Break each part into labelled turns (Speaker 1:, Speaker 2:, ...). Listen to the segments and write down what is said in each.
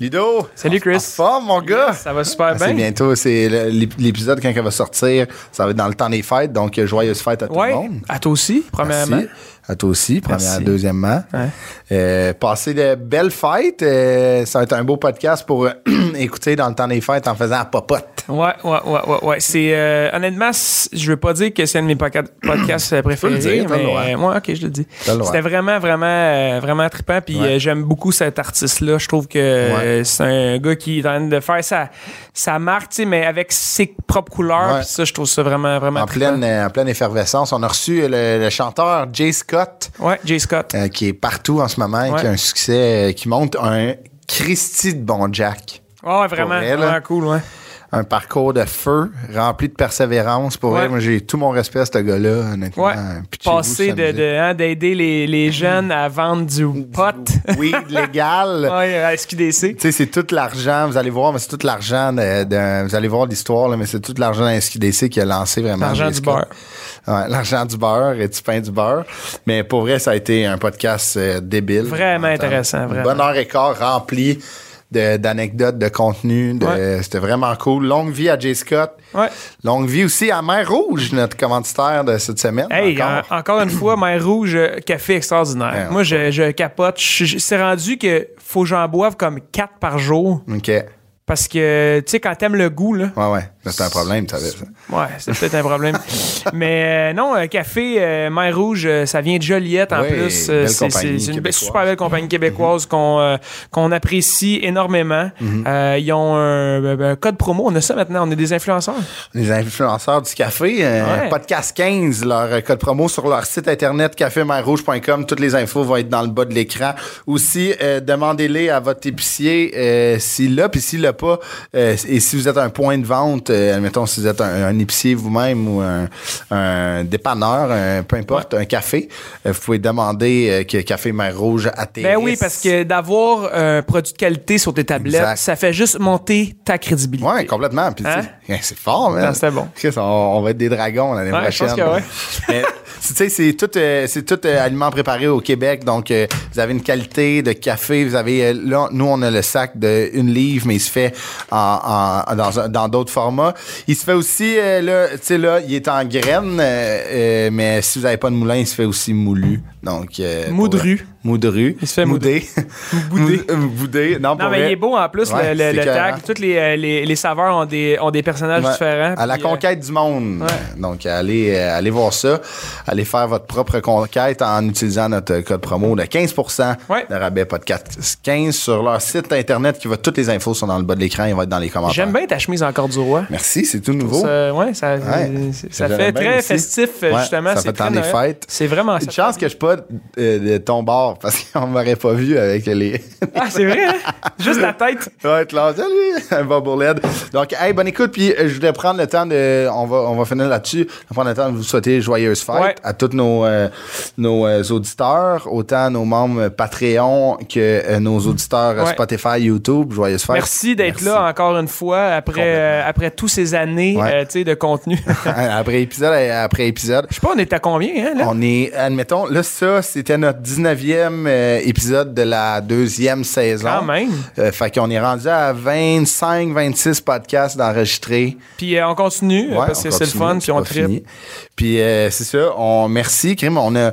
Speaker 1: Ludo!
Speaker 2: Salut, Chris.
Speaker 1: En forme, mon gars!
Speaker 2: Ça va super
Speaker 1: Ah, C'est
Speaker 2: bien.
Speaker 1: bientôt, c'est le- l'ép- l'épisode quand il va sortir. Ça va être dans le temps des fêtes, donc euh, joyeuses fêtes à tout
Speaker 2: Ouais,
Speaker 1: le monde.
Speaker 2: à toi aussi, premièrement.
Speaker 1: Merci. À toi aussi, première,
Speaker 2: Merci.
Speaker 1: deuxièmement.
Speaker 2: Ouais.
Speaker 1: Euh, passez de belles fêtes. Euh, ça va être un beau podcast pour euh, écouter dans le temps des fêtes en faisant la popote.
Speaker 2: Ouais, ouais, ouais, ouais, ouais. C'est euh, honnêtement, c- je veux pas dire que c'est un de mes poca- podcasts euh, préférés,
Speaker 1: Tu peux le dire, t'as le
Speaker 2: mais
Speaker 1: droit.
Speaker 2: euh, ouais, ok, je le dis.
Speaker 1: T'as le droit.
Speaker 2: C'était vraiment, vraiment, euh, vraiment trippant. Puis
Speaker 1: Ouais.
Speaker 2: euh, j'aime beaucoup cet artiste-là. Je trouve que euh, c'est un gars qui est en train de faire sa, sa marque, tu sais, mais avec ses propres couleurs.
Speaker 1: Ouais.
Speaker 2: Puis ça, je trouve ça vraiment, vraiment
Speaker 1: En
Speaker 2: trippant.
Speaker 1: pleine, euh, en pleine effervescence, on a reçu euh, le, le chanteur Jay Scott,
Speaker 2: Ouais, Jay Scott.
Speaker 1: euh, qui est partout en ce moment et
Speaker 2: Ouais.
Speaker 1: qui a un succès, euh, qui monte un Christy de bon Jack.
Speaker 2: Ouais, vraiment,
Speaker 1: Pour elle,
Speaker 2: vraiment
Speaker 1: hein.
Speaker 2: cool, ouais.
Speaker 1: un parcours de feu, rempli de persévérance. Pour
Speaker 2: Ouais.
Speaker 1: elle, moi, j'ai tout mon respect à ce gars-là, honnêtement.
Speaker 2: Ouais.
Speaker 1: Pitchez-vous
Speaker 2: Passer
Speaker 1: sur la
Speaker 2: de, de,
Speaker 1: musique.
Speaker 2: hein, d'aider les,
Speaker 1: Mm-hmm.
Speaker 2: les jeunes à vendre du pot.
Speaker 1: Weed légal.
Speaker 2: ouais, à
Speaker 1: Tu
Speaker 2: SQDC.
Speaker 1: sais, c'est tout l'argent, vous allez voir, mais c'est tout l'argent de- de- vous allez voir l'histoire, là, mais c'est tout l'argent d'un SQDC qui a lancé vraiment.
Speaker 2: L'argent du
Speaker 1: Jessica.
Speaker 2: beurre.
Speaker 1: Ouais, l'argent du beurre et du pain du beurre. Mais pour vrai, ça a été un podcast euh, débile.
Speaker 2: Vraiment
Speaker 1: On entend.
Speaker 2: intéressant,
Speaker 1: Une
Speaker 2: vraiment.
Speaker 1: Bonne heure et quart rempli de- d'anecdotes, de contenu. de-
Speaker 2: Ouais.
Speaker 1: C'était vraiment cool. Longue vie à Jay Scott.
Speaker 2: Ouais.
Speaker 1: Longue vie aussi à Mer Rouge, notre commanditaire de cette semaine.
Speaker 2: Hey, en-
Speaker 1: encore.
Speaker 2: encore. une fois, Mer Rouge, euh, café extraordinaire.
Speaker 1: Ouais,
Speaker 2: Moi, je, je capote. Je- je- C'est rendu que faut que j'en boive comme 4 par jour.
Speaker 1: OK. Ouais,
Speaker 2: Parce que, tu sais, quand t'aimes le goût, là.
Speaker 1: ouais. C'est un problème, tu savais ça.
Speaker 2: Ouais, c'est peut-être un problème. Mais euh, non, euh, café euh, Mer Rouge, euh, ça vient de Joliette en
Speaker 1: Oui,
Speaker 2: plus.
Speaker 1: belle
Speaker 2: Euh, c'est- c'est
Speaker 1: compagnie
Speaker 2: c'est une be-
Speaker 1: québécoise. Mhm.
Speaker 2: super belle compagnie québécoise qu'on euh, qu'on apprécie énormément.
Speaker 1: Mhm.
Speaker 2: Euh, ils ont un, un code promo. On a ça maintenant. On est des influenceurs.
Speaker 1: Les influenceurs du café, euh,
Speaker 2: Ouais.
Speaker 1: podcast 15, leur euh, code promo sur leur site internet cafémerrouge.com. Toutes les infos vont être dans le bas de l'écran. Aussi, euh, demandez-les à votre épicier euh, s'il l'a, puis s'il l'a pas. euh, et si vous êtes un point de vente, euh, admettons, si vous êtes un, un épicier vous-même ou un, un dépanneur, un- peu importe, un café, euh, vous pouvez demander euh, que Café Mer Rouge atterrisse.
Speaker 2: Ben oui, parce que d'avoir un produit de qualité sur tes tablettes,
Speaker 1: Exact.
Speaker 2: ça fait juste monter ta crédibilité.
Speaker 1: Ouais, complètement. Puis, tu
Speaker 2: Hein?
Speaker 1: sais, hey, c'est fort, man.
Speaker 2: Non, c'était bon.
Speaker 1: Chris, on, on va être des dragons l'année
Speaker 2: Ouais, je
Speaker 1: prochaine.
Speaker 2: pense que ouais.
Speaker 1: Mais, tu sais, c'est tout, euh, c'est tout euh, aliment préparé au Québec. Donc, euh, vous avez une qualité de café. Vous avez, euh, là, nous, on a le sac de une livre, mais il se fait en, en- dans un- dans d'autres formats. Il se fait aussi, euh, là, tu sais, là, il est en graines, euh, euh, mais si vous n'avez pas de moulin, il se fait aussi moulu. Donc, euh,
Speaker 2: Moudru.
Speaker 1: pour- moudru.
Speaker 2: Il se fait
Speaker 1: moudé.
Speaker 2: Boudé.
Speaker 1: Moudé. Boudé. Non,
Speaker 2: Non,
Speaker 1: pour
Speaker 2: mais
Speaker 1: vrai.
Speaker 2: il est beau en plus,
Speaker 1: Ouais,
Speaker 2: le- le,
Speaker 1: c'est
Speaker 2: le
Speaker 1: carrément.
Speaker 2: tag. Toutes les, euh, les, les saveurs ont des, ont des personnages
Speaker 1: Ouais,
Speaker 2: différents.
Speaker 1: À la
Speaker 2: puis, euh,
Speaker 1: conquête du monde. Donc, allez, euh, allez voir ça. Allez faire votre propre conquête en utilisant notre code promo de 15
Speaker 2: Ouais.
Speaker 1: de rabais podcast 15 sur leur site internet qui va. Toutes les infos sont dans le bas de l'écran et vont être dans les commentaires.
Speaker 2: J'aime bien ta chemise encore du roi.
Speaker 1: Merci, c'est tout nouveau.
Speaker 2: Ça, ouais, ça,
Speaker 1: Ouais.
Speaker 2: c'est- ça
Speaker 1: J'aime
Speaker 2: fait
Speaker 1: bien
Speaker 2: très
Speaker 1: aussi.
Speaker 2: festif, euh,
Speaker 1: Ouais,
Speaker 2: justement.
Speaker 1: ça
Speaker 2: c'est
Speaker 1: fait
Speaker 2: très
Speaker 1: temps des
Speaker 2: Noël.
Speaker 1: fêtes.
Speaker 2: C'est vraiment
Speaker 1: Une
Speaker 2: ça.
Speaker 1: chance que je suis pas euh, de ton bord parce qu'on m'aurait pas vu avec les.
Speaker 2: Ah, c'est vrai, hein? Juste la tête.
Speaker 1: Ouais, classe, lui, un bobourled. Donc, hey, bonne écoute, puis euh, je voulais prendre le temps de, on va, on va finir là-dessus, Je vais prendre le temps de vous souhaiter joyeuses fêtes
Speaker 2: Ouais.
Speaker 1: à tous nos, euh, nos euh, auditeurs, autant nos membres Patreon que euh, nos auditeurs euh,
Speaker 2: Ouais.
Speaker 1: Spotify, YouTube, joyeuses fêtes.
Speaker 2: Merci d'être
Speaker 1: Merci.
Speaker 2: là encore une fois après, euh, après toutes ces années
Speaker 1: Ouais.
Speaker 2: euh, tu sais, de contenu. Je
Speaker 1: après épisode, euh, après épisode.
Speaker 2: sais pas, on est à combien, hein, là?
Speaker 1: On est, admettons, là, ça, c'était notre 19e euh, épisode de la deuxième saison.
Speaker 2: Quand même.
Speaker 1: Euh, fait qu'on est rendu à 25, 26 podcasts d'enregistrés.
Speaker 2: Puis euh, on continue, euh,
Speaker 1: Ouais,
Speaker 2: parce
Speaker 1: on
Speaker 2: que c'est le
Speaker 1: continue,
Speaker 2: fun, puis on
Speaker 1: pas
Speaker 2: tripe.
Speaker 1: fini. Puis euh, c'est ça, on merci Crime, on a euh,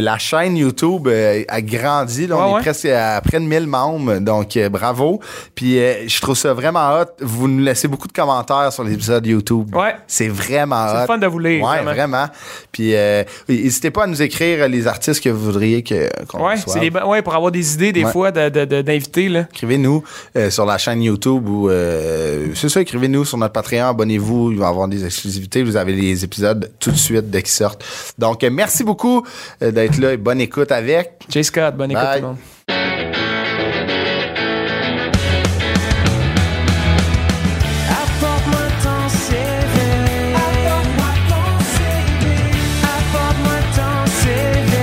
Speaker 1: la chaîne YouTube euh, a grandi, là, on
Speaker 2: Ouais,
Speaker 1: est
Speaker 2: ouais.
Speaker 1: presque à près de 1000 membres, donc euh, bravo. Puis euh, je trouve ça vraiment hot, vous nous laissez beaucoup de commentaires sur les épisodes YouTube.
Speaker 2: Ouais.
Speaker 1: C'est vraiment hot.
Speaker 2: C'est le fun de vous lire,
Speaker 1: Ah, Ouais,
Speaker 2: vraiment.
Speaker 1: vraiment. Puis euh, n'hésitez pas à nous écrire les artistes que vous voudriez que qu'on
Speaker 2: Ouais,
Speaker 1: reçoive.
Speaker 2: c'est des, ba- ouais, pour avoir des idées des
Speaker 1: Ouais.
Speaker 2: fois de- de- de- d'invités. là.
Speaker 1: Écrivez-nous euh, sur la chaîne YouTube ou euh, c'est ça, écrivez-nous sur notre Patreon, abonnez-vous, il va y avoir des exclusivités, vous avez les épisodes tout de suite dès qu'ils sortent. Donc euh, merci beaucoup euh, d'être là et bonne écoute avec.
Speaker 2: Jay Scott, bonne écoute
Speaker 1: Bye.
Speaker 2: tout le monde.
Speaker 3: Apporte-moi ton CV. Apporte-moi ton CV. Apporte-moi ton CV.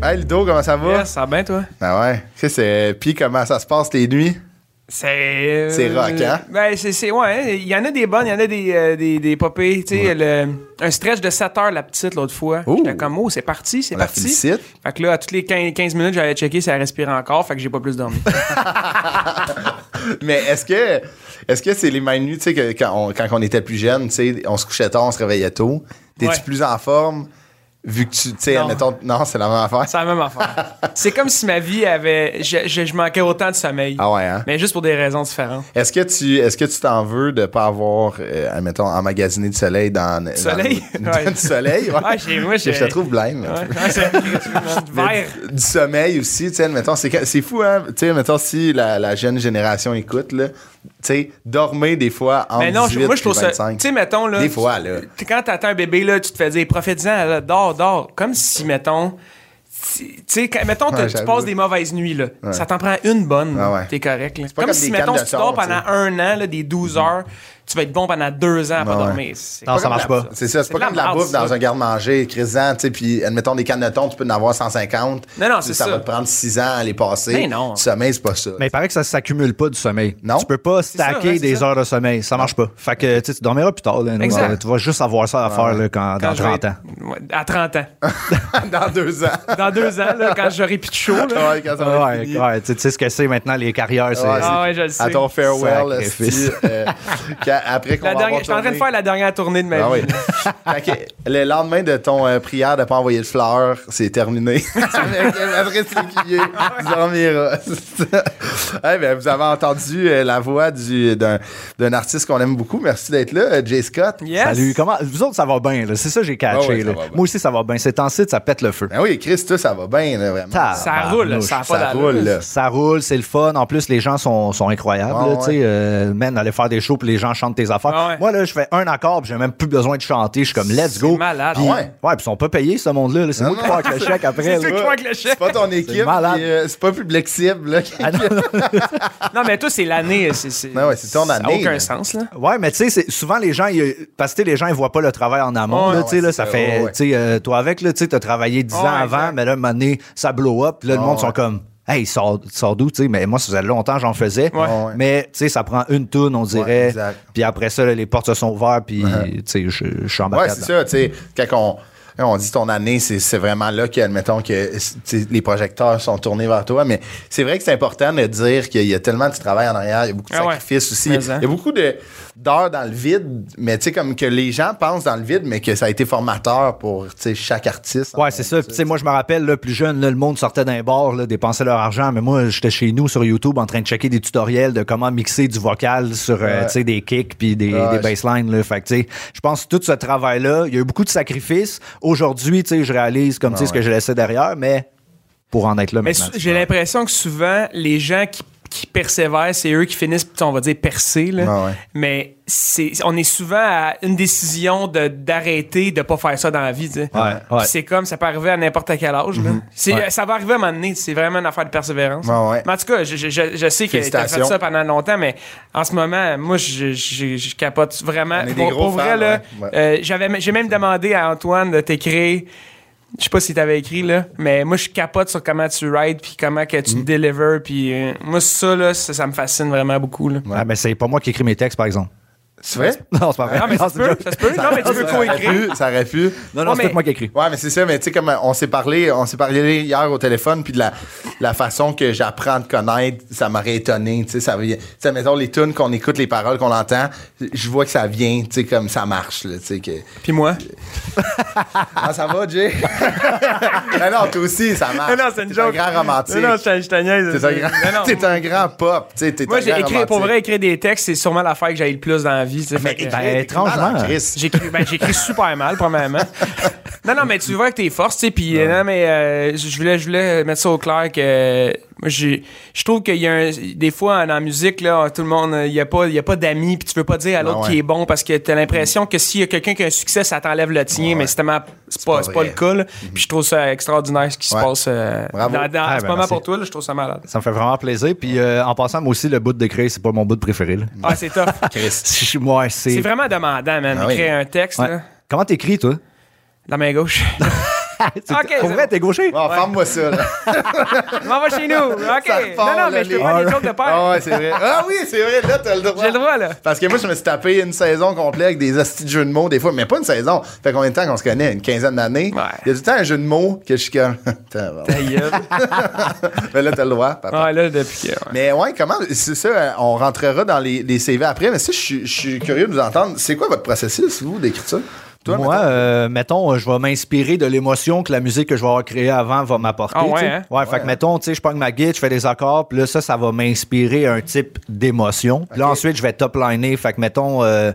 Speaker 3: Apporte-moi ton CV.
Speaker 1: Hey Ludo, comment ça va?
Speaker 2: Yes, ça va bien, toi?
Speaker 1: Ah ouais. Tu sais, c'est- Puis comment ça se passe tes nuits?
Speaker 2: C'est. euh,
Speaker 1: C'est rock, hein?
Speaker 2: Ben, c'est. c'est- Ouais, il y en a des bonnes, il y en a des, euh, des, des pas pires. Tu sais, le- un stretch de 7 heures, la petite, l'autre fois.
Speaker 1: Ouh.
Speaker 2: J'étais comme, oh, c'est parti, c'est
Speaker 1: On la
Speaker 2: parti.
Speaker 1: félicite.
Speaker 2: Fait que là, à toutes les 15, 15 minutes, j'allais checker si elle respirait encore, fait que j'ai pas plus dormi.
Speaker 1: Mais est-ce que est-ce que c'est les mêmes nuits, tu sais, que quand on, quand on était plus jeune, tu sais, on se couchait tard, on se réveillait tôt. T'es-tu
Speaker 2: Ouais.
Speaker 1: plus en forme vu que tu, tu sais,
Speaker 2: Non.
Speaker 1: admettons, non, c'est la même affaire.
Speaker 2: c'est la même affaire. C'est comme si ma vie avait. Je, je- je manquais autant de sommeil.
Speaker 1: Ah ouais, hein?
Speaker 2: Mais juste pour des raisons différentes.
Speaker 1: Est-ce que tu est-ce que tu t'en veux de pas avoir, euh, admettons, emmagasiné du soleil dans dans-
Speaker 2: Soleil?
Speaker 1: dans-
Speaker 2: Ouais.
Speaker 1: du soleil, ouais.
Speaker 2: Ouais, j'ai- moi, j'ai-
Speaker 1: je te trouve blême.
Speaker 2: Ouais, ouais, Ah, c'est
Speaker 1: Mais
Speaker 2: vert.
Speaker 1: Du, du sommeil aussi, tu sais, admettons, c'est, que- c'est fou, hein? Tu sais, admettons, si la, la jeune génération écoute, là, tu sais, dormez des fois entre
Speaker 2: Mais non, je-
Speaker 1: 18
Speaker 2: moi, je
Speaker 1: puis
Speaker 2: trouve ça. Tu
Speaker 1: 25.
Speaker 2: sais, mettons, là.
Speaker 1: Des fois, là.
Speaker 2: tu- Quand t'attends un bébé, là, tu te fais dire, profite-en, là, dors, dors. Comme si, mettons. Tu tu sais, quand- mettons, t'as-
Speaker 1: Ouais,
Speaker 2: tu
Speaker 1: j'avoue.
Speaker 2: passes des mauvaises nuits, là. Ça t'en prend une bonne, là,
Speaker 1: Ah ouais.
Speaker 2: t'es correct. là.
Speaker 1: pas
Speaker 2: Comme
Speaker 1: comme
Speaker 2: si,
Speaker 1: des
Speaker 2: mettons,
Speaker 1: cannes
Speaker 2: si
Speaker 1: de
Speaker 2: tu dors
Speaker 1: sort,
Speaker 2: pendant
Speaker 1: tu Mm.
Speaker 2: un an, là, des 12 heures, tu vas être bon pendant deux ans à pas
Speaker 1: Ouais, ouais.
Speaker 2: dormir. C'est
Speaker 4: Non,
Speaker 2: pas
Speaker 4: ça marche pas.
Speaker 1: C'est ça, c'est pas
Speaker 2: de la
Speaker 1: comme de la
Speaker 2: marde,
Speaker 1: bouffe
Speaker 2: ça.
Speaker 1: dans un garde-manger, crisant, tu sais, puis admettons des cannes de thon, tu peux en avoir 150.
Speaker 2: Non, non,
Speaker 1: Tu sais,
Speaker 2: c'est ça.
Speaker 1: va te prendre 6 ans à les passer.
Speaker 2: Mais non.
Speaker 1: Du sommeil, c'est pas ça.
Speaker 4: Mais il paraît que ça s'accumule pas du sommeil.
Speaker 1: Non.
Speaker 4: Tu peux pas
Speaker 2: ça,
Speaker 4: stacker
Speaker 2: ouais, c'est
Speaker 4: des
Speaker 2: ça.
Speaker 4: heures de sommeil. Ça marche pas. Fait que tu sais, tu dormiras plus tard. là, nous,
Speaker 2: Exact.
Speaker 4: euh, tu vas juste avoir ça à faire là, quand,
Speaker 2: Quand
Speaker 4: dans
Speaker 2: je vais
Speaker 4: 30 ans.
Speaker 2: être- Ouais, À 30 ans.
Speaker 1: dans deux ans.
Speaker 2: Dans deux ans, là, quand j'aurai plus de chaud, là.
Speaker 1: Ouais, quand ça va être
Speaker 4: Ouais,
Speaker 1: fini.
Speaker 4: ouais, tu sais- tu sais ce que c'est maintenant les carrières. c'est-
Speaker 1: Ouais,
Speaker 2: Ah ouais, je le
Speaker 1: À
Speaker 2: sais.
Speaker 1: ton farewell,
Speaker 4: Sacrifice.
Speaker 1: esti, euh, quand- après qu'on
Speaker 2: La
Speaker 1: va
Speaker 2: dernière-
Speaker 1: avoir
Speaker 2: Je suis en train de
Speaker 1: tourné-
Speaker 2: faire la dernière tournée de ma
Speaker 1: Ah
Speaker 2: vie.
Speaker 1: oui. Fait que le lendemain de ton euh, prière de pas envoyer de fleurs, c'est terminé. Après, c'est qui Tu dormiras. Eh ben, vous avez entendu euh, la voix du- d'un d'un artiste qu'on aime beaucoup. Merci d'être là, euh, Jay Scott.
Speaker 2: Yes.
Speaker 4: Salut, comment vous autres ça va bien là, c'est ça que j'ai catché
Speaker 1: Ah ouais, ça
Speaker 4: là.
Speaker 1: va bien.
Speaker 4: Moi aussi ça va bien, c'est en site ça pète le feu.
Speaker 1: Ben oui, Chris, toi, ça va bien, là, vraiment.
Speaker 4: Ça-
Speaker 2: Ça
Speaker 4: Ah,
Speaker 2: roule, ça a pas
Speaker 1: ça
Speaker 2: d'allure.
Speaker 1: roule, là.
Speaker 4: Ça roule, c'est le fun. En plus, les gens sont, sont incroyables.
Speaker 1: Ah
Speaker 4: là,
Speaker 1: ouais.
Speaker 4: tu sais, euh, man, aller faire des shows puis les gens chantent tes affaires.
Speaker 2: Ah ouais.
Speaker 4: Moi, là, je fais un accord puis j'ai même plus besoin de chanter. Je suis comme, let's go.
Speaker 2: C'est malade.
Speaker 4: Puis-
Speaker 1: Ah ouais.
Speaker 4: puis ils sont pas payés, ce monde-là. là. C'est moi qui pars avec le chèque après.
Speaker 2: C'est ceux
Speaker 4: là.
Speaker 2: qui font avec le
Speaker 1: C'est
Speaker 2: chef.
Speaker 1: pas ton équipe,
Speaker 4: malade.
Speaker 1: puis, euh, c'est pas public cible. Là.
Speaker 4: Ah non, non.
Speaker 2: Non, mais toi, c'est l'année. C'est, c'est,
Speaker 1: Ah ouais, c'est ton
Speaker 2: Ça n'a
Speaker 1: année,
Speaker 2: aucun
Speaker 1: là.
Speaker 2: sens, là.
Speaker 4: Ouais, mais tu sais, c'est- souvent les gens, ils- parce que tu sais, les gens, ils voient pas le travail en amont.
Speaker 2: Ouais,
Speaker 4: là, tu sais,
Speaker 1: ouais,
Speaker 4: là,
Speaker 1: c'est
Speaker 4: ça
Speaker 1: ça,
Speaker 4: fait,
Speaker 1: ouais, ouais.
Speaker 4: tu sais, euh, toi avec, là, tu sais, t'as travaillé 10
Speaker 2: Ouais,
Speaker 4: ans avant,
Speaker 2: exact.
Speaker 4: mais là, un moment donné, ça blow up. Puis là, le monde sont comme, hey, sort, sort d'où, tu sais, mais moi, ça faisait longtemps que j'en faisais.
Speaker 1: Ouais.
Speaker 4: Mais, tu sais, ça prend une toune, on dirait.
Speaker 1: exact.
Speaker 4: puis après ça, là, les portes se sont ouvertes, puis, tu sais, je je suis embarqué.
Speaker 1: Ouais, c'est ça, tu sais, quand on, hein, on dit ton année, c'est c'est vraiment là que, admettons, que tu sais, les projecteurs sont tournés vers toi, mais c'est vrai que c'est important de dire qu'il y a tellement de travail en arrière, il y a beaucoup de
Speaker 2: Ah ouais.
Speaker 1: sacrifices aussi,
Speaker 2: Mais,
Speaker 1: il
Speaker 2: hein.
Speaker 1: y a beaucoup de- d'heures dans le vide, mais tu sais, comme que les gens pensent dans le vide, mais que ça a été formateur pour, tu sais, chaque artiste. hein,
Speaker 4: Ouais, c'est ça. Puis, tu sais, moi, je me rappelle, là, plus jeune, là, le monde sortait d'un bar, là, dépensait leur argent, mais moi, j'étais chez nous sur YouTube en train de checker des tutoriels de comment mixer du vocal sur, euh,
Speaker 1: Ouais.
Speaker 4: tu sais, des kicks puis des,
Speaker 1: Ouais,
Speaker 4: des basslines, là. Fait que, tu sais, je pense que tout ce travail-là, il y a eu beaucoup de sacrifices. Aujourd'hui, tu sais, je réalise, comme, tu sais, ce que je laissais derrière, mais pour en être là
Speaker 2: Mais
Speaker 4: maintenant.
Speaker 2: sou- j'ai l'impression que souvent, les gens qui, qui persévèrent, c'est eux qui finissent, on va dire, percés. Là.
Speaker 1: Ah ouais.
Speaker 2: Mais c'est, on est souvent à une décision de, d'arrêter de pas faire ça dans la vie. tu sais.
Speaker 4: Ouais, ouais.
Speaker 2: Puis C'est comme ça peut arriver à n'importe quel âge.
Speaker 1: Mm-hmm.
Speaker 2: là. C'est-
Speaker 4: Ouais.
Speaker 2: Ça va arriver à un moment donné. C'est vraiment une affaire de persévérance.
Speaker 1: Ouais, Ben ouais.
Speaker 2: Mais en tout cas, je, je- je- je sais que tu as fait
Speaker 1: Félicitations.
Speaker 2: ça pendant longtemps, mais en ce moment, moi, je, je- je capote vraiment.
Speaker 1: On est des
Speaker 2: Pour,
Speaker 1: gros
Speaker 2: pour vrai,
Speaker 1: fans,
Speaker 2: là,
Speaker 1: ouais.
Speaker 2: euh, j'avais, j'ai même demandé à Antoine de t'écrire. Je sais pas si t'avais écrit là, mais moi je capote sur comment tu rides puis comment que tu delivers puis euh, moi ça là ça, ça me fascine vraiment beaucoup là.
Speaker 4: Ah, mais c'est pas moi qui écris mes textes, par exemple.
Speaker 1: C'est vrai?
Speaker 4: Non, c'est pas vrai.
Speaker 2: Non Ah, mais ça se
Speaker 4: c'est une
Speaker 2: peut,
Speaker 4: joke.
Speaker 2: ça se peut. Non mais tu veux
Speaker 1: Ça aurait
Speaker 2: co-écrire.
Speaker 1: pu, ça aurait pu.
Speaker 4: Non,
Speaker 2: Ouais,
Speaker 4: non, c'est
Speaker 2: mais-
Speaker 4: peut-être moi qui écris.
Speaker 1: Ouais, mais c'est ça, mais tu sais, comme euh, on s'est parlé, on s'est parlé hier au téléphone, puis de la, la façon que j'apprends à te connaître, ça m'aurait étonné, tu sais, ça vient, tu sais, mettons, les tunes qu'on écoute, les paroles qu'on entend, je vois que ça vient, tu sais, comme ça marche, là, tu sais, que...
Speaker 2: Puis moi.
Speaker 1: Ah, ça va, Jay? non, non, toi aussi, ça marche.
Speaker 2: Non, non, c'est une
Speaker 1: T'es un
Speaker 2: joke.
Speaker 1: grand romantique.
Speaker 2: Non, non, je te- je te niaise.
Speaker 1: T'es un
Speaker 2: Non, non.
Speaker 1: grand, t'es un grand pop, tu sais, t'es
Speaker 2: Moi
Speaker 1: un
Speaker 2: j'ai
Speaker 1: grand
Speaker 2: écrit
Speaker 1: romantique.
Speaker 2: pour
Speaker 1: Ah,
Speaker 2: vrai écrire des textes, c'est sûrement l'affaire que j'ai le plus dans la vie. tu sais, fait que-
Speaker 4: écrire,
Speaker 1: Hey, t'écris mal en
Speaker 4: étrangement.
Speaker 1: crise.
Speaker 2: J'écris, ben, j'écris super mal, premièrement. Non, non, mais tu vois que t'es force, tu sais, puis euh, non, mais euh, je je voulais, je voulais mettre ça au clair que euh, moi, j'ai- je trouve qu'il y a un- des fois dans la musique, là, tout le monde, euh, il n'y a pas, il y a pas d'amis, puis tu veux pas dire à l'autre
Speaker 1: Ah ouais.
Speaker 2: qui est bon parce que t'as l'impression que s'il y a quelqu'un qui a un succès, ça t'enlève le tien, mais c'est tellement, c'est pas,
Speaker 1: pas
Speaker 2: c'est pas
Speaker 1: vrai. Mm-hmm.
Speaker 2: le cas, là. Puis je trouve ça extraordinaire ce qui
Speaker 1: Ouais.
Speaker 2: se passe euh,
Speaker 1: Bravo.
Speaker 2: dans- dans- en
Speaker 4: Ah,
Speaker 2: ce
Speaker 4: ben,
Speaker 2: moment
Speaker 4: merci.
Speaker 2: pour toi, là, je trouve ça malade.
Speaker 4: Ça me fait vraiment plaisir. Puis euh, en passant, moi aussi, le bout de créer, c'est pas mon bout de préféré.
Speaker 1: Mm.
Speaker 4: là.
Speaker 2: Ah, c'est tough.
Speaker 4: Si- moi,
Speaker 2: c'est vraiment demandant, man,
Speaker 1: Ah oui.
Speaker 2: d'écrire un texte,
Speaker 4: Ouais.
Speaker 2: là,
Speaker 4: Comment t'écris, toi?
Speaker 2: la main gauche.
Speaker 4: C'est-
Speaker 2: Ok, c'est
Speaker 4: Pour vrai,
Speaker 2: bon.
Speaker 4: t'es gaucher?
Speaker 1: Bon, ferme-moi ça, là.
Speaker 2: M'en va chez nous. OK.
Speaker 1: Ça repart,
Speaker 2: non, non,
Speaker 1: là,
Speaker 2: mais je peux
Speaker 1: les-
Speaker 2: faire des jokes de
Speaker 1: Ah
Speaker 2: père.
Speaker 1: ouais, c'est vrai. Ah oui, c'est vrai, là, t'as le droit.
Speaker 2: J'ai le droit, là.
Speaker 1: Parce que moi, je me suis tapé une saison complète avec des hosties de jeux de mots, des fois, mais pas une saison. Fait combien de temps qu'on se connaît? Une quinzaine d'années.
Speaker 2: Ouais.
Speaker 1: Il y a du temps un jeu de mots que je suis comme. Tabarnak.
Speaker 2: Ta gueule.
Speaker 1: mais là, t'as le droit, papa.
Speaker 2: Ouais, là, depuis que. ouais.
Speaker 1: Mais ouais, comment. C'est ça, euh, on rentrera dans les, les CV après, mais ça, je suis- je suis curieux de vous entendre. C'est quoi votre processus, vous, d'écriture? Toi,
Speaker 4: Moi, euh, mettons, euh, je vais m'inspirer de l'émotion que la musique que je vais avoir créée avant va m'apporter.
Speaker 2: Ah ouais,
Speaker 4: tu sais.
Speaker 2: hein?
Speaker 4: fait que mettons, tu sais, je pogne ma guide, je fais des accords, puis là, ça, ça va m'inspirer un type d'émotion. Puis là, ensuite, je vais topliner. Fait que mettons, euh,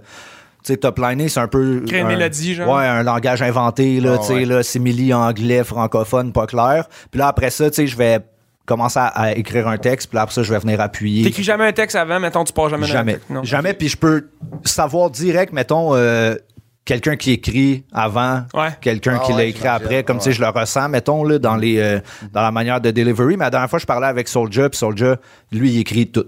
Speaker 4: tu sais, topliner, c'est un peu.
Speaker 2: Créer une
Speaker 4: un-
Speaker 2: mélodie, genre.
Speaker 4: Ouais, un langage inventé, là,
Speaker 1: Ah
Speaker 4: tu sais,
Speaker 1: ouais.
Speaker 4: là, simili anglais, francophone, pas clair. Puis là, après ça, tu sais, je vais commencer à, à écrire un texte, puis là, après ça, je vais venir appuyer.
Speaker 2: T'écris jamais un texte avant, mettons, tu pars jamais dans un
Speaker 4: Jamais.
Speaker 2: texte. Non.
Speaker 4: Jamais. Puis je peux savoir direct, mettons, euh, quelqu'un qui écrit avant,
Speaker 2: Ouais.
Speaker 4: quelqu'un
Speaker 1: Ah
Speaker 4: qui l'a
Speaker 1: ouais,
Speaker 4: écrit
Speaker 1: j'imagine.
Speaker 4: après, comme
Speaker 1: Ouais.
Speaker 4: tu sais, je le ressens, mettons, là, dans, les, euh, dans la manière de delivery. Mais la dernière fois, je parlais avec Soldier, puis Soldier, lui, il écrit tout.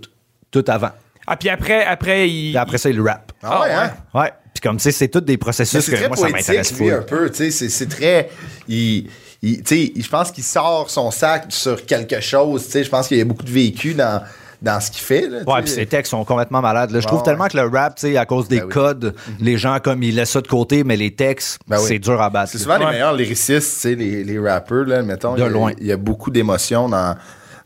Speaker 4: Tout avant.
Speaker 2: Ah, puis après, après, il.
Speaker 4: Puis après ça, il rap.
Speaker 1: Ah ouais, hein?
Speaker 4: Ouais. Puis comme tu sais, c'est tous des
Speaker 1: Mais
Speaker 4: processus
Speaker 1: c'est
Speaker 4: que
Speaker 1: très
Speaker 4: moi, ça m'intéresse
Speaker 1: poétique, lui, hein.
Speaker 4: pas.
Speaker 1: un peu. tu sais, C'est c'est très. Il, il- tu sais, je pense qu'il sort son sac sur quelque chose. tu sais, Je pense qu'il y a beaucoup de vécu dans, dans ce qu'il fait. là, tu
Speaker 4: Ouais,
Speaker 1: sais. Ah
Speaker 4: puis ses textes sont complètement malades. là. Je trouve
Speaker 1: Ouais,
Speaker 4: tellement que le rap, tu sais, à cause des
Speaker 1: Ben oui.
Speaker 4: codes, les gens, comme, ils laissent ça de côté, mais les textes,
Speaker 1: Ben oui.
Speaker 4: c'est dur à battre.
Speaker 1: C'est
Speaker 4: là.
Speaker 1: souvent les
Speaker 2: Ouais.
Speaker 1: meilleurs lyricistes, tu sais, les, les rappeurs, là, mettons.
Speaker 4: De
Speaker 1: il y a-
Speaker 4: loin.
Speaker 1: Il y a beaucoup d'émotions dans,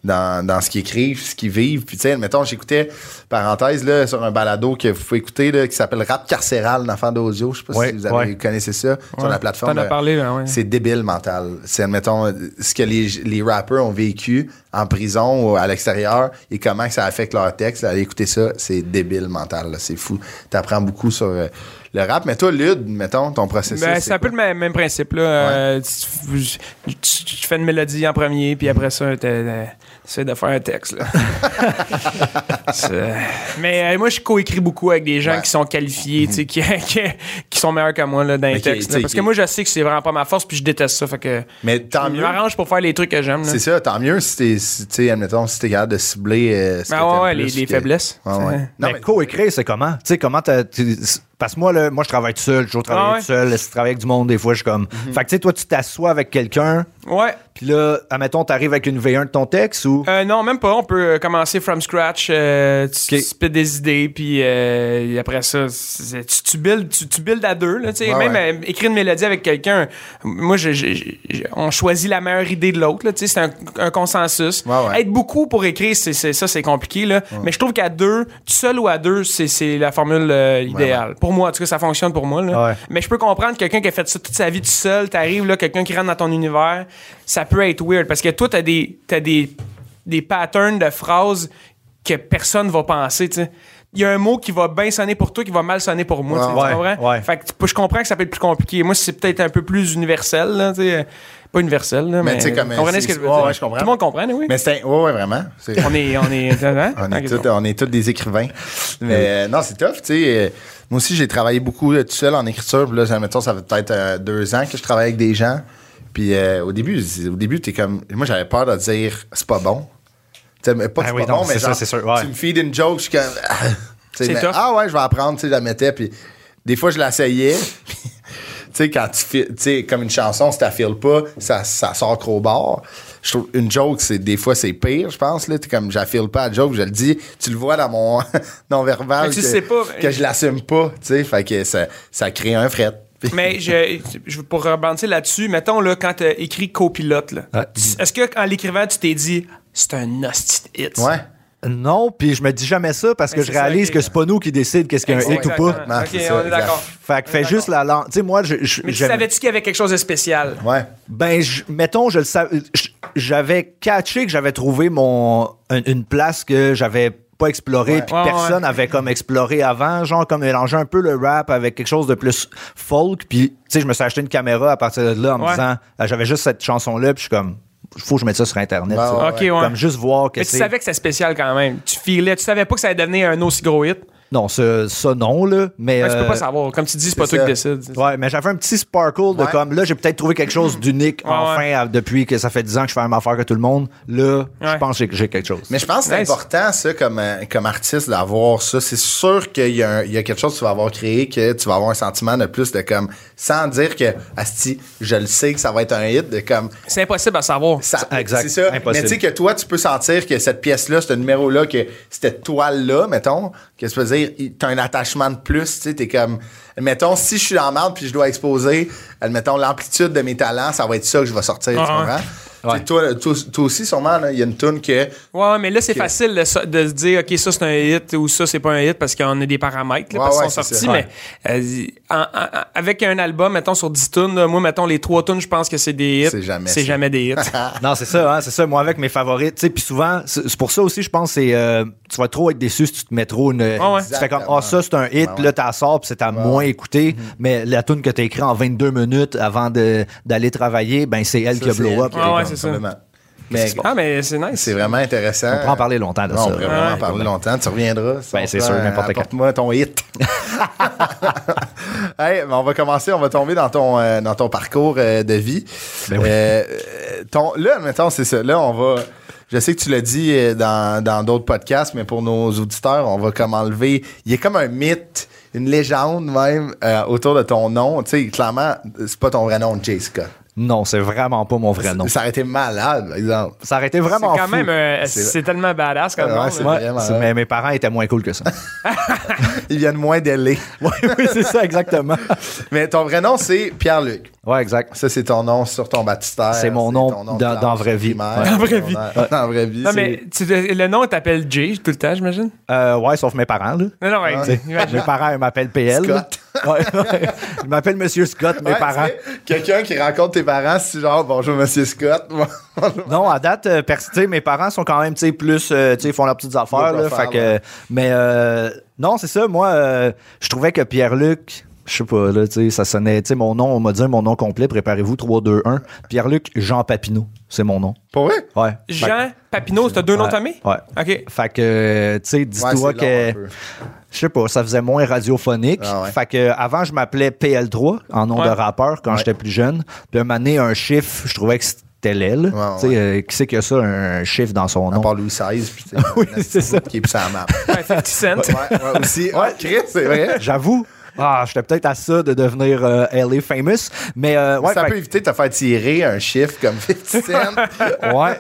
Speaker 1: dans, dans ce qu'ils écrivent, ce qu'ils vivent. Puis, tu sais, mettons, j'écoutais, parenthèse, là, sur un balado que vous pouvez écouter, là, qui s'appelle Rap carcéral d'enfants d'audio. Je sais pas
Speaker 4: Ouais,
Speaker 1: si vous avez,
Speaker 4: ouais.
Speaker 1: connaissez ça sur
Speaker 2: Ouais.
Speaker 1: la plateforme.
Speaker 2: T'en as
Speaker 1: euh,
Speaker 2: parlé, là, ouais.
Speaker 1: C'est débile mental. C'est, admettons, ce que les, les rappeurs ont vécu en prison ou à l'extérieur et comment que ça affecte leur texte. Allez écouter ça, c'est débile mental. là. C'est fou. T'apprends beaucoup sur euh, le rap. Mais toi, Lud, mettons, ton processus.
Speaker 2: Ben,
Speaker 1: c'est
Speaker 2: c'est un
Speaker 1: quoi?
Speaker 2: peu le même, même principe. Là. Euh, tu, tu- tu fais une mélodie en premier, puis après ça, t'es- t'es- t'essaies de faire un texte. là. C'est- Mais euh, moi, je coécris beaucoup avec des gens
Speaker 1: Ouais.
Speaker 2: qui sont qualifiés, tu sais, qui, qui, qui sont meilleurs que moi là, dans
Speaker 1: Mais
Speaker 2: les
Speaker 1: qui-
Speaker 2: textes.
Speaker 1: tu
Speaker 2: là.
Speaker 1: sais,
Speaker 2: parce
Speaker 1: qui-
Speaker 2: que moi, je sais que c'est vraiment pas ma force, puis je déteste ça. Fait que
Speaker 1: Mais tant
Speaker 2: je
Speaker 1: mieux.
Speaker 2: m'arrange pour faire les trucs que j'aime. là.
Speaker 1: C'est ça, tant mieux si t'es, si, tu sais, admettons, si t'es capable de cibler. euh, ce que
Speaker 2: Ben
Speaker 1: t'aimes
Speaker 2: ouais, ouais,
Speaker 1: plus,
Speaker 2: les, les
Speaker 1: que- Ah
Speaker 2: faiblesses. Ben,
Speaker 1: Ouais, ouais. Non,
Speaker 4: mais, co-écrire, c'est comment? Tu sais, comment t'as- tu- Parce que moi, là, moi, je travaille tout seul, je travaille
Speaker 2: Ah ouais. Mhm.
Speaker 4: tout seul, je travaille avec du monde, des fois, je suis comme. Fait que, tu sais, toi, tu t'assois avec quelqu'un,
Speaker 2: Ouais.
Speaker 4: puis là, admettons, t'arrives avec une V1 de ton texte ou.
Speaker 2: Euh, non, même pas. On peut euh, commencer from scratch. euh, tu
Speaker 4: Ok.
Speaker 2: tu spits des idées, puis euh, et après ça, c'est- tu, tu builds tu, tu builds à deux. Là, tu sais.
Speaker 1: Ouais,
Speaker 2: même
Speaker 1: ouais.
Speaker 2: euh, écrire une mélodie avec quelqu'un, moi, je- je- je- on choisit la meilleure idée de l'autre. là, tu sais, C'est un, un consensus.
Speaker 1: Ouais, ouais.
Speaker 2: Être beaucoup pour écrire, c'est c'est- ça, c'est compliqué. Là. Mais je trouve qu'à deux, tout seul ou à deux, c'est- c'est la formule euh, idéale. Pour moi, en tout cas, ça fonctionne pour moi. là.
Speaker 4: Ah Ouais.
Speaker 2: Mais je peux comprendre quelqu'un qui a fait ça toute sa vie tout seul, t'arrives là, quelqu'un qui rentre dans ton univers, ça peut être weird parce que toi, t'as des, t'as des, des patterns de phrases que personne va penser, tu sais. Il y a un mot qui va bien sonner pour toi, qui va mal sonner pour moi. tu sais,
Speaker 4: Ouais,
Speaker 2: tu comprends?
Speaker 4: ouais.
Speaker 2: Fait que tu- je comprends que ça peut être plus compliqué. Moi, c'est peut-être un peu plus universel, là, tu sais. euh, Pas universel, là,
Speaker 1: Mais
Speaker 2: mais.
Speaker 1: tu sais, comme-
Speaker 2: comprenez
Speaker 1: c'est-
Speaker 2: ce que je veux
Speaker 1: ouais,
Speaker 2: dire?
Speaker 1: ouais, je comprends.
Speaker 2: Tout le monde comprend, oui.
Speaker 1: Mais c'est un- ouais, ouais, vraiment. C'est-
Speaker 2: On est. On est. hein?
Speaker 1: On
Speaker 2: Ok,
Speaker 1: est, tous,
Speaker 2: bon.
Speaker 1: on est tous des écrivains. Mais euh, non, c'est tough, tu sais. euh, moi aussi, j'ai travaillé beaucoup euh, tout seul en écriture. Puis là, ça, mettons, ça fait peut-être euh, deux ans que je travaille avec des gens. Puis euh, au début, c'est- au début, t'es comme. Moi, j'avais peur de dire c'est pas bon. Tu sais, mais pas
Speaker 4: Ben
Speaker 1: c'est
Speaker 4: oui,
Speaker 1: pas
Speaker 4: non,
Speaker 1: bon, mais
Speaker 4: c'est ça,
Speaker 1: genre,
Speaker 4: c'est sûr, ouais.
Speaker 1: tu me feed une joke, je suis comme. tu sais,
Speaker 2: C'est
Speaker 1: mais,
Speaker 2: tough.
Speaker 1: ah ouais, je vais apprendre, tu sais, je la mettais. Puis des fois, je l'essayais. puis tu sais, quand tu fi- tu sais, comme une chanson, si t'affiles pas, ça, ça sort trop bord. Je trouve une joke, c'est des fois c'est pire, je pense. Là, T'es comme j'affile pas la joke, je le dis, tu le vois dans mon non verbal
Speaker 2: Mais tu
Speaker 1: que,
Speaker 2: sais pas, mais-
Speaker 1: que je l'assume pas, tu sais, fait que ça, ça crée un fret.
Speaker 2: Mais je, je- pour rebondir là-dessus, mettons là, quand tu écrit copilote, là,
Speaker 4: Ouais.
Speaker 2: tu- est-ce que en l'écrivant, tu t'es dit c'est un hostie de hit? ça?
Speaker 1: ouais.
Speaker 4: Non, puis je me dis jamais ça parce que
Speaker 2: Euh, Mais
Speaker 4: je
Speaker 2: c'est ça,
Speaker 4: réalise
Speaker 2: ok.
Speaker 4: que c'est pas nous qui décide qu'est-ce qu'un hit ou
Speaker 2: Exactement.
Speaker 4: pas.
Speaker 1: Non,
Speaker 2: Ok,
Speaker 1: c'est ça,
Speaker 2: on est d'accord.
Speaker 4: Fait que fais juste la langue. Tu sais, moi, je. je-
Speaker 2: Mais tu
Speaker 4: j'aime-
Speaker 2: savais-tu qu'il y avait quelque chose de spécial?
Speaker 1: Ouais.
Speaker 4: Ben, je- mettons, je le sav- je- J'avais catché que j'avais trouvé mon un- une place que j'avais pas explorée, puis que
Speaker 2: Ouais, ouais,
Speaker 4: personne avait comme exploré avant, genre comme mélanger un peu le rap avec quelque chose de plus folk, puis tu sais, je me suis acheté une caméra à partir de là en me
Speaker 2: Ouais.
Speaker 4: disant, ah, j'avais juste cette chanson là, puis je suis comme, faut que je mette ça sur internet,
Speaker 1: Ben,
Speaker 4: ça.
Speaker 1: ouais,
Speaker 2: Ok, Bah ouais.
Speaker 4: comme juste voir
Speaker 2: Mais
Speaker 4: qu'est-ce
Speaker 2: tu
Speaker 4: que c'est.
Speaker 2: savais que c'était spécial quand même. Tu filais, tu savais pas que ça allait devenir un aussi gros hit.
Speaker 4: Non, ça, ça, non, là. Mais,
Speaker 2: Ouais, tu peux
Speaker 4: euh,
Speaker 2: pas savoir. Comme tu dis, c'est pas toi
Speaker 1: ça.
Speaker 2: qui décide.
Speaker 4: Ouais, mais j'avais un petit sparkle de
Speaker 1: Ouais.
Speaker 4: comme là, j'ai peut-être trouvé quelque chose d'unique
Speaker 2: Ouais,
Speaker 4: enfin
Speaker 2: ouais.
Speaker 4: à- depuis que ça fait 10 ans que je fais la même affaire que tout le monde. Là, je
Speaker 2: Ouais.
Speaker 4: pense que j'ai- j'ai quelque chose.
Speaker 1: Mais je pense que c'est
Speaker 2: Nice.
Speaker 1: important, ça, comme, euh, comme artiste, d'avoir ça. C'est sûr qu'il y, a un- il y a quelque chose que tu vas avoir créé, que tu vas avoir un sentiment de plus de comme, sans dire que, Asti, je le sais que ça va être un hit, de comme,
Speaker 2: C'est impossible à savoir.
Speaker 1: ça,
Speaker 4: Exact.
Speaker 1: c'est ça.
Speaker 4: Impossible.
Speaker 1: Mais tu sais que toi, tu peux sentir que cette pièce-là, ce numéro-là, que cette toile-là, mettons, que tu peux dire, il- t'as un attachement de plus, tu sais, t'es comme, mettons, si je suis en merde puis je dois exposer, admettons, l'amplitude de mes talents, ça va être ça que je vais sortir, tu
Speaker 2: Ah,
Speaker 1: comprends?
Speaker 2: ouais.
Speaker 1: Tu sais,
Speaker 4: Ouais.
Speaker 1: Toi, toi, toi aussi, sûrement, là, il y a une tune que
Speaker 2: Ouais, ouais, mais là, c'est facile de, se- de se dire, OK, ça, c'est un hit ou ça, c'est pas un hit parce qu'on a des paramètres là,
Speaker 1: Ouais,
Speaker 2: parce qu'ils
Speaker 1: ouais,
Speaker 2: sont
Speaker 1: c'est
Speaker 2: sortis.
Speaker 1: ça.
Speaker 2: Mais euh, en- en- avec un album, mettons, sur 10 tunes, là, moi, mettons, les 3 tunes, je pense que c'est des hits.
Speaker 1: C'est jamais
Speaker 2: C'est
Speaker 1: ça.
Speaker 2: jamais des hits.
Speaker 4: Non, c'est ça, hein, c'est ça. Moi, avec mes favoris, tu sais, puis souvent, c'est c'est pour ça aussi, je pense, c'est euh, tu vas trop être déçu si tu te mets trop une.
Speaker 2: ouais.
Speaker 4: Tu fais comme, ah,
Speaker 1: Exactement.
Speaker 4: ça, c'est un hit,
Speaker 1: Ouais,
Speaker 4: puis là, t'as sors, puis c'est à moins écouté. Mais la tune que t'as écrit en 22 minutes avant de- d'aller travailler, ben, c'est elle qui a
Speaker 1: Ça,
Speaker 4: blow up.
Speaker 1: c'est-
Speaker 2: Ouais,
Speaker 4: On
Speaker 2: ouais,
Speaker 1: comme-
Speaker 2: c'est ça.
Speaker 1: complètement. Mais
Speaker 2: Ah, mais c'est nice.
Speaker 1: c'est vraiment intéressant.
Speaker 4: pourra en parler longtemps de
Speaker 1: Non,
Speaker 4: ça.
Speaker 1: on pourrait vraiment
Speaker 2: Ouais.
Speaker 1: en parler longtemps. Tu reviendras. si
Speaker 4: Ben,
Speaker 1: on
Speaker 4: c'est
Speaker 1: fait
Speaker 4: sûr,
Speaker 1: un-
Speaker 4: n'importe quand.
Speaker 1: Apporte-moi ton hit. hey, ben, on va commencer, on va tomber dans ton, euh, dans ton parcours euh, de vie.
Speaker 4: Ben oui.
Speaker 1: Euh, euh, ton, là, mettons, c'est ça. Là, on va. Je sais que tu l'as dit euh, dans dans d'autres podcasts, mais pour nos auditeurs, on va comme enlever. Il y a comme un mythe, une légende même euh, autour de ton nom. Tu sais, clairement, c'est pas ton vrai nom, Jay Scott.
Speaker 4: Non, c'est vraiment pas mon vrai nom.
Speaker 1: Ça aurait été malade, par exemple.
Speaker 4: Ça aurait été
Speaker 2: C'est
Speaker 4: vraiment
Speaker 2: quand
Speaker 4: fou.
Speaker 2: même. euh,
Speaker 1: C'est-
Speaker 2: c'est tellement badass comme
Speaker 1: Ouais,
Speaker 2: nom,
Speaker 1: c'est
Speaker 2: là.
Speaker 4: Ouais,
Speaker 1: Vraiment,
Speaker 4: c'est-
Speaker 1: ouais.
Speaker 4: mais mes parents étaient moins cool que ça.
Speaker 1: Ils viennent moins d'aller.
Speaker 4: oui, oui, c'est ça, exactement.
Speaker 1: Mais ton vrai nom, c'est Pierre-Luc.
Speaker 4: Ouais, exact.
Speaker 1: Ça, c'est ton nom sur ton baptistère.
Speaker 4: C'est mon nom
Speaker 1: ton de
Speaker 4: dans-
Speaker 1: classe
Speaker 4: dans vraie vie.
Speaker 1: primaire.
Speaker 4: Ouais.
Speaker 2: Dans vraie
Speaker 1: Ton
Speaker 2: vie.
Speaker 1: nom- Dans vraie vie.
Speaker 2: Non,
Speaker 1: c'est-
Speaker 2: mais tu- le nom t'appelle Jay tout le temps, j'imagine?
Speaker 4: Euh, ouais, sauf mes parents, là.
Speaker 2: Non, non, ouais,
Speaker 4: T'sais,
Speaker 2: imagine.
Speaker 4: mes parents, ils m'appellent PL.
Speaker 1: Scott.
Speaker 4: Ouais, ouais. Ils m'appellent Monsieur Scott, mes
Speaker 1: Ouais,
Speaker 4: parents.
Speaker 1: tu sais, Quelqu'un qui rencontre tes parents, c'est genre bonjour, monsieur Scott.
Speaker 4: Non, à date, euh, pers- tu sais, mes parents sont quand même tu sais, plus. euh, tu sais, ils font leurs petites affaires.
Speaker 1: Low
Speaker 4: là,
Speaker 1: profile,
Speaker 4: fait que, Mais euh, non, c'est ça. Moi, euh, je trouvais que Pierre-Luc. Je sais pas, là, tu sais, ça sonnait. Tu sais, mon nom, on m'a dit mon nom complet, préparez-vous, 3, 2, 1. Pierre-Luc Jean Papineau, c'est mon nom.
Speaker 1: Pour vrai?
Speaker 4: Ouais. Fait que-
Speaker 2: Jean Papineau, t'as deux noms de famille?
Speaker 4: Ouais.
Speaker 2: OK.
Speaker 4: Fait que, euh, tu sais, dis-toi
Speaker 1: Ouais, c'est long,
Speaker 4: que.
Speaker 1: un peu.
Speaker 4: Je sais pas, ça faisait moins radiophonique.
Speaker 1: Ah ouais.
Speaker 4: Fait que euh, avant je m'appelais PL3 en nom
Speaker 2: Ouais.
Speaker 4: de rappeur quand j'étais plus jeune. Puis un moment donné, un chiffre, je trouvais que c'était l'aile.
Speaker 1: ouais.
Speaker 4: Tu sais, euh, qui c'est qui a ça, un chiffre dans son
Speaker 1: À
Speaker 4: nom?
Speaker 1: part Louis XVI. Puis, tu sais,
Speaker 4: Oui,
Speaker 1: un
Speaker 4: c'est ça.
Speaker 1: Qui est plus sur la map.
Speaker 2: Ouais, 50 Cent.
Speaker 1: Ouais, ouais, aussi. Ouais, Chris, c'est vrai.
Speaker 4: J'avoue. Ah, j'étais peut-être à ça de devenir euh, LA famous. Mais euh, ouais,
Speaker 1: ça
Speaker 4: fait
Speaker 1: peut éviter de te faire tirer un chiffre comme 50 cents.
Speaker 4: que- ouais.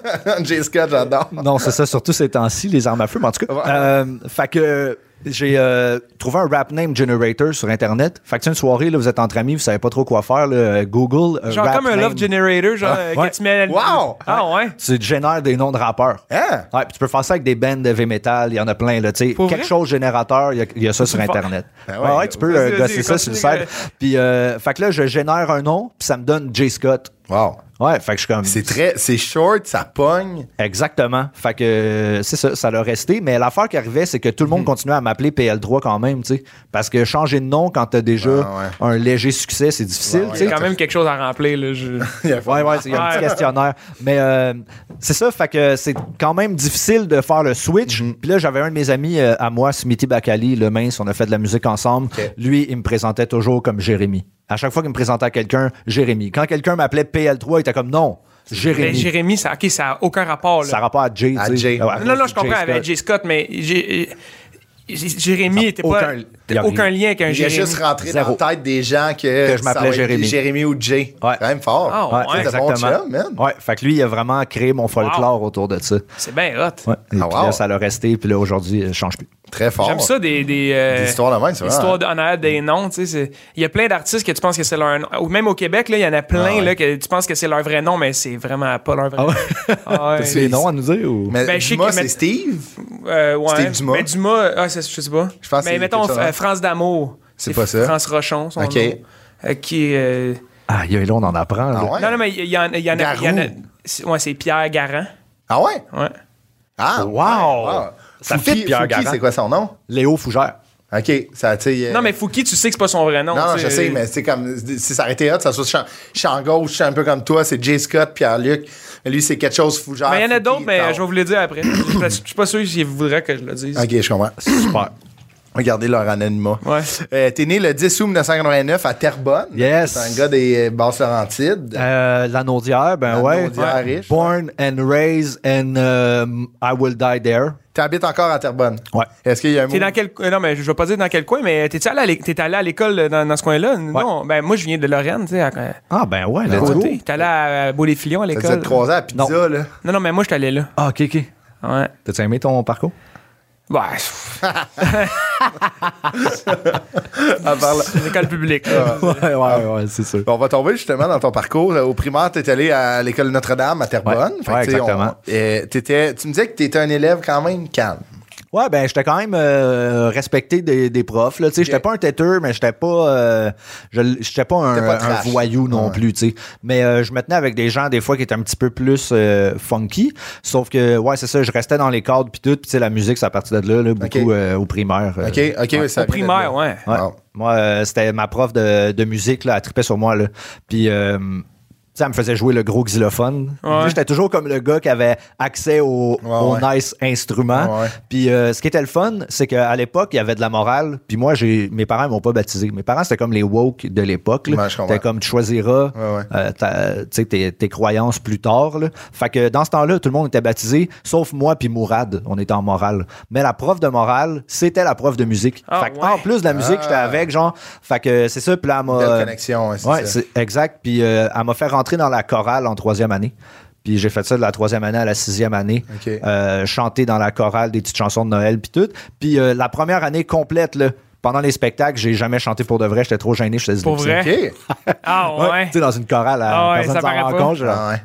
Speaker 1: Jay Scott, j'adore.
Speaker 4: Non, c'est ça, surtout ces temps-ci, les armes à feu. Mais en tout cas,
Speaker 1: Ouais.
Speaker 4: euh, fait que euh, j'ai euh, trouvé un rap name generator sur Internet. Fait que c'est une soirée, là, vous êtes entre amis, vous savez pas trop quoi faire, là, euh, Google. euh,
Speaker 2: Genre
Speaker 4: rap
Speaker 2: comme un love
Speaker 4: name.
Speaker 2: generator, genre
Speaker 4: Ah,
Speaker 2: euh,
Speaker 4: ouais.
Speaker 2: que tu mets.
Speaker 1: Wow!
Speaker 2: Ah ouais?
Speaker 4: Tu te génères des noms de rappeurs.
Speaker 1: Hein?
Speaker 4: Ouais, puis tu peux faire ça avec des bands de V-Metal, il y en a plein, là, tu sais.
Speaker 2: Pour
Speaker 4: Quelque
Speaker 2: vrai?
Speaker 4: chose générateur, il y a- il y, a ça sur
Speaker 2: le faire?
Speaker 4: Internet.
Speaker 1: Ben ouais,
Speaker 4: ouais, ouais, tu peux
Speaker 2: vas-y,
Speaker 4: euh,
Speaker 2: vas-y,
Speaker 4: gosser ça sur le
Speaker 2: continue,
Speaker 4: site. Puis, euh, fait que là, je génère un nom, puis ça me donne J. Scott.
Speaker 1: Wow.
Speaker 4: Ouais, fait que je suis comme.
Speaker 1: C'est très. C'est short, ça pogne.
Speaker 4: Exactement. Fait que euh, c'est ça, ça l'a resté. Mais l'affaire qui arrivait, c'est que tout
Speaker 1: Mhm.
Speaker 4: le monde continuait à m'appeler PL3 quand même, tu sais. Parce que changer de nom quand t'as déjà
Speaker 1: Ah
Speaker 4: un léger succès, c'est difficile,
Speaker 1: Ouais,
Speaker 4: tu
Speaker 2: C'est
Speaker 4: sais.
Speaker 2: quand même quelque chose à remplir, là. je-
Speaker 1: Il y a
Speaker 4: Ouais, ouais, c'est- il y a un petit
Speaker 2: Ouais.
Speaker 4: questionnaire. Mais euh, c'est ça, fait que c'est quand même difficile de faire le switch.
Speaker 1: Mhm.
Speaker 4: Puis là, j'avais un de mes amis euh, à moi, Smithy Bakali, le mince, on a fait de la musique ensemble. Lui, il me présentait toujours comme Jérémy. À chaque fois qu'il me présentait à quelqu'un, Jérémy. Quand quelqu'un m'appelait PL3, il était comme non,
Speaker 2: Mais
Speaker 4: Jérémy.
Speaker 2: Ben, Jérémy, ça, OK, ça n'a aucun rapport, là.
Speaker 4: Ça a rapport à Jay,
Speaker 1: À
Speaker 4: tu sais.
Speaker 1: Jay.
Speaker 4: Ouais,
Speaker 2: non, non, je
Speaker 4: Jay
Speaker 2: comprends
Speaker 4: Scott.
Speaker 2: avec J. Scott, mais J- J- Jérémy était pas.
Speaker 1: aucun-
Speaker 4: il y a
Speaker 2: Aucun,
Speaker 4: rien.
Speaker 2: lien avec un
Speaker 1: J'ai
Speaker 2: Jérémy.
Speaker 1: juste rentré
Speaker 4: Zéro.
Speaker 1: dans la tête des gens que,
Speaker 4: Que je
Speaker 1: ça
Speaker 4: m'appelais
Speaker 1: va être
Speaker 4: Jérémy.
Speaker 1: Jérémy ou Jay.
Speaker 4: Ouais.
Speaker 1: Quand même fort.
Speaker 2: Ah,
Speaker 4: Ouais,
Speaker 2: ouais.
Speaker 1: C'est un bon chum, man.
Speaker 4: Ouais, fait que lui, il a vraiment créé mon folklore autour de ça.
Speaker 2: C'est bien hot.
Speaker 4: Ouais. Et
Speaker 1: Ah,
Speaker 4: puis
Speaker 1: wow.
Speaker 4: là, ça l'a resté, puis là, aujourd'hui, euh, je change plus.
Speaker 1: Très fort.
Speaker 2: J'aime ça des. Des, euh,
Speaker 1: Oh. Des histoires de même, c'est
Speaker 2: des
Speaker 1: vrai,
Speaker 2: histoires
Speaker 1: hein.
Speaker 2: de- en arrière des noms, tu sais. c'est- Il y a plein d'artistes que tu penses que c'est leur nom. Ou même au Québec, là, il y en a plein,
Speaker 1: Ah ouais.
Speaker 2: là, que tu penses que c'est leur vrai nom, mais c'est vraiment pas leur vrai nom. Ah ouais.
Speaker 4: T'as-tu les noms à nous dire ou.
Speaker 1: Mais
Speaker 2: Ben, je sais
Speaker 1: Dumas,
Speaker 2: que-
Speaker 1: c'est
Speaker 2: mais-
Speaker 1: Steve.
Speaker 2: Euh, ouais.
Speaker 1: Steve Dumas.
Speaker 2: Mais Dumas, ah, c'est- je sais pas.
Speaker 1: Je pense que
Speaker 2: mais
Speaker 1: c'est
Speaker 2: mettons,
Speaker 1: quelque chose, hein.
Speaker 2: euh, France d'amour.
Speaker 1: C'est pas ça.
Speaker 2: France Rochon, son
Speaker 1: Ok.
Speaker 2: nom. Euh, qui euh,
Speaker 4: Ah, il y a là, on en apprend. là.
Speaker 1: Ah ouais?
Speaker 2: Non, non, mais il y en il y en a. il y en a-
Speaker 1: Garou.
Speaker 2: c'est- Ouais, c'est Pierre Garant.
Speaker 1: Ah ouais?
Speaker 2: Ouais.
Speaker 1: Ah!
Speaker 4: Wow! Ça
Speaker 1: Ça
Speaker 4: fit
Speaker 1: fait
Speaker 4: Pierre
Speaker 1: Pierre
Speaker 4: Garand.
Speaker 1: c'est quoi son nom?
Speaker 4: Léo Fougère.
Speaker 1: OK, ça, tu sais, euh,
Speaker 2: Non, mais Fouki, tu sais que c'est euh, pas son vrai nom.
Speaker 1: Non, non,
Speaker 2: tu
Speaker 1: je sais, mais c'est comme. Si ça arrêtait hot, ça soit champ, champ gauche, je suis un peu comme toi, c'est Jay Scott, Pierre-Luc. Mais lui, c'est quelque chose fougère.
Speaker 2: Mais il y en a
Speaker 1: Fouki,
Speaker 2: d'autres, mais
Speaker 1: non. Ah,
Speaker 2: euh, je vais vous le dire après. je je suis pas sûr s'ils voudraient que je le dise.
Speaker 1: Ok, je comprends.
Speaker 4: Super.
Speaker 1: Regardez leur anonymat.
Speaker 2: Ouais.
Speaker 1: Euh, T'es né le 10 août 1989 à Terrebonne.
Speaker 4: Yes.
Speaker 1: T'es un gars des euh, Basses-Laurentides.
Speaker 4: Euh, Lanaudière, ben ouais.
Speaker 1: Lanaudière, riche.
Speaker 4: Born and raised and um, I will die there.
Speaker 1: T'habites encore à Terrebonne.
Speaker 4: Ouais.
Speaker 1: Est-ce qu'il y a un mot?
Speaker 2: T'es dans quel euh, non mais je vais pas dire dans quel coin mais t'es allé à l'é- t'es allé à l'école euh, dans, dans ce coin-là non ben moi je viens de Lorraine tu sais à, à
Speaker 4: Ah, ben ouais, let's go.
Speaker 2: côté t'es allé à, beau les filions à
Speaker 1: Ça faisait
Speaker 2: l'école
Speaker 1: de croiser à la pizza,
Speaker 4: Non.
Speaker 1: là.
Speaker 2: non non mais moi je allé là
Speaker 4: Ah, ok, ok.
Speaker 2: ouais
Speaker 4: T'as-tu aimé ton parcours?
Speaker 2: bah pff,
Speaker 1: À part là.
Speaker 2: c'est une école publique
Speaker 1: Ah,
Speaker 4: ouais, ouais, ouais, c'est sûr.
Speaker 1: On va tomber justement dans ton parcours. Au primaire, t'es allé à l'école Notre-Dame à Terrebonne.
Speaker 4: Ouais.
Speaker 1: Fait que,
Speaker 4: Ouais,
Speaker 1: tu sais, on-
Speaker 4: exactement.
Speaker 1: euh, t'étais- tu me disais que t'étais un élève quand même calme.
Speaker 4: Ouais, ben j'étais quand même euh, respecté des, des profs. Là, tu sais, j'étais pas un têteux, mais j'étais pas, euh, je l- j'étais pas un,
Speaker 1: T'étais pas
Speaker 4: un
Speaker 1: trash.
Speaker 4: voyou non
Speaker 1: Ouais.
Speaker 4: plus. tu sais. Mais euh, je me tenais avec des gens des fois qui étaient un petit peu plus euh, funky. Sauf que ouais, c'est ça, je restais dans les cadres puis tout. Puis tu sais, la musique, ça partir de là, là, beaucoup
Speaker 1: Ok.
Speaker 4: euh, au primaire. euh,
Speaker 1: OK, OK, oui, ça
Speaker 2: au
Speaker 1: vient de là.
Speaker 2: primaire ouais
Speaker 4: Ouais.
Speaker 1: Wow.
Speaker 4: Moi, euh, c'était ma prof de, de musique, là, elle tripait sur moi. Là. Puis, euh, tu sais, elle me faisait jouer le gros xylophone.
Speaker 2: Ouais.
Speaker 4: J'étais toujours comme le gars qui avait accès au,
Speaker 1: Ouais,
Speaker 4: au
Speaker 1: ouais.
Speaker 4: nice instrument.
Speaker 1: Ouais, ouais.
Speaker 4: Puis, euh, ce qui était le fun, c'est qu'à l'époque, il y avait de la morale. Puis moi, j'ai mes parents ne m'ont pas baptisé. Mes parents, c'était comme les woke de l'époque. là.
Speaker 1: Ouais, je comprends.
Speaker 4: C'était comme tu choisiras
Speaker 1: Ouais, ouais.
Speaker 4: euh, ta- tu sais, tes, tes croyances plus tard. là. Fait que dans ce temps-là, tout le monde était baptisé, sauf moi puis Mourad. On était en morale. Mais la prof de morale, c'était la prof de musique.
Speaker 2: Ah,
Speaker 4: fait que,
Speaker 2: ouais.
Speaker 4: en plus de la musique, j'étais avec, genre. Fait que c'est ça, puis là, elle m'a.
Speaker 1: Ah. Belle connexion, ouais, c'est ça.
Speaker 4: Ouais, c'est exact. Puis euh, elle m'a fait rentrer dans la chorale en troisième année. Puis j'ai fait ça de la troisième année à la sixième année.
Speaker 1: Ok.
Speaker 4: Euh, chanter dans la chorale des petites chansons de Noël, puis tout. Puis euh, la première année complète, là, pendant les spectacles, j'ai jamais chanté pour de vrai. J'étais trop gêné, je faisais du
Speaker 2: Pour
Speaker 4: lip-sync.
Speaker 2: vrai?
Speaker 1: OK.
Speaker 2: ah
Speaker 4: Ouais,
Speaker 2: ouais
Speaker 4: Tu sais, dans une chorale,
Speaker 2: Ah
Speaker 4: à
Speaker 2: ouais,
Speaker 4: personne
Speaker 2: ça
Speaker 4: s'en
Speaker 2: paraît
Speaker 4: rend
Speaker 2: pas.
Speaker 4: compte. genre.
Speaker 1: Ah ouais.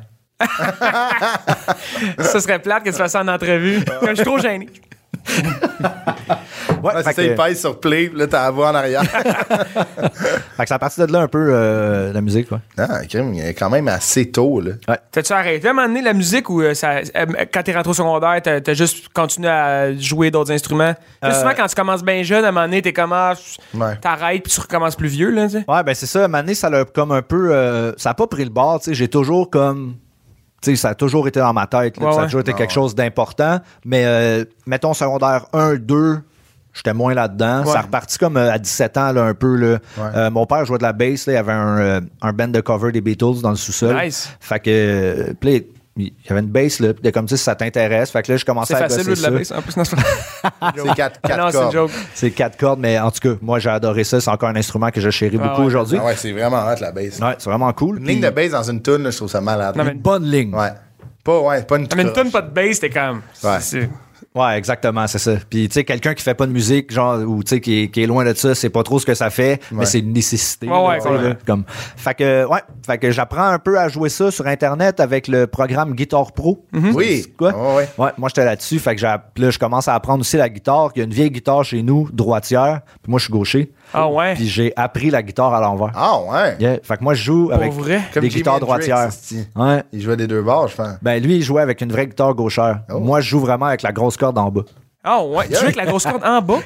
Speaker 2: ça serait plate que tu fasses ça en entrevue Comme je suis trop gêné
Speaker 4: Ouais,
Speaker 1: Ah. Ouais,
Speaker 4: fait
Speaker 1: c'est ça, il
Speaker 4: que-
Speaker 1: pèse sur play, puis là, t'as la voix en arrière.
Speaker 4: Fait que c'est à partir de là un peu euh, la musique, ouais.
Speaker 1: ah, OK, mais il est quand même assez tôt, là.
Speaker 2: t'as-tu arrêté à un moment donné la musique ou euh, ça, euh, quand t'es rentré au secondaire t'as, t'as juste continué à jouer d'autres instruments Là,
Speaker 4: Euh,
Speaker 2: souvent quand tu commences bien jeune à un moment donné t'es comme ah,
Speaker 1: Ouais.
Speaker 2: t'arrêtes puis tu recommences plus vieux là tu sais
Speaker 4: Ouais, ben c'est ça. Mané, ça l'a comme un peu. euh, ça a pas pris le bord, tu sais. J'ai toujours comme. Tu sais, ça a toujours été dans ma tête. là,
Speaker 2: Ouais,
Speaker 4: ça a
Speaker 2: ouais.
Speaker 4: toujours été
Speaker 1: Ah,
Speaker 4: quelque
Speaker 1: ouais.
Speaker 4: chose d'important. Mais euh, mettons secondaire 1, 2. J'étais moins là-dedans.
Speaker 2: Ouais.
Speaker 4: Ça repartit comme euh, à 17 ans, là, un peu. là. Euh, mon père jouait de la bass. là, il avait un, euh, un band de cover des Beatles dans le sous-sol.
Speaker 2: Nice.
Speaker 4: Fait que. euh, puis là, il il y avait une bass, là. puis de comme ça, ça t'intéresse. Fait que là, je commençais
Speaker 2: c'est
Speaker 4: à
Speaker 2: facile
Speaker 4: bosser
Speaker 2: de la
Speaker 4: ça.
Speaker 2: baisse en plus non, c'est pas-
Speaker 1: C'est quatre,
Speaker 2: Ah
Speaker 1: quatre
Speaker 2: non, c'est une
Speaker 1: cordes.
Speaker 2: joke.
Speaker 4: C'est quatre cordes, mais en tout cas, moi, j'ai adoré ça. C'est encore un instrument que je chéris
Speaker 2: Ah
Speaker 4: beaucoup
Speaker 2: ouais.
Speaker 4: aujourd'hui.
Speaker 1: Ah ouais, c'est vraiment hot, la bass.
Speaker 4: Ouais, c'est vraiment cool.
Speaker 1: Une ligne de bass dans une toune, là, je trouve ça malade.
Speaker 2: Non, mais-
Speaker 4: Une bonne ligne.
Speaker 1: Ouais. Pas, ouais, pas une
Speaker 2: Ah, Mais une
Speaker 1: croche.
Speaker 2: tonne pas de bass, t'es quand même.
Speaker 1: Ouais.
Speaker 2: C'est-
Speaker 4: Ouais, exactement, c'est ça. Puis, tu sais, quelqu'un qui fait pas de musique, genre, ou, tu sais, qui, est- qui est loin de ça, c'est pas trop ce que ça fait, mais
Speaker 1: Ouais.
Speaker 4: c'est une nécessité.
Speaker 2: Ouais, ouais,
Speaker 4: tu sais,
Speaker 2: ouais.
Speaker 4: comme. Fait que, ouais, fait que j'apprends un peu à jouer ça sur Internet avec le programme Guitar Pro.
Speaker 1: Mm-hmm. Oui.
Speaker 4: Quoi?
Speaker 1: Ouais, ouais.
Speaker 4: moi, j'étais là-dessus. Fait que j'ai app- là, je commence à apprendre aussi la guitare. Il y a une vieille guitare chez nous, droitière. Puis moi, je suis gaucher.
Speaker 2: Ah ouais.
Speaker 4: Puis j'ai appris la guitare à l'envers.
Speaker 1: Ah, ouais.
Speaker 4: Yeah. Fait que moi, je joue avec
Speaker 2: vrai?
Speaker 1: Comme
Speaker 4: des
Speaker 1: Jimi
Speaker 4: guitares
Speaker 1: Hendrix,
Speaker 4: droitières.
Speaker 1: esti.
Speaker 4: Ouais.
Speaker 1: Il jouait des deux bords, je pense.
Speaker 4: Ben lui, il jouait avec une vraie guitare gauchère. Moi, je joue vraiment avec la grosse corde en bas.
Speaker 2: Ah ouais. Tu joues avec la grosse corde en bas?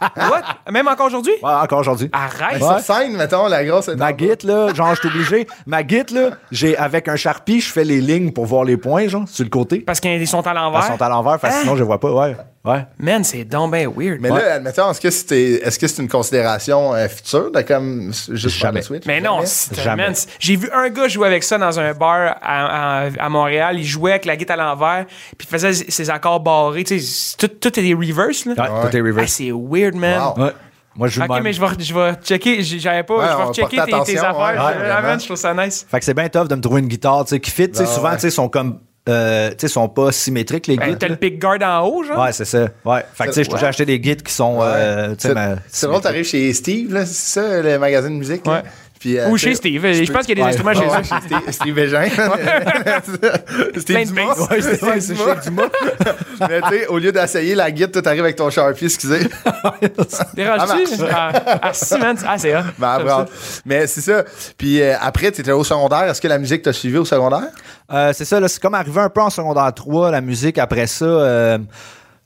Speaker 2: What? Même encore aujourd'hui?
Speaker 4: Ouais, encore aujourd'hui.
Speaker 1: Mais
Speaker 2: Arrête.
Speaker 1: Sur scène, mettons, la grosse. est
Speaker 4: Ma
Speaker 1: en-
Speaker 4: guite, là, genre, je suis obligé. Ma guite, là, j'ai avec un charpie, je fais les lignes pour voir les points, genre, sur le côté.
Speaker 2: Parce qu'ils sont à
Speaker 4: Elles
Speaker 2: l'envers.
Speaker 4: sont à l'envers, parce que sinon, je les vois pas. Ouais. Ouais.
Speaker 2: Man, c'est donc ben weird.
Speaker 1: Mais là, admettons, est-ce que c'était, est-ce que c'est une considération euh, future de comme s- juste sur
Speaker 4: Jamais.
Speaker 1: le Switch?
Speaker 2: Mais non,
Speaker 1: Jamais?
Speaker 2: c'est-
Speaker 4: Jamais.
Speaker 2: man, c'est- j'ai vu un gars jouer avec ça dans un bar à, à- à Montréal. Il jouait avec la guitare à l'envers, puis il faisait ses- ses accords barrés. Tu sais, c'est- tout, tout est des reverse là.
Speaker 4: Ouais, tout est
Speaker 2: Ah,
Speaker 4: reverse.
Speaker 2: c'est weird, man.
Speaker 1: Wow.
Speaker 4: Ouais. Moi, je joue
Speaker 2: Ok,
Speaker 4: même.
Speaker 2: mais je vais, je vais checker. J'ai- J'avais pas.
Speaker 1: Ouais, on va
Speaker 2: je vais checker
Speaker 1: porter
Speaker 2: tes, tes
Speaker 1: attention,
Speaker 2: affaires.
Speaker 1: ouais, ouais,
Speaker 2: Ah,
Speaker 1: vraiment.
Speaker 2: man, je trouve ça nice.
Speaker 4: Fait que c'est bien tough de me trouver une guitare, tu sais, qui fit. Tu sais,
Speaker 1: Ah,
Speaker 4: souvent,
Speaker 1: ouais.
Speaker 4: tu sais, sont comme. euh, tu sais, sont pas symétriques, les
Speaker 2: Ben,
Speaker 4: guides.
Speaker 2: T'as le pick guard en haut, genre.
Speaker 4: Ouais, c'est ça. Ouais. Fait que, tu sais, je suis
Speaker 1: Ouais.
Speaker 4: obligé d'acheter des guides qui sont. euh, tu sais,
Speaker 1: c'est,
Speaker 4: ma-
Speaker 1: c'est drôle, t'arrives chez Steve, là, c'est ça, le magasin de musique? là?
Speaker 2: Ouais.
Speaker 1: Puis, euh,
Speaker 2: Ou
Speaker 1: tu-
Speaker 2: chez Steve. Je pense qu'il y a des
Speaker 1: Ouais.
Speaker 2: instruments
Speaker 1: Ouais,
Speaker 2: chez eux.
Speaker 1: ouais, Steve- Steve Bégin.
Speaker 2: Plein
Speaker 1: Steve
Speaker 2: de
Speaker 1: Dumas.
Speaker 2: bass.
Speaker 1: Steve Dumas. Mais tu sais, au lieu d'essayer la guide, toi, t'arrives avec ton Sharpie, excusez.
Speaker 2: Dérange-tu? Ah, ah, si, man. Ah, c'est hot.
Speaker 1: Ben,
Speaker 2: J'aime
Speaker 1: bravo. Mais c'est ça. Puis euh, après, t'étais au secondaire. Est-ce que la musique t'a suivi au secondaire?
Speaker 4: Euh, c'est ça, là, c'est comme arrivé un peu en secondaire 3, la musique. Après ça, euh,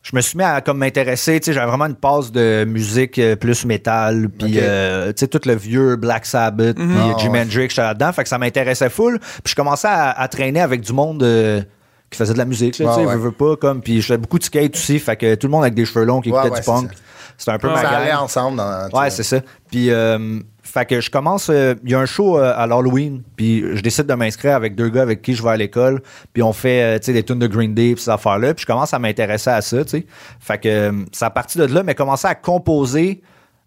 Speaker 4: je me suis mis à comme m'intéresser. Tu sais, J'avais vraiment une passe de musique euh, plus métal, puis
Speaker 1: Ok.
Speaker 4: euh, tu sais, tout le vieux Black Sabbath, puis
Speaker 1: Ah,
Speaker 4: Jimi
Speaker 1: ouais.
Speaker 4: Hendrix, j'étais là-dedans. Fait que ça m'intéressait full. Puis je commençais à, à traîner avec du monde. euh, qui faisait de la musique, là,
Speaker 1: Ouais,
Speaker 4: tu sais,
Speaker 1: Ah, ouais.
Speaker 4: veux, veux pas, comme, puis je faisais beaucoup de skate aussi, fait que tout le monde avec des cheveux longs qui
Speaker 1: Ouais,
Speaker 4: écoutait
Speaker 1: ouais,
Speaker 4: du
Speaker 1: c'est
Speaker 4: punk.
Speaker 1: ça.
Speaker 4: C'était un peu ma
Speaker 1: Ça allait
Speaker 4: gang.
Speaker 1: ensemble dans. tu
Speaker 4: Ouais,
Speaker 1: sais.
Speaker 4: c'est ça. Puis, euh, fait que je commence. euh, Il y a un show euh, à l'Halloween, puis je décide de m'inscrire avec deux gars avec qui je vais à l'école, puis on fait, euh, tu sais, des tunes de Green Day, puis ces affaires-là, puis je commence à m'intéresser à ça, tu sais. Fait que euh, c'est à partir de là, mais commencer à composer.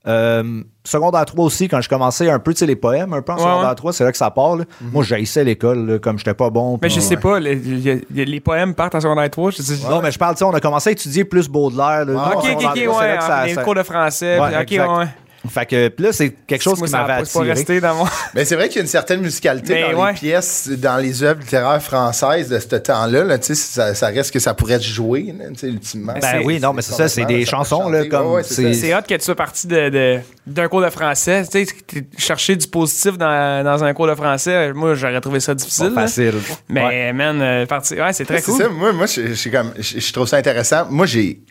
Speaker 4: Euh, secondaire 3 aussi, quand je commençais un peu, tu sais, les poèmes, un peu en
Speaker 2: Ouais,
Speaker 4: secondaire
Speaker 2: ouais. Mhm.
Speaker 4: 3, c'est là que ça part. là. Moi, j'haïssais l'école, là, comme j'étais pas bon.
Speaker 2: Mais
Speaker 4: puis-
Speaker 2: je sais pas, les, les- les- les poèmes partent en secondaire 3. Je sais,
Speaker 4: euh, Non, mais je parle, tu sais, on a commencé à étudier plus Baudelaire. Là,
Speaker 2: Ah, Ok,
Speaker 4: en
Speaker 2: ok,
Speaker 4: secondaire
Speaker 2: ok, ouais. ah,
Speaker 4: trois, Ah, c'est là que ça-
Speaker 2: les
Speaker 4: ça-
Speaker 2: cours de français.
Speaker 4: Ouais,
Speaker 2: puis- ok,
Speaker 4: exact.
Speaker 2: ouais.
Speaker 4: Fait que, puis là, c'est quelque chose
Speaker 2: Moi,
Speaker 4: qui
Speaker 2: ça a
Speaker 4: m'avait
Speaker 2: pas- c'est pas
Speaker 4: attiré.
Speaker 2: resté dans mon.
Speaker 1: Mais c'est vrai qu'il y a une certaine musicalité
Speaker 2: Mais
Speaker 1: dans
Speaker 2: ouais.
Speaker 1: les pièces, dans les œuvres littéraires françaises de ce temps-là. là, tu sais, ça, ça reste que ça pourrait se jouer, là, tu sais, ultimement.
Speaker 4: Ben
Speaker 2: C'est-
Speaker 4: oui, non, mais c'est ça, c'est des
Speaker 1: ça peut
Speaker 4: chansons,
Speaker 1: chanter.
Speaker 4: là, comme.
Speaker 1: Ouais, ouais, c'est
Speaker 4: c'est
Speaker 1: ça.
Speaker 2: C'est hot que tu sois parti de, de- d'un cours de français. Tu sais, t'es- chercher du positif dans, dans un cours de français, moi, j'aurais trouvé ça difficile.
Speaker 4: pas
Speaker 2: là.
Speaker 4: facile.
Speaker 2: Mais,
Speaker 4: Ouais.
Speaker 2: man, euh, parti... ouais, c'est très
Speaker 1: C'est
Speaker 2: cool.
Speaker 1: ça, moi, moi je, je suis comme, je, je trouve ça intéressant. Moi, j'ai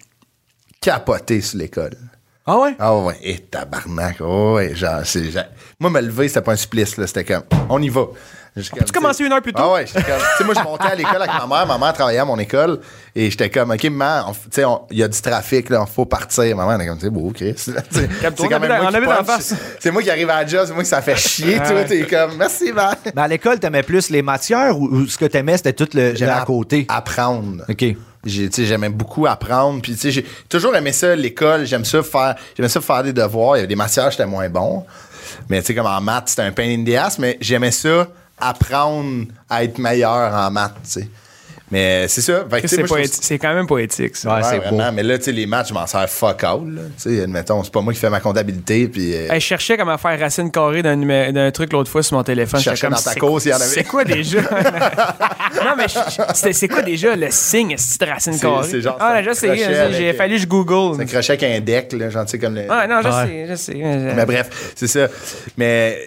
Speaker 1: capoté sur l'école.
Speaker 4: Ah ouais?
Speaker 1: Ah ouais, et tabarnak. Oh, ouais, genre, c'est, genre- moi, me lever, c'était pas un supplice, là. C'était comme, on y va. Tu
Speaker 2: commençais une heure plus tôt?
Speaker 1: Ah ouais, j'étais comme, tu sais, moi, je montais à l'école avec ma mère. Ma mère travaillait à mon école. Et j'étais comme, OK, maman, on- tu sais, on- il y a du trafic, là, faut partir. Maman, elle est comme, c'est beau, Chris. Tu sais,
Speaker 2: Capte-toi, on
Speaker 1: quand même
Speaker 2: habite-
Speaker 1: moi
Speaker 2: on
Speaker 1: qui
Speaker 2: habite en
Speaker 1: punch.
Speaker 2: face.
Speaker 1: C'est moi qui arrive à la job, c'est moi qui ça fait chier, tu vois. T'es comme, merci, maman.
Speaker 4: Mais Ben, à l'école, t'aimais plus les matières ou, ou ce que t'aimais, c'était tout le le à côté?
Speaker 1: Apprendre.
Speaker 4: OK.
Speaker 1: J'ai- tu sais, j'aimais beaucoup apprendre puis tu sais, j'ai toujours aimé ça l'école j'aime ça faire j'aimais ça faire des devoirs il y avait des matières j'étais moins bon mais tu sais comme en maths c'était un pain in the ass mais j'aimais ça apprendre à être meilleur en maths tu sais mais c'est ça Fait que, tu sais,
Speaker 2: C'est,
Speaker 1: moi, je trouve
Speaker 2: poéti- c'est quand même poétique, ça.
Speaker 4: Ouais,
Speaker 1: ça-
Speaker 4: c'est
Speaker 1: ouais, vraiment.
Speaker 4: beau.
Speaker 1: mais là tu sais les maths je m'en sers fuck all là. tu sais admettons c'est pas moi qui fais ma comptabilité puis euh,
Speaker 2: Hey, je cherchais comment faire racine carrée d'un, numé- d'un truc l'autre fois sur mon téléphone.
Speaker 1: Tu cherchais
Speaker 2: J'étais comme,
Speaker 1: dans ta
Speaker 2: c'est-
Speaker 1: cause, il y en avait.
Speaker 2: C'est quoi déjà? non, mais je- je- c'était, c'est quoi déjà le signe esti de racine
Speaker 1: C'est-
Speaker 2: carrée?
Speaker 1: c'est genre,
Speaker 2: ah,
Speaker 1: ça
Speaker 2: j'ai essayé.
Speaker 1: crochet
Speaker 2: J'ai j'ai
Speaker 1: avec-
Speaker 2: fallu que je Google.
Speaker 1: c'est un crochet avec un deck là genre tu sais comme le-
Speaker 2: Ouais, non, je
Speaker 4: Ouais.
Speaker 2: sais, je sais. euh,
Speaker 1: Euh, Mais bref, c'est ça. Mais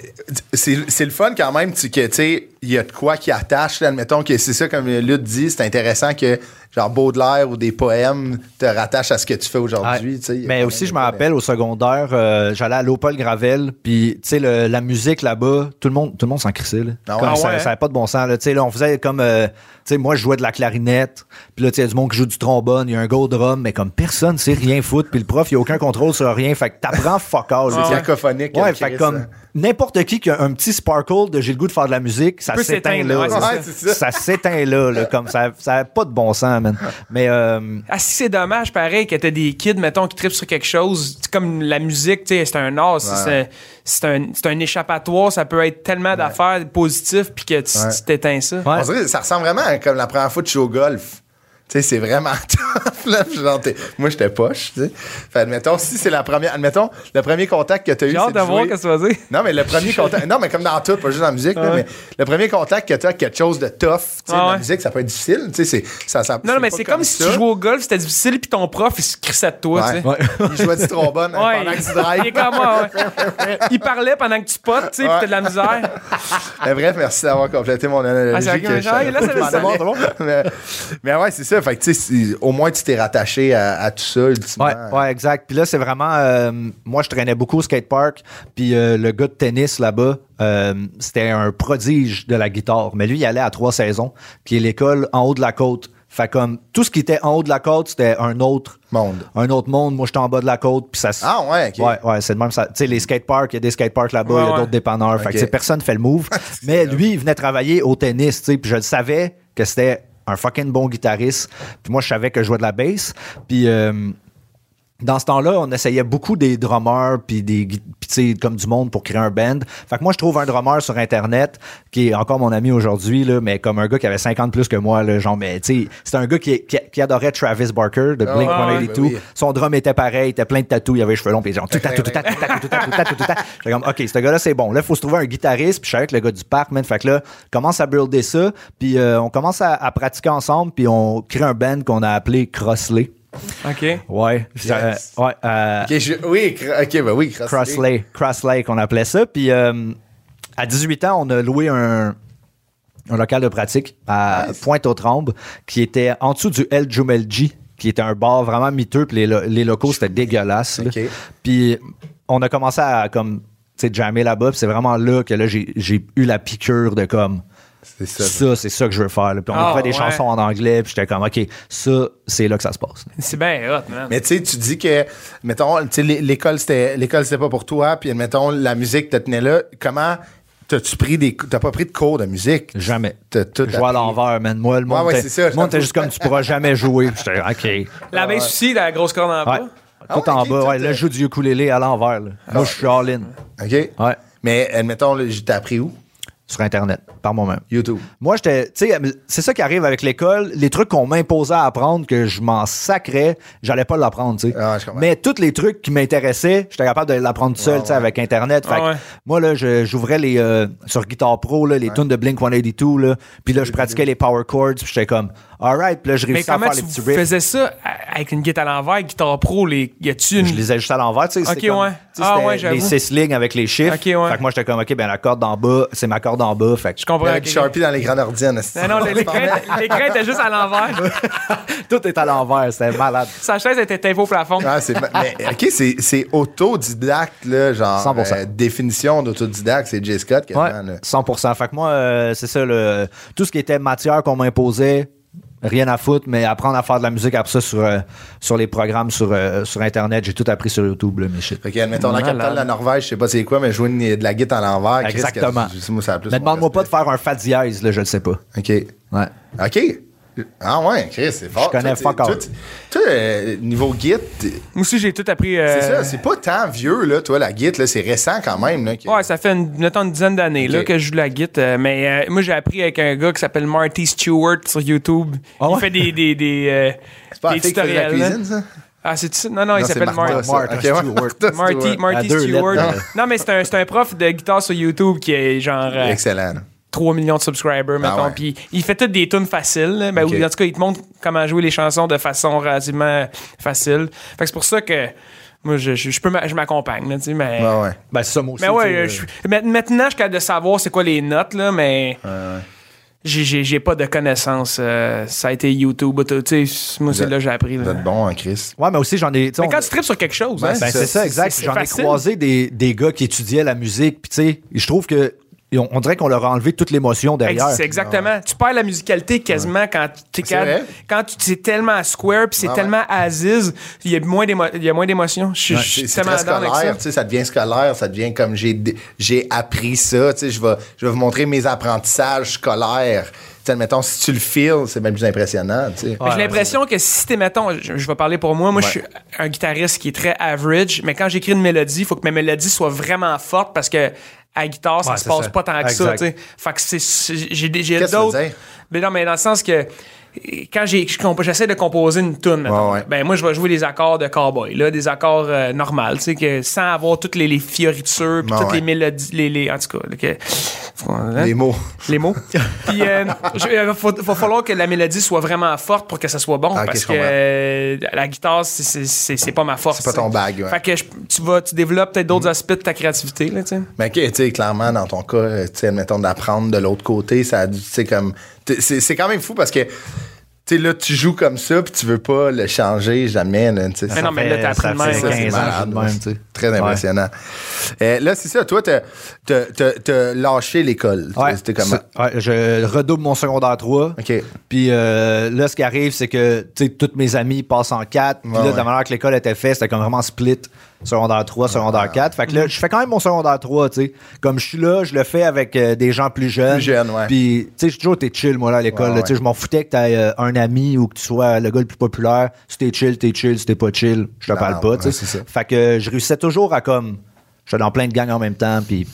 Speaker 1: c'est c'est le fun quand même tu, que, tu sais, il y a de quoi qui attache. là. admettons que c'est ça, comme Lutte dit, c'est intéressant que, genre, Baudelaire ou des poèmes te rattachent à ce que tu fais aujourd'hui. tu sais. euh, Il y a
Speaker 4: Mais
Speaker 1: quand
Speaker 4: aussi,
Speaker 1: même
Speaker 4: je
Speaker 1: des
Speaker 4: me
Speaker 1: poèmes.
Speaker 4: rappelle au secondaire, euh, j'allais à l'Opal Gravel, puis tu sais, le- la musique là-bas, tout le monde, tout le monde s'en crissait. Là.
Speaker 1: Ah ouais?
Speaker 4: Comme
Speaker 1: Ah
Speaker 4: ça
Speaker 2: ouais,
Speaker 4: n'avait pas de bon sens. Là. Tu sais, là, on faisait comme, euh, tu sais, moi, je jouais de la clarinette, puis là, tu sais, il y a du monde qui joue du trombone, il y a un go drum, mais comme personne sait rien foutre, puis le prof, il n'y a aucun contrôle sur rien, fait que t'apprends fuck all. là.
Speaker 1: C'est cacophonique.
Speaker 4: Ouais,
Speaker 1: le
Speaker 4: fait
Speaker 1: Chris,
Speaker 4: que comme
Speaker 1: hein.
Speaker 4: n'importe qui qui a un petit sparkle de j'ai le goût de faire de la musique, ça
Speaker 2: peut
Speaker 4: s'éteint
Speaker 2: s'éteindre,
Speaker 4: là.
Speaker 2: ouais,
Speaker 4: là.
Speaker 1: c'est ça.
Speaker 4: ça s'éteint là, là, comme ça, ça a pas de bon sens, man. Mais euh,
Speaker 2: Ah, si c'est dommage, pareil, que t'as des kids, mettons, qui tripent sur quelque chose, tu sais, comme la musique, tu sais, c'est un art, c'est- c'est c'est un, c'est un échappatoire, ça peut être tellement d'affaires positives, puis que tu
Speaker 1: Ouais.
Speaker 2: tu t'éteins ça.
Speaker 4: Ouais.
Speaker 1: On dirait que ça ressemble vraiment à comme la première fois que je suis au golf. Tu sais, c'est vraiment tough. Là, Puis genre, t'es- moi, j'étais poche. tu sais. Fait, admettons, si c'est la première. Admettons, le premier contact que tu as eu.
Speaker 2: J'ai
Speaker 1: c'est
Speaker 2: hâte
Speaker 1: de
Speaker 2: de voir
Speaker 1: jouer-
Speaker 2: qu'est-ce que ça va dire.
Speaker 1: Non, mais le premier contact. Non, mais comme dans tout, pas juste dans la musique, là, mais le premier contact que tu as avec quelque chose de tough, tu sais,
Speaker 2: Ah ouais.
Speaker 1: la musique, ça peut être difficile. Tu sais, c'est- ça, ça,
Speaker 2: Non, non, mais
Speaker 1: pas
Speaker 2: c'est comme, si
Speaker 1: ça.
Speaker 2: tu jouais au golf, c'était difficile, puis ton prof, il se crissait de toi,
Speaker 1: Ouais.
Speaker 2: tu sais. Ouais.
Speaker 1: Il jouait du trombone hein, pendant que tu
Speaker 2: il est
Speaker 1: drives.
Speaker 2: comme moi, ouais. Il parlait pendant que tu potes, tu sais, puis
Speaker 1: Ouais.
Speaker 2: t'as de la misère.
Speaker 1: Mais bref, merci d'avoir complété mon analogie.
Speaker 2: Ah, c'est ok,
Speaker 1: que je
Speaker 2: genre,
Speaker 1: savais
Speaker 2: là,
Speaker 1: pas
Speaker 2: ça
Speaker 1: que je
Speaker 2: le
Speaker 1: m'en allais. mais, mais ouais, c'est ça. Fait que, tu sais, c'est- au moins, tu t'es rattaché à, à tout ça, ultimement.
Speaker 4: ouais, ouais, exact. Puis là, c'est vraiment, euh, moi, je traînais beaucoup au skatepark, puis euh, le gars de tennis là-bas, euh, c'était un prodige de la guitare. Mais lui, il allait à trois saisons, puis l'école en haut de la côte. Fait comme tout ce qui était en haut de la côte, c'était un autre
Speaker 1: Monde.
Speaker 4: Un autre monde. Moi, j'étais en bas de la côte, puis ça. se-
Speaker 1: Ah, ouais, ok.
Speaker 4: Ouais, ouais, c'est de même ça. Tu sais, les skateparks, il y a des skateparks là-bas, il
Speaker 2: Ouais,
Speaker 4: y a
Speaker 2: ouais.
Speaker 4: d'autres dépanneurs. Fait
Speaker 1: Ok.
Speaker 4: que,
Speaker 1: Ah,
Speaker 4: tu sais, personne fait le move. mais lui, il venait travailler au tennis, tu sais, puis je le savais que c'était un fucking bon guitariste. Puis moi, je savais que je jouais de la bass. Puis euh, dans ce temps-là, on essayait beaucoup des drummers puis des gui- puis, tu sais, comme du monde pour créer un band. Fait que moi, je trouve un drummer sur Internet qui est encore mon ami aujourd'hui, là, mais comme un gars qui avait 50 plus que moi, là, genre, mais tu sais, c'était un gars qui, qui- qui adorait Travis Barker de Blink
Speaker 2: ouais,
Speaker 4: 182.
Speaker 1: ben oui.
Speaker 4: Son drum était pareil, il était plein de tatous, il avait les cheveux longs, puis genre, tout tatou, tout tatou, tout tatou, tout tatou, tout tatou, tout tatou. J'étais comme, OK, ce gars-là, c'est bon. Là, il faut se trouver un guitariste, puis je savais que le gars du parc, man. Fait que là, commence à builder ça, puis euh, on commence à, à pratiquer ensemble, puis on crée un band qu'on a appelé Crossley.
Speaker 2: OK.
Speaker 4: Ouais.
Speaker 1: Yes.
Speaker 4: Euh, ouais. euh,
Speaker 1: Ok, je- oui, cr- ok, ben oui, Crossley.
Speaker 4: Crossley. Crossley, qu'on appelait ça. Puis euh, à 18 ans, on a loué un, un local de pratique à
Speaker 1: Nice.
Speaker 4: Pointe-aux-Trembles qui était en dessous du El Jumelji, qui était un bar vraiment miteux. Puis les, lo- les locaux, c'était dégueulasse. là.
Speaker 1: Ok.
Speaker 4: Puis on a commencé à comme, tu sais, jammer là-bas. Puis c'est vraiment là que là, j'ai j'ai eu la piqûre de comme.
Speaker 1: C'est ça.
Speaker 4: Ça, c'est ça que je veux faire. là. Puis on
Speaker 2: Ah,
Speaker 4: écrivait des
Speaker 2: ouais.
Speaker 4: chansons en anglais, puis j'étais comme, OK, ça, c'est là que ça se passe.
Speaker 2: C'est bien hot, man.
Speaker 1: Mais tu sais, tu dis que, mettons, tu sais, l'é- l'école, c'était, l'école, c'était pas pour toi, puis mettons, la musique te tenait là. Comment t'as-tu pris des, t'as pas pris de cours de musique?
Speaker 4: Jamais.
Speaker 1: T'as tout
Speaker 4: Je vois à
Speaker 1: appris.
Speaker 4: l'envers, man. Moi, le
Speaker 1: Ouais,
Speaker 4: monde
Speaker 1: ouais,
Speaker 4: était-
Speaker 1: c'est ça,
Speaker 4: le monde
Speaker 1: j'avoue.
Speaker 4: était juste comme, tu pourras jamais jouer. Puis J'étais, OK.
Speaker 2: La baisse aussi, la grosse corde en
Speaker 4: Ouais.
Speaker 2: bas.
Speaker 1: Ah
Speaker 4: Tout
Speaker 1: ouais,
Speaker 4: en
Speaker 1: ok,
Speaker 4: bas,
Speaker 1: tout,
Speaker 4: ouais. Là,
Speaker 1: euh, Ah.
Speaker 4: je joue du ukulélé à l'envers. là. Moi, je suis all-in.
Speaker 1: OK?
Speaker 4: Ouais.
Speaker 1: Mais, admettons, là, t'as appris où?
Speaker 4: Sur Internet, par moi-même.
Speaker 1: YouTube.
Speaker 4: Moi, j'étais. Tu sais, c'est ça qui arrive avec l'école. Les trucs qu'on m'imposait à apprendre, que je m'en sacrais, j'allais pas l'apprendre, tu sais.
Speaker 1: Ah, je comprends.
Speaker 4: Mais tous les trucs qui m'intéressaient, j'étais capable de l'apprendre tout seul, tu sais, avec Internet. Fait
Speaker 2: Ah,
Speaker 4: que
Speaker 2: ouais.
Speaker 4: moi, là, je- j'ouvrais les. euh, sur Guitar Pro, là, les tunes de Blink 182, là. Puis là, je pratiquais les power chords, puis j'étais comme, alright, puis là, je
Speaker 2: Mais
Speaker 4: réussissais à
Speaker 2: comment
Speaker 4: faire
Speaker 2: tu
Speaker 4: les petits riffs.
Speaker 2: faisais ça à- avec une guitare à l'envers, guitare pro, les... y a-tu une.
Speaker 4: Je les ai juste à l'envers, tu
Speaker 2: Ok,
Speaker 4: sais. c'était comme-
Speaker 2: ouais.
Speaker 4: tu sais,
Speaker 2: Ah,
Speaker 4: c'était
Speaker 2: ouais, j'avoue.
Speaker 4: Les six lignes avec les chiffres.
Speaker 2: Ok, ouais.
Speaker 4: Fait que moi, j'étais comme, OK, ben la corde en bas, c'est ma corde en bas. Fait que
Speaker 2: Je comprends.
Speaker 1: Avec
Speaker 2: ok, ok.
Speaker 1: Sharpie dans les grandes ordines.
Speaker 2: Non, non, l'écran l'écran était juste à l'envers.
Speaker 4: Tout est à l'envers, c'était malade.
Speaker 2: Sa chaise était tapée au plafond.
Speaker 1: Ah, c'est, mais, OK, c'est, c'est autodidacte, là, genre.
Speaker 4: 100%.
Speaker 1: euh, définition d'autodidacte, c'est J. Scott, quasiment,
Speaker 4: Ouais,
Speaker 1: là.
Speaker 4: 100%. Fait que moi, euh, c'est ça, le, tout ce qui était matière qu'on m'imposait, rien à foutre, mais apprendre à faire de la musique après ça sur, euh, sur les programmes, sur, euh, sur Internet, j'ai tout appris sur YouTube, là, mes shit.
Speaker 1: Fait que, admettons, la
Speaker 2: Malade.
Speaker 1: capitale de la Norvège, je sais pas c'est quoi, mais jouer une- de la guitare à l'envers. Chris,
Speaker 4: Exactement.
Speaker 1: que- moi, ça a plus
Speaker 4: Mais
Speaker 1: mon
Speaker 4: demande-moi pas de faire un fat dièse, là, je le sais pas.
Speaker 1: respect. OK.
Speaker 4: Ouais.
Speaker 1: OK. Ah ouais, Chris, c'est fort.
Speaker 4: Je connais
Speaker 1: Toi,
Speaker 4: fuck
Speaker 1: t'es-
Speaker 4: all.
Speaker 1: toi, t'es- toi, euh, niveau git, t'es-
Speaker 2: Moi aussi, j'ai tout appris. euh,
Speaker 1: c'est ça, c'est pas tant vieux, là, toi, la git, là, c'est récent quand même. Là, que-
Speaker 2: Ouais, ça fait une, mettons, une dizaine d'années là,
Speaker 1: Ok.
Speaker 2: que je joue de la guitare. euh, mais euh, moi, j'ai appris avec un gars qui s'appelle Marty Stewart sur YouTube.
Speaker 4: Ah ouais?
Speaker 2: Il fait des, des, des, euh,
Speaker 1: c'est pas
Speaker 2: des
Speaker 1: la fille qui faisait la
Speaker 2: tutoriels. là.
Speaker 1: cuisine, ça?
Speaker 2: Ah, c'est ça? Non, non, il
Speaker 1: Non, c'est
Speaker 2: s'appelle
Speaker 1: Martha,
Speaker 2: Marty.
Speaker 1: ça.
Speaker 4: Martha
Speaker 1: Ok, ouais,
Speaker 4: Stewart.
Speaker 1: Martha
Speaker 2: Marty,
Speaker 1: Stewart.
Speaker 2: Marty
Speaker 4: deux
Speaker 2: Stewart.
Speaker 1: euh.
Speaker 4: lettres,
Speaker 2: Non, mais c'est un, c'est un prof de guitare sur YouTube qui est genre euh,
Speaker 1: Excellent. là.
Speaker 2: 3 millions de subscribers, mettons.
Speaker 1: Ah ouais.
Speaker 2: Puis il fait toutes des tunes faciles. là. Ben,
Speaker 1: Ok.
Speaker 2: ou en tout cas, il te montre comment jouer les chansons de façon relativement facile. Fait que c'est pour ça que moi, je, je, je peux m'a- je m'accompagne. là, tu sais, mais,
Speaker 1: Ouais, ouais.
Speaker 4: Ben, c'est ça, moi aussi.
Speaker 2: mais
Speaker 4: tu
Speaker 2: ouais,
Speaker 4: sais,
Speaker 2: euh, je suis- ma- maintenant, je suis capable de savoir c'est quoi les notes, là, mais. j'ai- J'ai j'ai pas de connaissances. euh, ça a été YouTube. tout- tu sais, Moi, c'est
Speaker 1: Vous
Speaker 2: là que j'ai appris. là.
Speaker 1: Vous êtes bon, hein, Chris.
Speaker 4: Ouais, mais aussi, j'en ai. tu sais,
Speaker 2: Mais
Speaker 4: on-
Speaker 2: quand tu tripes sur quelque chose, hein,
Speaker 4: Ben, c'est ça, exact.
Speaker 2: c'est
Speaker 4: J'en ai
Speaker 2: facile.
Speaker 4: croisé des, des gars qui étudiaient la musique, puis tu sais, je trouve que on, on dirait qu'on leur a enlevé toute l'émotion derrière.
Speaker 2: Ex- Exactement. Tu perds la musicalité quasiment quand tu t'es
Speaker 1: Ah C'est
Speaker 2: calme.
Speaker 1: vrai.
Speaker 2: Quand tu c'est tellement square puis c'est
Speaker 1: Ah ouais.
Speaker 2: tellement aziz, il y a moins d'émo- il y a moins d'émotion. Je suis- je suis
Speaker 1: C'est c'est
Speaker 2: tellement
Speaker 1: très
Speaker 2: d'accord avec ça.
Speaker 1: scolaire, tu sais, ça devient scolaire, ça devient comme j'ai dé- j'ai appris ça, tu sais, je vais je vais vous montrer mes apprentissages scolaires. Tu sais, admettons, si tu le files, c'est même plus impressionnant, tu sais.
Speaker 2: Mais J'ai l'impression que si t'es, mettons, je, je vais parler pour moi, moi je suis un guitariste qui est très average, mais quand j'écris une mélodie, il faut que ma mélodie soit vraiment forte parce que à la guitare, ça
Speaker 4: Ouais,
Speaker 2: se
Speaker 4: c'est
Speaker 2: passe
Speaker 4: ça.
Speaker 2: pas tant que ça.
Speaker 4: Exact.
Speaker 2: tu sais. Fait que c'est- c'est. J'ai des- j'ai
Speaker 1: Qu'est-ce que
Speaker 2: d'autres.
Speaker 1: ça veut dire?
Speaker 2: Mais non, mais dans le sens que. euh, Quand j'ai- je compo- j'essaie de composer une tune, mettons,
Speaker 1: Ouais, ouais.
Speaker 2: ben moi je vais jouer des accords de cowboy, là, des accords euh, normaux, tu sais, que sans avoir toutes les, les fioritures, puis
Speaker 1: Ouais,
Speaker 2: toutes
Speaker 1: ouais.
Speaker 2: les mélodies, les, les- en tout cas, là, que- Hein?
Speaker 1: Les mots.
Speaker 2: les mots. Puis euh, je- euh, faut, faut falloir que la mélodie soit vraiment forte pour que ça soit bon
Speaker 1: Ah, ok,
Speaker 2: parce
Speaker 1: je
Speaker 2: que
Speaker 1: comprends.
Speaker 2: euh, la guitare c'est- c'est c'est- c'est pas ma force.
Speaker 1: C'est pas ton
Speaker 2: tu sais.
Speaker 1: bag, ouais. Mm.
Speaker 2: Fait que je- tu vas tu développes peut-être d'autres aspects de ta créativité là, tu sais.
Speaker 1: Mais que, tu sais, clairement, dans ton cas, euh, tu sais, admettons, d'apprendre de l'autre côté, ça a dû, tu sais, comme. t'es- C'est c'est quand même fou parce que, tu sais, là, tu joues comme ça, puis tu veux pas le changer jamais, là, tu sais.
Speaker 2: Mais non, mais là t'as appris
Speaker 4: ça
Speaker 2: de même.
Speaker 4: fait
Speaker 1: Ça, c'est
Speaker 4: 15 ans,
Speaker 1: malade,
Speaker 4: je joue de même,
Speaker 1: là.
Speaker 4: tu sais.
Speaker 1: Très impressionnant. Euh, là, c'est ça. Toi, t'as- t'as t'as- t'as lâché l'école.
Speaker 4: Ouais,
Speaker 1: C'était comme.
Speaker 4: c'est- ouais, je redouble mon secondaire 3.
Speaker 1: OK.
Speaker 4: Puis euh, là, ce qui arrive, c'est que tu sais, toutes mes amis passent en 4. Puis
Speaker 1: Ouais,
Speaker 4: là, de
Speaker 1: ouais.
Speaker 4: la manière que l'école était faite, c'était comme vraiment split secondaire 3,
Speaker 1: Ah.
Speaker 4: secondaire 4. Fait que là, je fais quand même mon secondaire 3, tu sais. Comme je suis là, je le fais avec euh, des gens plus jeunes.
Speaker 1: Plus jeunes, ouais.
Speaker 4: Puis, tu sais, j'ai toujours été chill, moi, là, à l'école.
Speaker 1: Ouais,
Speaker 4: là, tu sais,
Speaker 1: ouais.
Speaker 4: Je m'en foutais que t'aies euh, un ami ou que tu sois le gars le plus populaire. Si t'es chill, t'es chill. Si t'es pas chill, je te parle
Speaker 1: ouais,
Speaker 4: pas, tu
Speaker 1: c'est ça.
Speaker 4: sais. Fait que euh, je réussissais toujours à comme. J'étais dans plein de gangs en même temps, puis.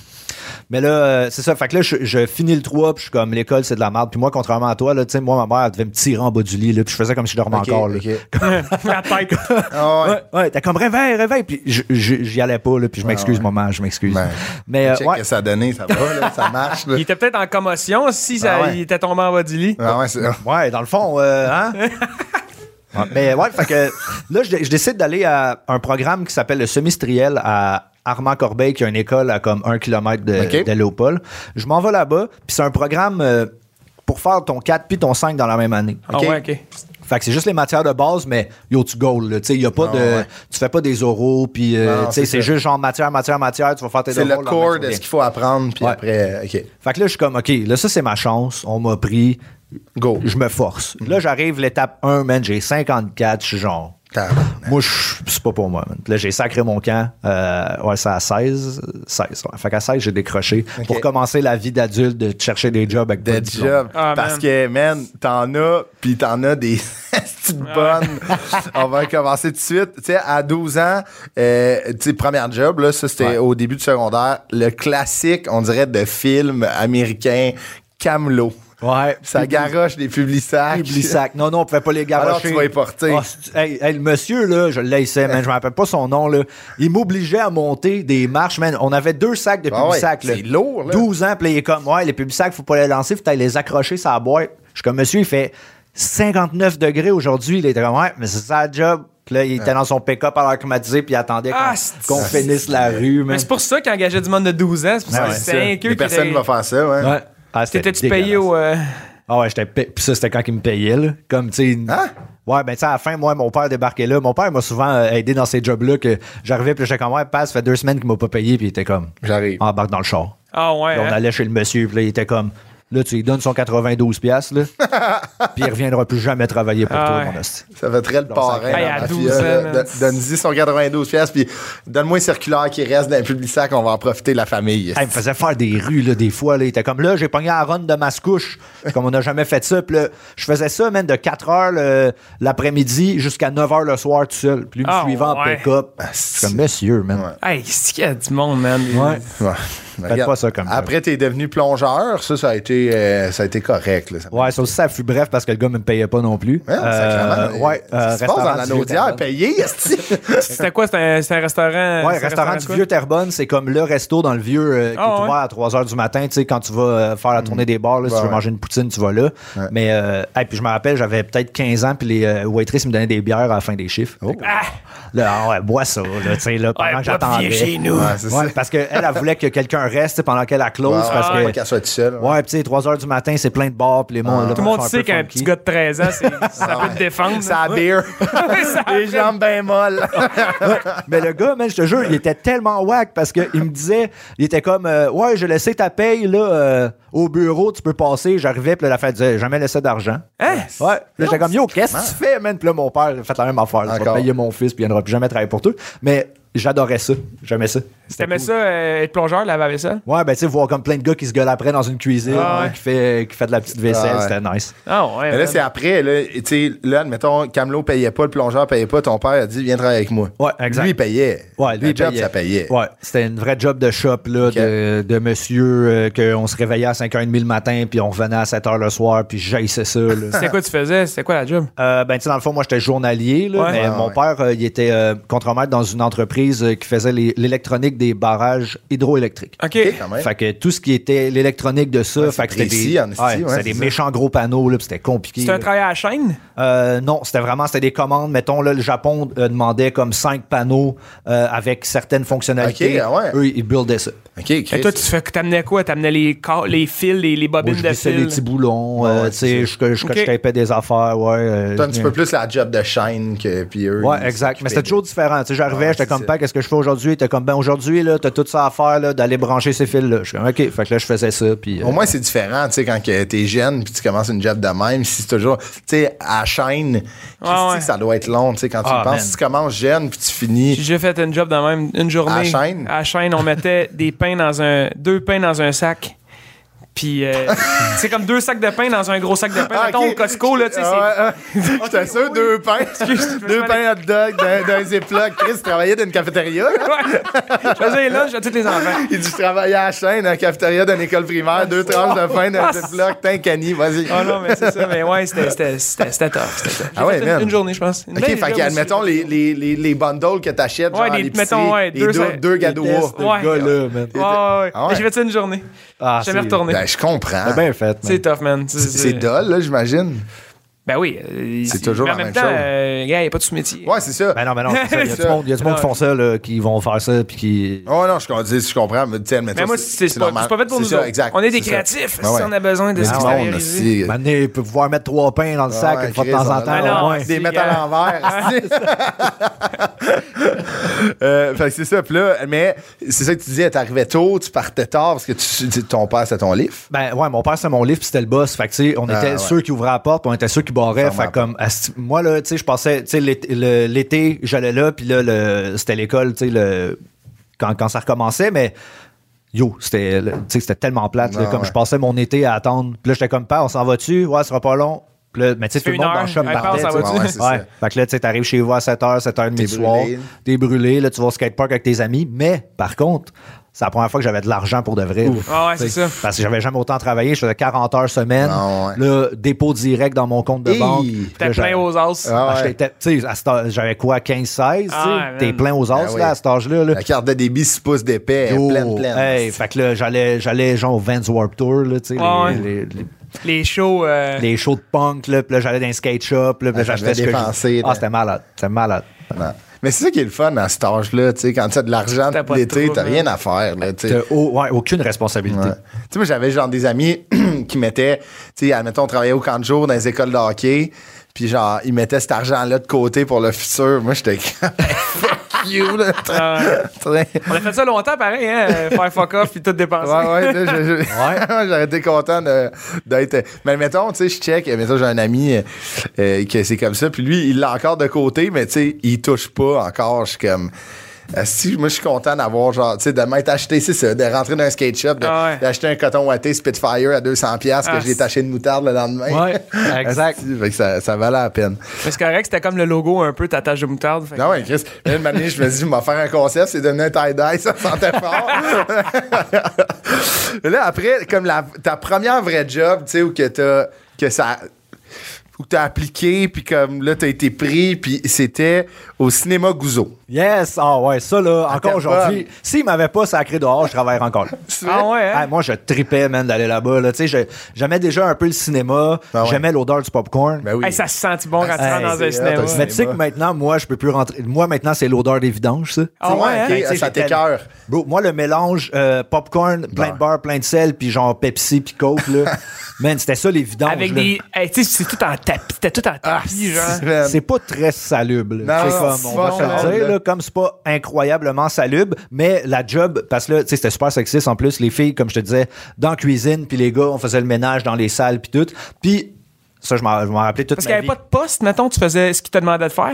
Speaker 4: Mais là, euh, c'est ça. Fait que là, je, je finis le 3, puis je suis comme, l'école, c'est de la merde. Puis moi, contrairement à toi, là, tu sais, moi, ma mère, elle devait me tirer en bas du lit, là, puis je faisais comme si je dormais
Speaker 1: OK,
Speaker 4: encore, là.
Speaker 1: OK.
Speaker 2: la tête.
Speaker 1: Ah ouais. Ah,
Speaker 4: Ouais, ouais, t'as comme réveille, réveille. Puis je- je- j'y allais pas, là, puis je m'excuse, maman, je m'excuse.
Speaker 1: Ben,
Speaker 4: Mais, euh,
Speaker 1: Check
Speaker 4: ouais.
Speaker 1: que ça a donné, ça va, là, ça marche. Là.
Speaker 2: Il était peut-être en commotion si ça,
Speaker 1: Ah ouais.
Speaker 2: il était tombé en bas du lit.
Speaker 1: Ah ouais, c'est-
Speaker 4: Ouais, dans le fond, euh, hein? Ouais, mais ouais, fait que là, je, je décide d'aller à un programme qui s'appelle le semestriel à Armand Corbeil, qui a une école à comme un kilomètre de,
Speaker 1: Ok.
Speaker 4: de Léopold. Je m'en vais là-bas, puis c'est un programme. euh, pour faire ton 4 puis ton 5 dans la même année.
Speaker 2: Ah ouais, ok.
Speaker 4: Fait que c'est juste les matières de base, mais yo, tu goal, là. Tu sais, y a pas de.
Speaker 1: Ah ouais.
Speaker 4: Tu fais pas des oraux, puis euh,
Speaker 1: Non,
Speaker 4: tu sais,
Speaker 1: c'est
Speaker 4: c'est
Speaker 1: ça.
Speaker 4: juste genre matière, matière, matière, tu vas faire tes
Speaker 1: C'est le
Speaker 4: devoirs, lendemain,
Speaker 1: core
Speaker 4: tu
Speaker 1: de ce
Speaker 4: reviens.
Speaker 1: qu'il faut apprendre, puis
Speaker 4: Ouais.
Speaker 1: après, euh, OK,
Speaker 4: Fait que là, je suis comme, OK, là, ça, c'est ma chance. On m'a pris.
Speaker 1: go. Mm-hmm.
Speaker 4: Je me force. Là, j'arrive l'étape 1, man. J'ai 54. Je suis genre.
Speaker 1: Tabarnak.
Speaker 4: Moi, je- c'est pas pour moi. man. Là, j'ai sacré mon camp. Euh, ouais, c'est à 16. 16 ouais. Fait qu'à 16, j'ai décroché pour commencer la vie d'adulte de chercher des jobs avec pas
Speaker 1: Des
Speaker 4: de diplôme.
Speaker 1: jobs.
Speaker 2: Ah,
Speaker 1: parce
Speaker 2: man.
Speaker 1: que, man, t'en as, puis t'en as des petites
Speaker 2: Ah.
Speaker 1: bonnes. On va commencer tout de suite. Tu sais, à 12 ans, euh, tu sais, première job, là, ça, c'était
Speaker 4: Ouais.
Speaker 1: au début du secondaire. Le classique, on dirait, de film américain, Camelot.
Speaker 4: Ouais.
Speaker 1: Ça garoche des publics sacs.
Speaker 4: Publi sac. Non, non, on pouvait pas les garocher.
Speaker 1: Alors, tu vas les porter.
Speaker 4: Ah, c'est- hey, hey, le monsieur, là, je l'essayais, man. Je me rappelle pas son nom, là. Il m'obligeait à monter des marches, man. On avait deux sacs de
Speaker 1: Ah
Speaker 4: public sac,
Speaker 1: ouais, c'est lourd, là.
Speaker 4: 12 ans, puis il est comme, ouais, les public sacs, faut pas les lancer, faut que t'ailles les accrocher sur la boîte. Je suis comme, monsieur, il fait 59 degrés aujourd'hui. Il était comme, ouais, mais c'est ça le job. Puis là, il
Speaker 1: Ah.
Speaker 4: était dans son pick-up à l'air climatisé, puis il attendait qu'on
Speaker 2: Ah, c'est-
Speaker 4: qu'on finisse la rue, man.
Speaker 2: Mais c'est pour ça qu'il engageait du monde de 12 ans. C'est
Speaker 1: Ah
Speaker 2: pour ça
Speaker 4: Ah
Speaker 2: que
Speaker 4: Ouais, ouais.
Speaker 2: c'est un
Speaker 1: Les personnes vont faire ça, ouais.
Speaker 4: Ouais. Ah, c'était
Speaker 2: T'étais-tu payé
Speaker 4: dégueulasse.
Speaker 2: au. euh,
Speaker 4: Ah ouais, j'étais payé. Puis ça, c'était quand il me payait, là. Comme, tu sais. une-
Speaker 1: Hein?
Speaker 4: Ouais, ben, tu sais, à la fin, moi, mon père débarquait là. Mon père m'a souvent euh, aidé dans ces jobs-là que j'arrivais, puis j'étais comme, ouais, passe, ça fait deux semaines qu'il m'a pas payé, puis il était comme,
Speaker 1: J'arrive.
Speaker 4: embarque dans le char.
Speaker 2: Ah ouais.
Speaker 4: Puis on
Speaker 2: hein?
Speaker 4: allait chez le monsieur, puis là, il était comme, là, tu lui donnes son 92$, piastres, là. puis il reviendra plus jamais travailler pour
Speaker 2: Ah
Speaker 4: toi,
Speaker 2: ouais.
Speaker 4: mon hostie.
Speaker 1: Ça fait très le parrain.
Speaker 2: Hey,
Speaker 1: dans
Speaker 2: à
Speaker 1: la
Speaker 2: 12
Speaker 1: mafia, là.
Speaker 2: ans, man.
Speaker 1: Don- Donne-y son 92 pièces, puis donne-moi un circulaire qui reste dans le public sac, on va en profiter la famille.
Speaker 4: Ah, il me faisait faire des rues, là, des fois. Là. Il était comme là, j'ai pogné la run de ma couche. Comme on n'a jamais fait ça. Puis là, je faisais ça, même de 4 h l'après-midi jusqu'à 9 h le soir tout seul. Puis lui, me
Speaker 2: Ah,
Speaker 4: suivant en
Speaker 2: ouais.
Speaker 4: pick-up. Je suis comme monsieur, man.
Speaker 1: Ouais.
Speaker 2: Hey, c'est qu'il y a du monde, man.
Speaker 4: Ouais.
Speaker 1: Ouais. Regarde,
Speaker 4: pas ça comme ça.
Speaker 1: Après, t'es devenu plongeur. Ça, ça a été, euh, ça a été correct. là. Ça-
Speaker 4: Ouais, ça aussi, ça fut bref parce que le gars me payait pas non plus.
Speaker 1: Ouais,
Speaker 4: Euh,
Speaker 1: sacrément.
Speaker 4: ouais, euh,
Speaker 1: ça se passe
Speaker 4: restaurant
Speaker 1: dans
Speaker 4: du
Speaker 1: la
Speaker 4: Vieux
Speaker 1: naudière,
Speaker 4: Terrebonne.
Speaker 1: payé, esti.
Speaker 2: C'était quoi? C'était un, c'était un restaurant.
Speaker 4: Ouais,
Speaker 2: c'était un
Speaker 4: restaurant du
Speaker 2: quoi?
Speaker 4: Vieux Terrebonne, c'est comme le resto dans le vieux euh, qui
Speaker 2: Ah,
Speaker 4: est
Speaker 2: ouais.
Speaker 4: ouvert à 3 h du matin, tu sais, quand tu vas euh, faire la tournée des bars, là,
Speaker 1: Mhm.
Speaker 4: si
Speaker 1: Ouais,
Speaker 4: tu veux
Speaker 1: ouais.
Speaker 4: manger une poutine, tu vas là. Mais, euh, hey, puis je me rappelle, j'avais peut-être 15 ans, puis les euh, waitresses me donnaient des bières à la fin des chiffres.
Speaker 1: Oh.
Speaker 2: Ah!
Speaker 4: Là, ah ouais, bois ça, là, tu sais, là, pendant
Speaker 2: Ouais,
Speaker 4: que
Speaker 2: pas de
Speaker 4: j'attendais.
Speaker 2: vieux chez nous.
Speaker 1: Ouais, c'est
Speaker 4: Ouais,
Speaker 1: ça.
Speaker 4: parce qu'elle, elle voulait que quelqu'un reste tu sais, pendant qu'elle a close,
Speaker 1: Ouais,
Speaker 4: parce
Speaker 1: Ah,
Speaker 2: Ah
Speaker 1: ouais,
Speaker 4: que...
Speaker 1: pas qu'elle soit toute seule. ouais. Ah.
Speaker 4: Ouais, puis tu sais, 3 h du matin, c'est plein de bars, puis les mondes, là,
Speaker 2: Tout le
Speaker 4: sont
Speaker 2: monde
Speaker 4: un
Speaker 2: sait
Speaker 4: peu
Speaker 2: qu'un
Speaker 4: funky.
Speaker 2: petit gars de 13 ans, c'est- ça peut te défendre.
Speaker 1: Ça a
Speaker 2: Ouais.
Speaker 1: beer.
Speaker 2: Ça a-
Speaker 1: Les jambes bien molles.
Speaker 4: Mais le gars, man, je te jure, il était tellement whack parce qu'il me disait, il était comme, euh, ouais, j'ai laissé ta paye, là, euh, au bureau, tu peux passer. J'arrivais, puis là, la fête disait, jamais laissé d'argent.
Speaker 2: Hein?
Speaker 4: Ouais. Là, j'étais comme, yo, qu'est-ce que tu fais, man? Puis là, mon père, fait la même affaire. là. Je vais
Speaker 1: Encore.
Speaker 4: payer mon fils, puis il viendra plus jamais travailler pour toi. Mais j'adorais ça. J'aimais ça. C'était
Speaker 2: T'aimais
Speaker 4: cool.
Speaker 2: ça, euh, être plongeur, laver la vaisselle?
Speaker 4: Ouais, ben, tu sais, voir comme plein de gars qui se gueulent après dans une cuisine,
Speaker 2: Ah ouais.
Speaker 4: hein, qui, fait, qui fait de la petite vaisselle,
Speaker 1: Ah ouais.
Speaker 4: c'était nice.
Speaker 2: Ah ouais.
Speaker 1: Mais là,
Speaker 2: man.
Speaker 1: c'est après. Là, tu sais, là, admettons, Camelot payait pas, le plongeur payait pas. Ton père a dit, viens travailler avec moi.
Speaker 4: Ouais, exact.
Speaker 1: Lui, il payait.
Speaker 4: Ouais, lui,
Speaker 1: La
Speaker 4: il
Speaker 1: job,
Speaker 4: payait.
Speaker 1: ça payait.
Speaker 4: Ouais, c'était une vraie job de shop, là, de, de monsieur, euh, qu'on se réveillait à 5h30 le matin, puis on revenait à 7h le soir, puis j'haïssais ça, là.
Speaker 2: C'était quoi tu faisais? C'était quoi la job?
Speaker 4: Euh, ben, tu sais, dans le fond, moi, j'étais journalier, là,
Speaker 2: Ouais.
Speaker 4: mais
Speaker 1: Ah,
Speaker 4: mon
Speaker 1: ouais.
Speaker 4: père, euh, il était euh, contremaître dans une entreprise euh, qui faisait les- l'électronique des barrages hydroélectriques.
Speaker 2: OK.
Speaker 1: OK, Ah, quand même.
Speaker 4: Fait que tout ce qui était l'électronique de ça,
Speaker 1: Ouais,
Speaker 4: fait
Speaker 1: c'est
Speaker 4: que c'était
Speaker 1: précis,
Speaker 4: des,
Speaker 1: en esti, ouais,
Speaker 4: c'était
Speaker 1: c'est
Speaker 4: des
Speaker 1: ça.
Speaker 4: méchants gros panneaux, là, puis c'était compliqué.
Speaker 2: C'était un
Speaker 4: là.
Speaker 2: travail à la chaîne?
Speaker 4: Euh, non, c'était vraiment c'était des commandes. Mettons, là, le Japon euh, demandait comme cinq panneaux euh, avec certaines fonctionnalités.
Speaker 1: Ok, ah ouais.
Speaker 4: Eux, ils buildaient ça.
Speaker 1: OK, Chris.
Speaker 2: Et toi, tu fais, t'amenais quoi? T'amenais les, cor- les fils, les, les
Speaker 4: Moi,
Speaker 2: bobines
Speaker 4: je
Speaker 2: de
Speaker 4: glissais les
Speaker 2: fil?
Speaker 4: petits boulons. euh,
Speaker 1: ouais,
Speaker 4: tu sais, je, je, je,
Speaker 2: Ok.
Speaker 4: je tapais des affaires. Ouais, euh,
Speaker 1: T'as un petit
Speaker 4: je-
Speaker 1: peu plus la job de chaîne que puis eux. ils
Speaker 4: Ouais, exact. Mais c'était
Speaker 1: s'occupaient
Speaker 4: toujours différent. Tu sais, j'arrivais,
Speaker 1: Ouais,
Speaker 4: j'étais
Speaker 1: c'est
Speaker 4: comme,
Speaker 1: ça.
Speaker 4: pas, qu'est-ce que je fais aujourd'hui? T'es comme, ben aujourd'hui, là, t'as tout ça à faire, là, d'aller brancher ces fils-là. Je suis comme, OK. Fait que là, je faisais ça. Puis, euh,
Speaker 1: Au moins, c'est différent, tu sais, quand que t'es jeune puis tu commences une job de même, si c'est toujours, tu sais, à chaîne, qu'est-ce
Speaker 2: ouais.
Speaker 1: que ça doit être long, tu sais, quand tu
Speaker 4: Ah,
Speaker 1: penses,
Speaker 4: man.
Speaker 1: si tu commences jeune puis tu finis,
Speaker 2: J'ai déjà fait une job dans même une journée.
Speaker 1: À la chaîne?
Speaker 2: À la chaîne, on mettait des pains dans un. deux pains dans un sac. Puis, euh, c'est comme deux sacs de pain dans un gros sac de pain.
Speaker 1: Ah,
Speaker 2: Mettons
Speaker 1: ok.
Speaker 2: au Costco, là, tu sais, c'est-
Speaker 1: Ah, ouais, ouais. J'étais sûr, deux pains, deux pains hot dog d'un, d'un Ziploc. Chris travaillait dans une cafétéria, là.
Speaker 2: Ouais. Je faisais là, j'ai tous les enfants.
Speaker 1: Il dit, je travaillais à la chaîne, dans la cafétéria d'une école primaire, deux tranches de pain d'un Ziploc, t'es un cani, vas-y.
Speaker 2: Oh non, mais c'est ça. Mais ouais, c'était- c'était c'était- c'était tough. c'était tough. J'ai
Speaker 1: Ah ouais,
Speaker 2: fait une-
Speaker 1: man.
Speaker 2: une, journée, je pense. Une
Speaker 1: OK,
Speaker 2: belle
Speaker 1: fait
Speaker 2: job
Speaker 1: que, admettons,
Speaker 2: aussi.
Speaker 1: les, les, les, les bundles que t'achètes, genre,
Speaker 2: Ouais, les-
Speaker 1: à l'épicerie,
Speaker 2: mettons, ouais,
Speaker 1: les
Speaker 2: deux-
Speaker 1: deux, deux
Speaker 4: je
Speaker 1: cadeaux.
Speaker 4: déteste le
Speaker 2: Ouais.
Speaker 4: gars-là, man.
Speaker 2: Ouais, ouais,
Speaker 1: Ah ouais.
Speaker 2: ouais. J'ai fait ça une journée.
Speaker 4: Ah,
Speaker 2: J'ai jamais
Speaker 4: c'est-
Speaker 2: retourné.
Speaker 1: Ben, je comprends.
Speaker 4: Bien fait, man.
Speaker 2: C'est tough, man.
Speaker 1: C'est dol, là, j'imagine.
Speaker 2: Ben oui. euh,
Speaker 1: C'est
Speaker 2: il-
Speaker 1: toujours
Speaker 2: mais en
Speaker 1: la
Speaker 2: même
Speaker 1: même
Speaker 2: temps,
Speaker 1: chose.
Speaker 2: euh, gars, il n'y a pas de sous-métier.
Speaker 1: Ouais, c'est ça.
Speaker 4: Ben non, ben non, c'est ça. Il y a du monde, il y a du monde qui font ça, là, qui vont faire ça, puis qui.
Speaker 1: Oh non, je, com- je comprends, mais tiens, mais
Speaker 2: Mais moi, c'est c'est pas, c'est pas fait pour nous
Speaker 1: ça,
Speaker 2: autres.
Speaker 1: exact,
Speaker 2: on est des
Speaker 1: c'est ça.
Speaker 2: créatifs.
Speaker 1: Ben
Speaker 2: Si
Speaker 1: ouais.
Speaker 2: on a besoin de
Speaker 1: Mais
Speaker 2: se
Speaker 1: du monde, aussi.
Speaker 2: extérioriser.
Speaker 4: Maintenant, ils peuvent pouvoir mettre trois pains dans le Ben, sac
Speaker 1: Ah Ouais,
Speaker 4: une fois de
Speaker 1: Chris,
Speaker 4: temps en
Speaker 1: on a-
Speaker 4: temps, au moins.
Speaker 2: Alors,
Speaker 1: Des
Speaker 2: C'est
Speaker 1: mettre à
Speaker 2: que-
Speaker 1: l'envers. euh, fait que c'est ça. Puis là, mais c'est ça que tu disais, t'arrivais tôt, tu partais tard parce que tu, tu- ton père, c'était ton livre.
Speaker 4: Ben ouais, mon père, c'était mon livre, puis c'était le boss. Fait que, tu sais, on
Speaker 1: Ah,
Speaker 4: était
Speaker 1: ouais.
Speaker 4: ceux qui ouvraient la porte, puis on était ceux qui barraient.
Speaker 1: Fermant
Speaker 4: Fait que, comme, asti- moi, là, tu sais, je passais, tu sais, l'été- le- l'été, j'allais là, puis là, le- c'était l'école, tu sais, le- quand, quand ça recommençait, mais yo, c'était le- tu sais, c'était tellement plate. là,
Speaker 1: Ah,
Speaker 4: comme,
Speaker 1: ouais.
Speaker 4: je passais mon été à attendre. Puis là, j'étais comme, père, on s'en va-tu? Ouais, ce sera pas long. Puis là, mais tu sais, tout le
Speaker 2: Une
Speaker 4: monde dans
Speaker 2: heure.
Speaker 4: le shop
Speaker 2: Hey, père, on
Speaker 4: partait,
Speaker 2: s'en
Speaker 4: tu sais.
Speaker 2: va-tu?
Speaker 1: Ouais, ouais, c'est
Speaker 4: Ouais.
Speaker 1: ça.
Speaker 4: Fait que là, tu sais, t'arrives chez vous à 7h, 7h30
Speaker 1: T'es
Speaker 4: du soir.
Speaker 1: brûlé.
Speaker 4: T'es brûlé, là, tu vas au skatepark avec tes amis. Mais, par contre, c'est la première fois que j'avais de l'argent pour de vrai. là.
Speaker 2: Ah ouais, c'est ça.
Speaker 4: Parce que j'avais jamais autant travaillé. Je faisais 40 heures semaine.
Speaker 1: Ah ouais.
Speaker 4: Le dépôt direct dans mon compte de
Speaker 1: Hey!
Speaker 4: banque. Puis
Speaker 2: T'as
Speaker 4: là,
Speaker 2: plein
Speaker 4: j'avais-
Speaker 2: aux os.
Speaker 1: Ah ouais.
Speaker 4: Ah, j'étais- tu sais, à cet âge- J'avais quoi, 15-16? tu sais?
Speaker 2: Ah,
Speaker 4: T'es
Speaker 2: man.
Speaker 4: plein aux os
Speaker 1: Ah oui.
Speaker 4: là, à cet âge-là. là.
Speaker 1: La carte de débit, 6 pouces d'épais,
Speaker 4: Yo,
Speaker 1: pleine, pleine.
Speaker 4: hey, fait que là, j'allais, j'allais genre au Vans Warped Tour, là, tu sais,
Speaker 2: Ah, Ouais,
Speaker 4: les, les-
Speaker 2: Les shows. euh,
Speaker 4: les- les shows de punk, là, puis là, j'allais dans un skate shop, là, puis là,
Speaker 1: Ah,
Speaker 4: j'achetais ce que
Speaker 1: dépensé,
Speaker 4: je...
Speaker 1: là.
Speaker 4: Ah, c'était malade, c'était malade.
Speaker 1: Non. Mais c'est ça qui est le fun à cet âge-là, tu sais, quand t'as de l'argent
Speaker 2: T'as pas de
Speaker 1: l'été,
Speaker 2: trouble,
Speaker 1: t'as
Speaker 2: hein.
Speaker 1: rien à faire, là, tu sais.
Speaker 4: T'as au- ouais, aucune responsabilité.
Speaker 1: Ouais. Tu sais, moi, j'avais genre des amis qui mettaient, tu sais, admettons, on travaillait au camp de jour dans les écoles de hockey, puis genre, ils mettaient cet argent-là de côté pour le futur. Moi, j'étais comme, fuck you, là.
Speaker 2: euh,
Speaker 1: Très-
Speaker 2: on a fait ça longtemps, pareil, hein, euh, faire fuck off puis tout dépenser.
Speaker 1: Ouais, ouais, tu sais, je- je- j'aurais été content de- d'être. Mais mettons, tu sais, je check, mettons, j'ai un ami euh, euh, que c'est comme ça, puis lui, il l'a encore de côté, mais tu sais, il touche pas encore. Je suis comme. euh, Si, moi, je suis content d'avoir, genre, tu sais, de m'être acheté, c'est ça, de rentrer dans un skate shop, de-
Speaker 2: Ah ouais.
Speaker 1: d'acheter un coton watté Spitfire à 200$,
Speaker 2: Ah,
Speaker 1: que j'ai
Speaker 2: c'est-
Speaker 1: taché de moutarde le lendemain.
Speaker 4: Ouais, exact.
Speaker 1: Asti, fait que ça, ça valait la peine.
Speaker 2: Mais c'est correct, c'était comme le logo un peu, ta tache de moutarde. fait que-
Speaker 1: Non, ouais, Chris, une manière, je me dis, je vais faire un concept, c'est devenu un tie-dye, ça sentait fort. Mais là, après, comme la, ta première vraie job, tu sais, où que t'as, que ça, où t'as appliqué, puis comme là, t'as été pris, puis c'était au cinéma Gouzeau.
Speaker 4: Yes! Ah ouais, ça là, encore
Speaker 1: t'es
Speaker 4: aujourd'hui. S'il m'avait pas sacré dehors, je travaillerais encore là.
Speaker 2: Ah ouais, hein?
Speaker 4: Ah, moi, je tripais, man, d'aller là-bas. Là. Tu sais, je- J'aimais déjà un peu le cinéma.
Speaker 1: Ah ouais.
Speaker 4: J'aimais l'odeur du popcorn.
Speaker 1: Ben oui. Ah,
Speaker 2: Hey, ça se sentit bon quand tu
Speaker 4: Hey,
Speaker 2: rentres dans
Speaker 1: c'est
Speaker 2: un
Speaker 1: hot,
Speaker 2: cinéma.
Speaker 1: aussi.
Speaker 4: mais tu sais que maintenant, moi, je peux plus rentrer. Moi, maintenant, c'est l'odeur des vidanges, ça.
Speaker 2: Ah ouais, hein?
Speaker 1: ok,
Speaker 4: Fait que, tu sais,
Speaker 1: ça
Speaker 4: j'étais-
Speaker 1: t'écœure.
Speaker 4: Bro, moi, le mélange euh, popcorn, plein de beurre, plein de sel, puis genre Pepsi, puis Coke, là. man, c'était ça, les vidanges.
Speaker 2: Avec
Speaker 4: là.
Speaker 2: des. Hey, tu sais, c'est tout en tapis. C'était tout en tapis, genre.
Speaker 1: Man.
Speaker 4: C'est pas très salubre. là.
Speaker 1: Ben, Non,
Speaker 4: C'est
Speaker 1: non,
Speaker 4: comme, on va
Speaker 1: c'est
Speaker 4: se
Speaker 1: bon,
Speaker 4: le dire,
Speaker 1: là.
Speaker 4: là, comme c'est pas incroyablement salubre, mais la job, parce que là, tu sais, c'était super sexiste en plus, les filles, comme je te disais, dans la cuisine, puis les gars, on faisait le ménage dans les salles, puis tout. Puis, ça, je m'en je m'en rappelais toute
Speaker 2: Parce qu'il n'y
Speaker 4: ma
Speaker 2: avait
Speaker 4: vie.
Speaker 2: pas de poste, mettons, tu faisais ce qu'il te demandait de faire.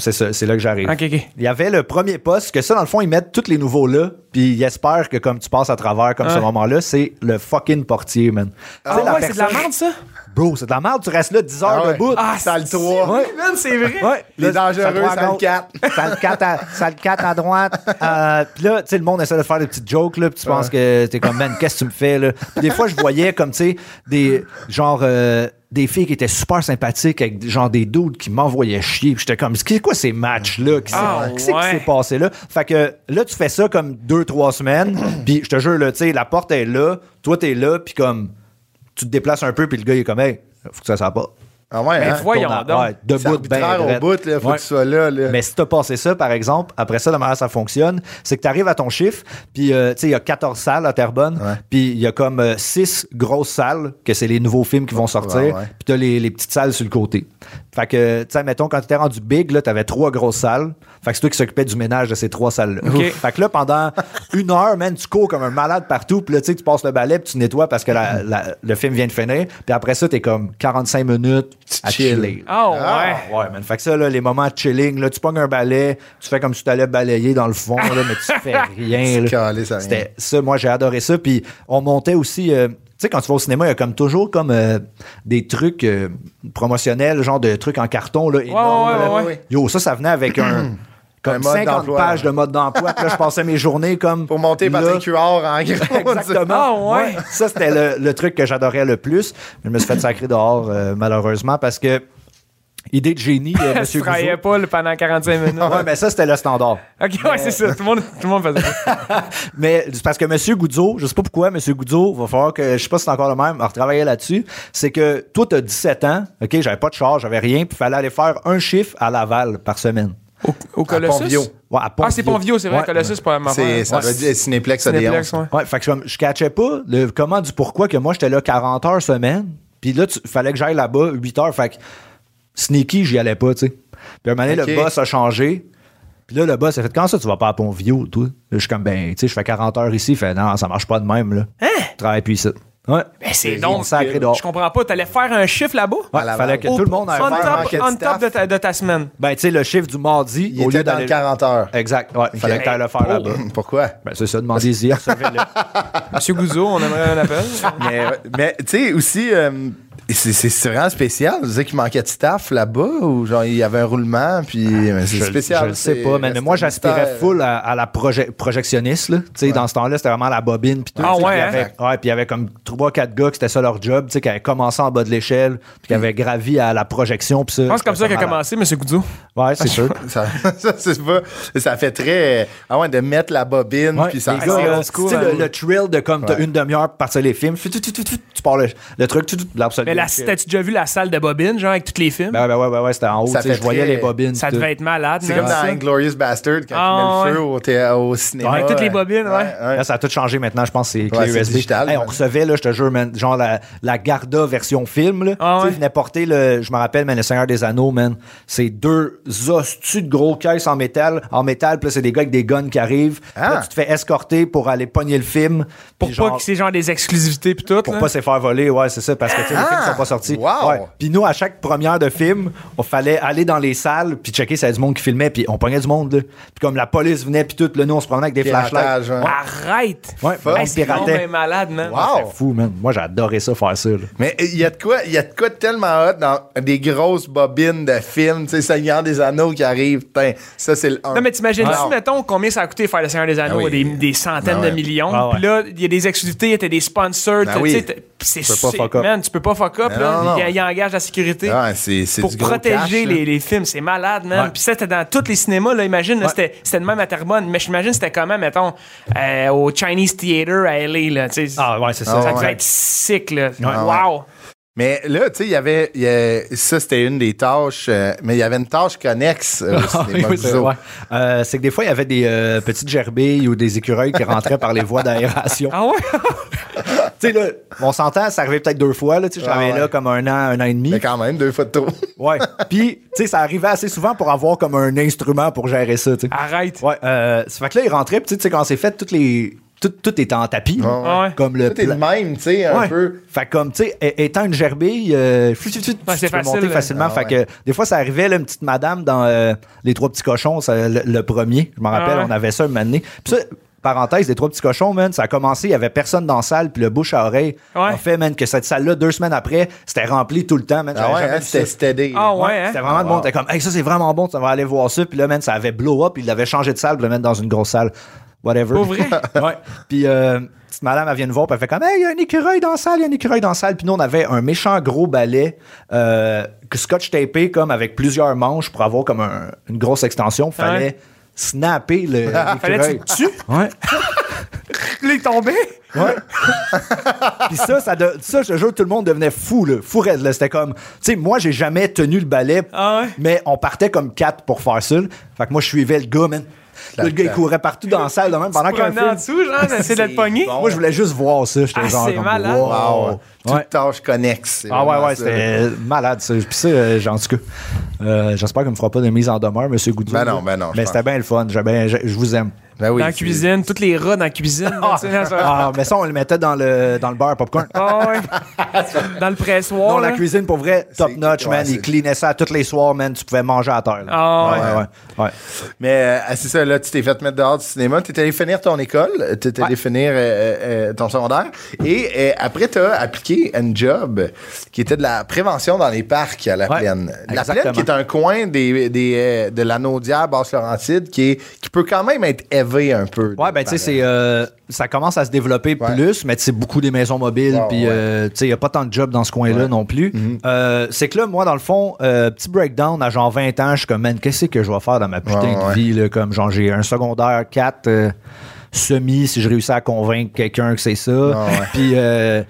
Speaker 4: C'est ça, c'est là que j'arrive.
Speaker 2: Ok, ok.
Speaker 4: Il y avait le premier poste, que ça, dans le fond, ils mettent tous les nouveaux là, puis ils espèrent que comme tu passes à travers comme ce
Speaker 2: Ouais.
Speaker 4: moment-là, c'est le fucking portier, man.
Speaker 2: Ah
Speaker 4: Tu sais, la
Speaker 2: ouais, c'est de la
Speaker 4: personne-
Speaker 2: merde, ça?
Speaker 4: Bro, c'est de la merde, tu restes là 10 heures
Speaker 1: Ah ouais.
Speaker 4: debout.
Speaker 1: Ah, Dans le
Speaker 2: c'est-
Speaker 1: trois.
Speaker 2: Ouais, man, c'est vrai.
Speaker 4: Ouais.
Speaker 1: Les
Speaker 4: Là,
Speaker 1: dangereux,
Speaker 4: le trois à
Speaker 1: salle
Speaker 4: gauche.
Speaker 1: quatre.
Speaker 4: Salle 4 à, salle 4 à droite. Euh, puis là, tu sais, le monde essaie de faire des petites jokes, là, puis tu penses que t'es comme, man, qu'est-ce que tu me fais, là? Puis des fois, je voyais comme, tu sais, des, genre, euh, des filles qui étaient super sympathiques avec genre des dudes qui m'envoyaient chier. Puis j'étais comme, c'est quoi ces matchs-là? Qui
Speaker 2: Ah,
Speaker 4: c'est- qui c'est qui
Speaker 2: ouais.
Speaker 4: s'est passé là? Fait que là, tu fais ça comme deux, trois semaines, puis je te jure, là, tu sais, la porte est là, toi, t'es là, puis comme, tu te déplaces un peu, puis le gars, il est comme, hey, faut que ça s'en pas.
Speaker 1: Ah ouais,
Speaker 2: Mais
Speaker 1: hein?
Speaker 2: voyons
Speaker 4: Tourne-
Speaker 2: donc.
Speaker 4: ouais, de
Speaker 1: C'est
Speaker 4: bout, ben
Speaker 1: arbitraire au
Speaker 4: raide.
Speaker 1: bout, là, faut
Speaker 4: Ouais.
Speaker 1: que tu sois là, là.
Speaker 4: Mais si t'as passé ça, par exemple, après ça, la manière dont ça fonctionne, c'est que t'arrives à ton chiffre, puis euh, tu sais, il y a 14 salles à Terrebonne,
Speaker 1: Ouais.
Speaker 4: puis il y a comme 6 grosses salles, que c'est les nouveaux films qui vont sortir,
Speaker 1: ouais, ouais.
Speaker 4: puis t'as les, les petites salles sur le côté. Fait que, tu sais, mettons, quand t'étais rendu big, là, t'avais trois grosses salles. Fait que c'est toi qui s'occupais du ménage de ces trois salles-là.
Speaker 2: Ok.
Speaker 4: Fait que là, pendant une heure, man, tu cours comme un malade partout, puis là, tu sais, tu passes le balai, puis tu nettoies parce que la- la- le film vient de finir, puis après ça, t'es comme 45 minutes
Speaker 1: Tu
Speaker 4: à
Speaker 1: chill.
Speaker 4: chiller.
Speaker 2: Ah,
Speaker 1: Ah,
Speaker 2: ouais.
Speaker 4: Ah Ouais, man. Fait que ça, là, les moments de chilling, là, tu pognes un balai, tu fais comme si tu t'allais balayer dans le fond, là, mais tu fais rien. là.
Speaker 1: calé, ça rien.
Speaker 4: C'était ça, moi, j'ai adoré ça. Puis on montait aussi. euh, tu sais, quand tu vas au cinéma, il y a comme toujours comme euh, des trucs euh, promotionnels, genre de trucs en carton, là, énormes,
Speaker 2: ouais, ouais,
Speaker 4: là.
Speaker 1: ouais.
Speaker 4: Yo, ça, ça venait avec un. Comme
Speaker 1: Un mode
Speaker 4: 50
Speaker 1: d'emploi.
Speaker 4: pages de mode d'emploi. Puis là, je passais mes journées comme.
Speaker 1: Pour monter
Speaker 4: là,
Speaker 1: Patrick Huard en gros.
Speaker 4: Exactement.
Speaker 2: Ah ouais?
Speaker 4: Ça, c'était le, le truc que j'adorais le plus. Je me suis fait sacrer dehors, euh, malheureusement, parce que Idée de génie, euh,
Speaker 2: Elle se
Speaker 4: Monsieur Gouzeau.
Speaker 2: travaillait pas là, pendant 45 minutes.
Speaker 4: Ouais, mais ça, c'était le standard.
Speaker 2: ok, ouais, c'est ça. Tout le monde, tout le monde faisait ça.
Speaker 4: Mais c'est parce que Monsieur Goudzo, je sais pas pourquoi, Monsieur Goudzo, va falloir que, je sais pas si c'est encore le même, à retravailler là-dessus. C'est que, toi, t'as 17 ans, OK, j'avais pas de char, j'avais rien, puis fallait aller faire un chiffre à Laval par semaine.
Speaker 2: Au, au Colossus?
Speaker 1: Pontvio.
Speaker 4: Ouais, à
Speaker 2: Ah, c'est
Speaker 4: Pontvio.
Speaker 2: Pontvio, c'est vrai,
Speaker 4: Ouais.
Speaker 2: Colossus, c'est pas ma
Speaker 1: C'est,
Speaker 2: affaire.
Speaker 1: ça
Speaker 2: Ouais.
Speaker 1: doit dire Cinéplex Odéon.
Speaker 2: eh, Cinéplex, ouais.
Speaker 4: Ouais, fait que je, je catchais pas le comment du pourquoi que moi j'étais là 40 heures semaine, puis là tu fallait que j'aille là-bas 8 heures, fait que sneaky, j'y allais pas, tu sais. Puis à un moment donné,
Speaker 1: Ok.
Speaker 4: le boss a changé. Puis là, le boss a fait Quand ça, tu vas pas à Pontvio, toi Là, Je suis comme, ben, tu sais, je fais 40 heures ici. Il fait Non, ça marche pas de même, là. Hein Travaille puis ici. Ouais.
Speaker 1: Ah,
Speaker 2: Ben, c'est donc.
Speaker 4: sacré dehors.
Speaker 2: Je comprends pas. T'allais faire un chiffre là-bas?
Speaker 4: Ouais,
Speaker 1: Laval.
Speaker 4: fallait que
Speaker 2: Au-
Speaker 4: tout le monde aille
Speaker 2: on
Speaker 4: faire un
Speaker 2: top,
Speaker 1: market
Speaker 2: on top
Speaker 1: staff.
Speaker 2: de ta, de ta semaine.
Speaker 4: Ben, tu sais, le chiffre du mardi,
Speaker 1: Il
Speaker 4: au
Speaker 1: était
Speaker 4: lieu
Speaker 1: dans le
Speaker 4: d'aller.
Speaker 1: 40 heures.
Speaker 4: Exact, ouais. Fallait que t'ailles le faire
Speaker 1: Oh,
Speaker 4: là-bas.
Speaker 1: Pourquoi?
Speaker 4: Ben, c'est ça, demandez-y, recevez-le.
Speaker 2: Monsieur Gouzeau, on aimerait un appel.
Speaker 1: mais, mais, tu sais, aussi, euh, c'est, c'est- c'est vraiment spécial. Vous disiez qu'il manquait de staff là-bas ou genre il y avait un roulement, puis mais c'est
Speaker 4: Je-
Speaker 1: spécial.
Speaker 4: Je le sais
Speaker 1: c'est-
Speaker 4: pas, mais
Speaker 1: c'est
Speaker 4: moi,
Speaker 1: un
Speaker 4: j'aspirais
Speaker 1: mystère.
Speaker 4: full à, à la proje- projectionniste. Là. Tu sais, Dans ce temps-là, c'était vraiment la bobine. Puis tout,
Speaker 2: Ah
Speaker 4: tu sais,
Speaker 2: ouais,
Speaker 4: puis il y
Speaker 2: hein?
Speaker 4: avait- ouais, puis il y avait comme 3-4 gars que c'était ça leur job, tu sais, qui avaient commencé en bas de l'échelle, puis qui avaient gravi à la projection. Puis ça,
Speaker 2: Je pense que c'est comme ça qu'a
Speaker 4: c'était malade.
Speaker 2: commencé, Monsieur Gouzeau.
Speaker 4: Ouais, c'est sûr.
Speaker 1: Ça, ça, c'est pas- ça fait très. euh, Ah ouais, de mettre la bobine,
Speaker 4: Ouais,
Speaker 1: puis ça.
Speaker 4: les
Speaker 1: ressort.
Speaker 4: gars,
Speaker 2: c'est
Speaker 4: là,
Speaker 2: old
Speaker 4: tu
Speaker 2: school,
Speaker 4: sais,
Speaker 2: hein.
Speaker 4: le, le thrill de comme t'as une demi-heure pour partir les films, tu, tu, tu, tu, tu, tu pars le, le truc, tu, tu, l'arbre se
Speaker 2: Mais la,
Speaker 4: lève.
Speaker 2: t'as-tu déjà vu la salle de bobine, genre, avec tous les films?
Speaker 4: Ben, ben ouais, ouais, ouais, c'était en haut,
Speaker 1: Ça
Speaker 4: tu sais,
Speaker 1: fait
Speaker 4: je voyais
Speaker 1: très-
Speaker 4: les bobines.
Speaker 2: ça
Speaker 4: tout.
Speaker 2: devait être malade.
Speaker 1: C'est
Speaker 2: man,
Speaker 1: comme
Speaker 2: ça.
Speaker 1: dans Inglorious Bastard quand
Speaker 2: Ah,
Speaker 1: il met le feu au, thé- au cinéma.
Speaker 2: Avec toutes les bobines, ouais.
Speaker 4: Là, ça a tout changé maintenant, je pense que c'est clé
Speaker 1: Ouais, c'est
Speaker 4: USB.
Speaker 1: digital,
Speaker 4: Hey, on
Speaker 1: ouais.
Speaker 4: recevait, là, je te jure, man, genre la, la Garda version film. Là.
Speaker 2: Ah
Speaker 4: Tu sais,
Speaker 2: ouais.
Speaker 4: ils venaient porter, le, je me rappelle, man, le Seigneur des Anneaux, man. C'est deux hosties de gros caisses en métal. En métal, puis là, c'est des gars avec des guns qui arrivent.
Speaker 1: Ah.
Speaker 4: Là, tu te fais escorter pour aller pogner le film. puis
Speaker 2: Pour
Speaker 4: genre-
Speaker 2: pas que c'est genre des exclusivités pis tout.
Speaker 4: pour
Speaker 2: là.
Speaker 4: pas se faire voler, ouais, c'est ça, parce que tu sais, les
Speaker 1: Ah!
Speaker 4: films sont pas sortis.
Speaker 1: Wow!
Speaker 4: Ouais. Puis nous, à chaque première de film, on fallait aller dans les salles, puis checker s'il y avait du monde qui filmait, puis on pognait du monde. là. Puis comme la police venait, puis tout, là, nous, on se promenait avec des
Speaker 1: Piratage,
Speaker 4: flashlights.
Speaker 1: ouais.
Speaker 2: Arrête!
Speaker 4: Ouais,
Speaker 2: Hey,
Speaker 4: on
Speaker 2: c'est donc
Speaker 4: piratait.
Speaker 2: ben malade, man.
Speaker 1: Wow!
Speaker 4: C'est fou, man. Moi, j'adorais ça, faire ça. là.
Speaker 1: Mais il y a de quoi, il y a de quoi de tellement hot dans des grosses bobines de films, tu sais, Seigneur des Anneaux qui arrive, putain, ça c'est le un.
Speaker 2: Non, mais t'imagines-tu,
Speaker 1: Non.
Speaker 2: mettons, combien ça a coûté faire le Seigneur des Anneaux?
Speaker 1: Ah oui.
Speaker 2: des, des centaines
Speaker 1: Ah ouais.
Speaker 2: de millions.
Speaker 4: Ah ouais.
Speaker 2: Puis là, il y a des exclusivités, t'as des sponsors.
Speaker 1: Ah
Speaker 2: t'as-
Speaker 1: oui.
Speaker 2: tu sais, t'as- pis c'est
Speaker 4: peux pas
Speaker 2: c'est-
Speaker 4: fuck up.
Speaker 2: Man, tu peux pas fuck up.
Speaker 1: Mais
Speaker 2: là.
Speaker 1: non, non.
Speaker 2: Il, il engage la sécurité.
Speaker 1: Ah, c'est, c'est
Speaker 2: pour
Speaker 1: du gros
Speaker 2: protéger
Speaker 1: cash, là.
Speaker 2: les, les films. C'est malade, man.
Speaker 4: Ouais.
Speaker 2: Puis ça, c'était dans tous les cinémas, là, imagine. là,
Speaker 4: Ouais.
Speaker 2: c'était, c'était de même à Terrebonne. Mais j'imagine c'était comment, mettons, euh, au Chinese Theater à LA, là. tu sais.
Speaker 4: Ah ouais, c'est ça.
Speaker 1: Ah
Speaker 2: ça
Speaker 1: ouais.
Speaker 2: devait être sick, là.
Speaker 1: Ah
Speaker 2: wow!
Speaker 1: Mais là, tu sais, il y avait. il y a- ça, c'était une des tâches. euh, mais il y avait une tâche connexe euh, au
Speaker 4: Ah oui,
Speaker 1: cinéma
Speaker 4: oui, c'est
Speaker 1: Guzzo.
Speaker 4: ouais. Euh, c'est que des fois, il y avait des euh, petites gerbilles ou des écureuils qui rentraient par les voies d'aération.
Speaker 2: Ah ouais?
Speaker 4: Tu sais, là, on s'entend, ça arrivait peut-être deux fois. là, tu sais, J'avais
Speaker 1: Ah ouais.
Speaker 4: là comme un an, un an et demi.
Speaker 1: Mais quand même, deux fois de trop.
Speaker 4: Ouais. Puis, tu sais, ça arrivait assez souvent pour avoir comme un instrument pour gérer ça, tu sais.
Speaker 2: Arrête!
Speaker 4: Ouais. Euh, ça fait que là, il rentrait, puis tu sais, quand c'est fait, toutes les. Tout, tout était en tapis.
Speaker 1: Ah
Speaker 2: ouais.
Speaker 4: Comme le.
Speaker 1: Tout est le
Speaker 4: pla-
Speaker 1: même, tu sais, un
Speaker 4: Ouais.
Speaker 1: peu.
Speaker 4: Fait que comme, tu sais, é- étant une gerbille, euh, fut, fut, fut,
Speaker 2: Ouais,
Speaker 4: tu
Speaker 2: c'est
Speaker 4: peux
Speaker 2: facile,
Speaker 4: monter
Speaker 2: là.
Speaker 4: facilement.
Speaker 1: Ah,
Speaker 4: fait que des fois, ça arrivait, là, une petite madame dans euh, Les Trois Petits Cochons, ça, le, le premier, je m'en rappelle,
Speaker 2: Ah ouais.
Speaker 4: on avait ça un moment donné. Puis ça, parenthèse, Les Trois Petits Cochons, man, ça a commencé, il y avait personne dans la salle, puis le bouche à oreille.
Speaker 2: Ouais.
Speaker 4: En fait, man, que cette salle-là, deux semaines après, c'était rempli tout le temps, man.
Speaker 1: Ah
Speaker 4: J'avais
Speaker 1: ouais,
Speaker 4: jamais
Speaker 1: hein,
Speaker 4: vu
Speaker 1: c'était
Speaker 4: ça.
Speaker 1: stédé.
Speaker 2: Ah ouais,
Speaker 4: Ouais,
Speaker 2: hein?
Speaker 4: C'était vraiment le monde. T'es comme, hey, ça c'est vraiment bon, tu vas aller voir ça. Puis là, man, ça avait blow up. Il l'avait changé de salle pour le mettre dans une grosse salle. Whatever.
Speaker 2: Pour vrai?
Speaker 4: ouais. Puis, euh, petite madame, elle vient nous voir. Puis elle fait comme, hey, il y a un écureuil dans la salle, il y a un écureuil dans la salle. Puis nous, on avait un méchant gros balai euh, que scotch tapé, comme avec plusieurs manches pour avoir comme un- une grosse extension. Fallait
Speaker 2: Ah Ouais.
Speaker 4: snapper le. l'écureuil.
Speaker 2: Fallait que tu le
Speaker 4: Ouais.
Speaker 2: Il est tombé!
Speaker 4: Ouais. Puis ça, ça, de- ça, je te jure, tout le monde devenait fou, là. Fou raide, là. C'était comme, tu sais, moi, j'ai jamais tenu le balai,
Speaker 2: Ah ouais?
Speaker 4: mais on partait comme quatre pour faire ça. là. Fait que moi, je suivais le gars, man. Là, le gars, il courait partout dans la salle, là, même pendant qu'un
Speaker 2: Prenez en
Speaker 4: film.
Speaker 2: dessous, genre, d'essayer de le
Speaker 1: C'est
Speaker 2: pogner.
Speaker 1: bon.
Speaker 4: Moi, je voulais juste voir ça. J'étais
Speaker 2: Ah,
Speaker 4: genre,
Speaker 2: c'est
Speaker 4: comme,
Speaker 2: malade.
Speaker 4: wow.
Speaker 1: Wow. Toute
Speaker 4: Ouais.
Speaker 1: tâche connexe. c'est
Speaker 4: Ah ouais,
Speaker 1: vraiment
Speaker 4: ouais,
Speaker 1: ça. Euh,
Speaker 4: c'était malade, ça. Puis ça, euh, en tout cas, euh, j'espère qu'il me fera pas de mise en demeure, monsieur Goudou.
Speaker 1: Ben non, ben non, je
Speaker 4: Mais
Speaker 1: pense.
Speaker 4: c'était bien le fun. J'ai bien- Je je vous aime.
Speaker 1: Ben oui,
Speaker 2: dans la
Speaker 1: c'est-
Speaker 2: cuisine, toutes les rats dans la cuisine. là, tu sais, dans ça.
Speaker 4: Ah, mais ça, on le mettait dans le, dans le beurre à popcorn.
Speaker 2: Ah ouais. dans le pressoir.
Speaker 4: Non, la
Speaker 2: là.
Speaker 4: cuisine, pour vrai, top notch,
Speaker 1: ouais,
Speaker 4: man.
Speaker 1: c'est-
Speaker 4: Ils cleanaient ça tous les soirs, man. Tu pouvais manger à terre. là.
Speaker 2: Ah ouais.
Speaker 4: ouais, ouais.
Speaker 1: Mais euh, ah, c'est ça, là, tu t'es fait mettre dehors du cinéma, tu allé finir ton école, tu allé
Speaker 4: Ouais.
Speaker 1: finir euh, euh, euh, ton secondaire, et euh, après, tu as appliqué un job qui était de la prévention dans les parcs à la
Speaker 4: Ouais,
Speaker 1: plaine. La
Speaker 4: exactement.
Speaker 1: plaine qui est un coin des, des, euh, de l'anneau d'hier, Basse-Laurentide, qui, est- qui peut quand même être rêver un peu.
Speaker 4: Ouais, ben tu sais, c'est, euh, ça commence à se développer
Speaker 1: Ouais.
Speaker 4: plus, mais c'est beaucoup des maisons mobiles,
Speaker 1: Ouais,
Speaker 4: puis
Speaker 1: ouais. Mm-hmm.
Speaker 4: euh, tu sais, il n'y a pas tant de jobs dans ce coin-là non plus. Euh, c'est que là, moi, dans le fond, euh, petit breakdown à genre 20 ans, je suis comme, man, qu'est-ce que je vais faire dans ma putain
Speaker 1: Ouais,
Speaker 4: de
Speaker 1: ouais.
Speaker 4: vie, là, comme genre, j'ai un secondaire 4 euh, semi, si je réussis à convaincre quelqu'un que c'est ça. Puis, euh,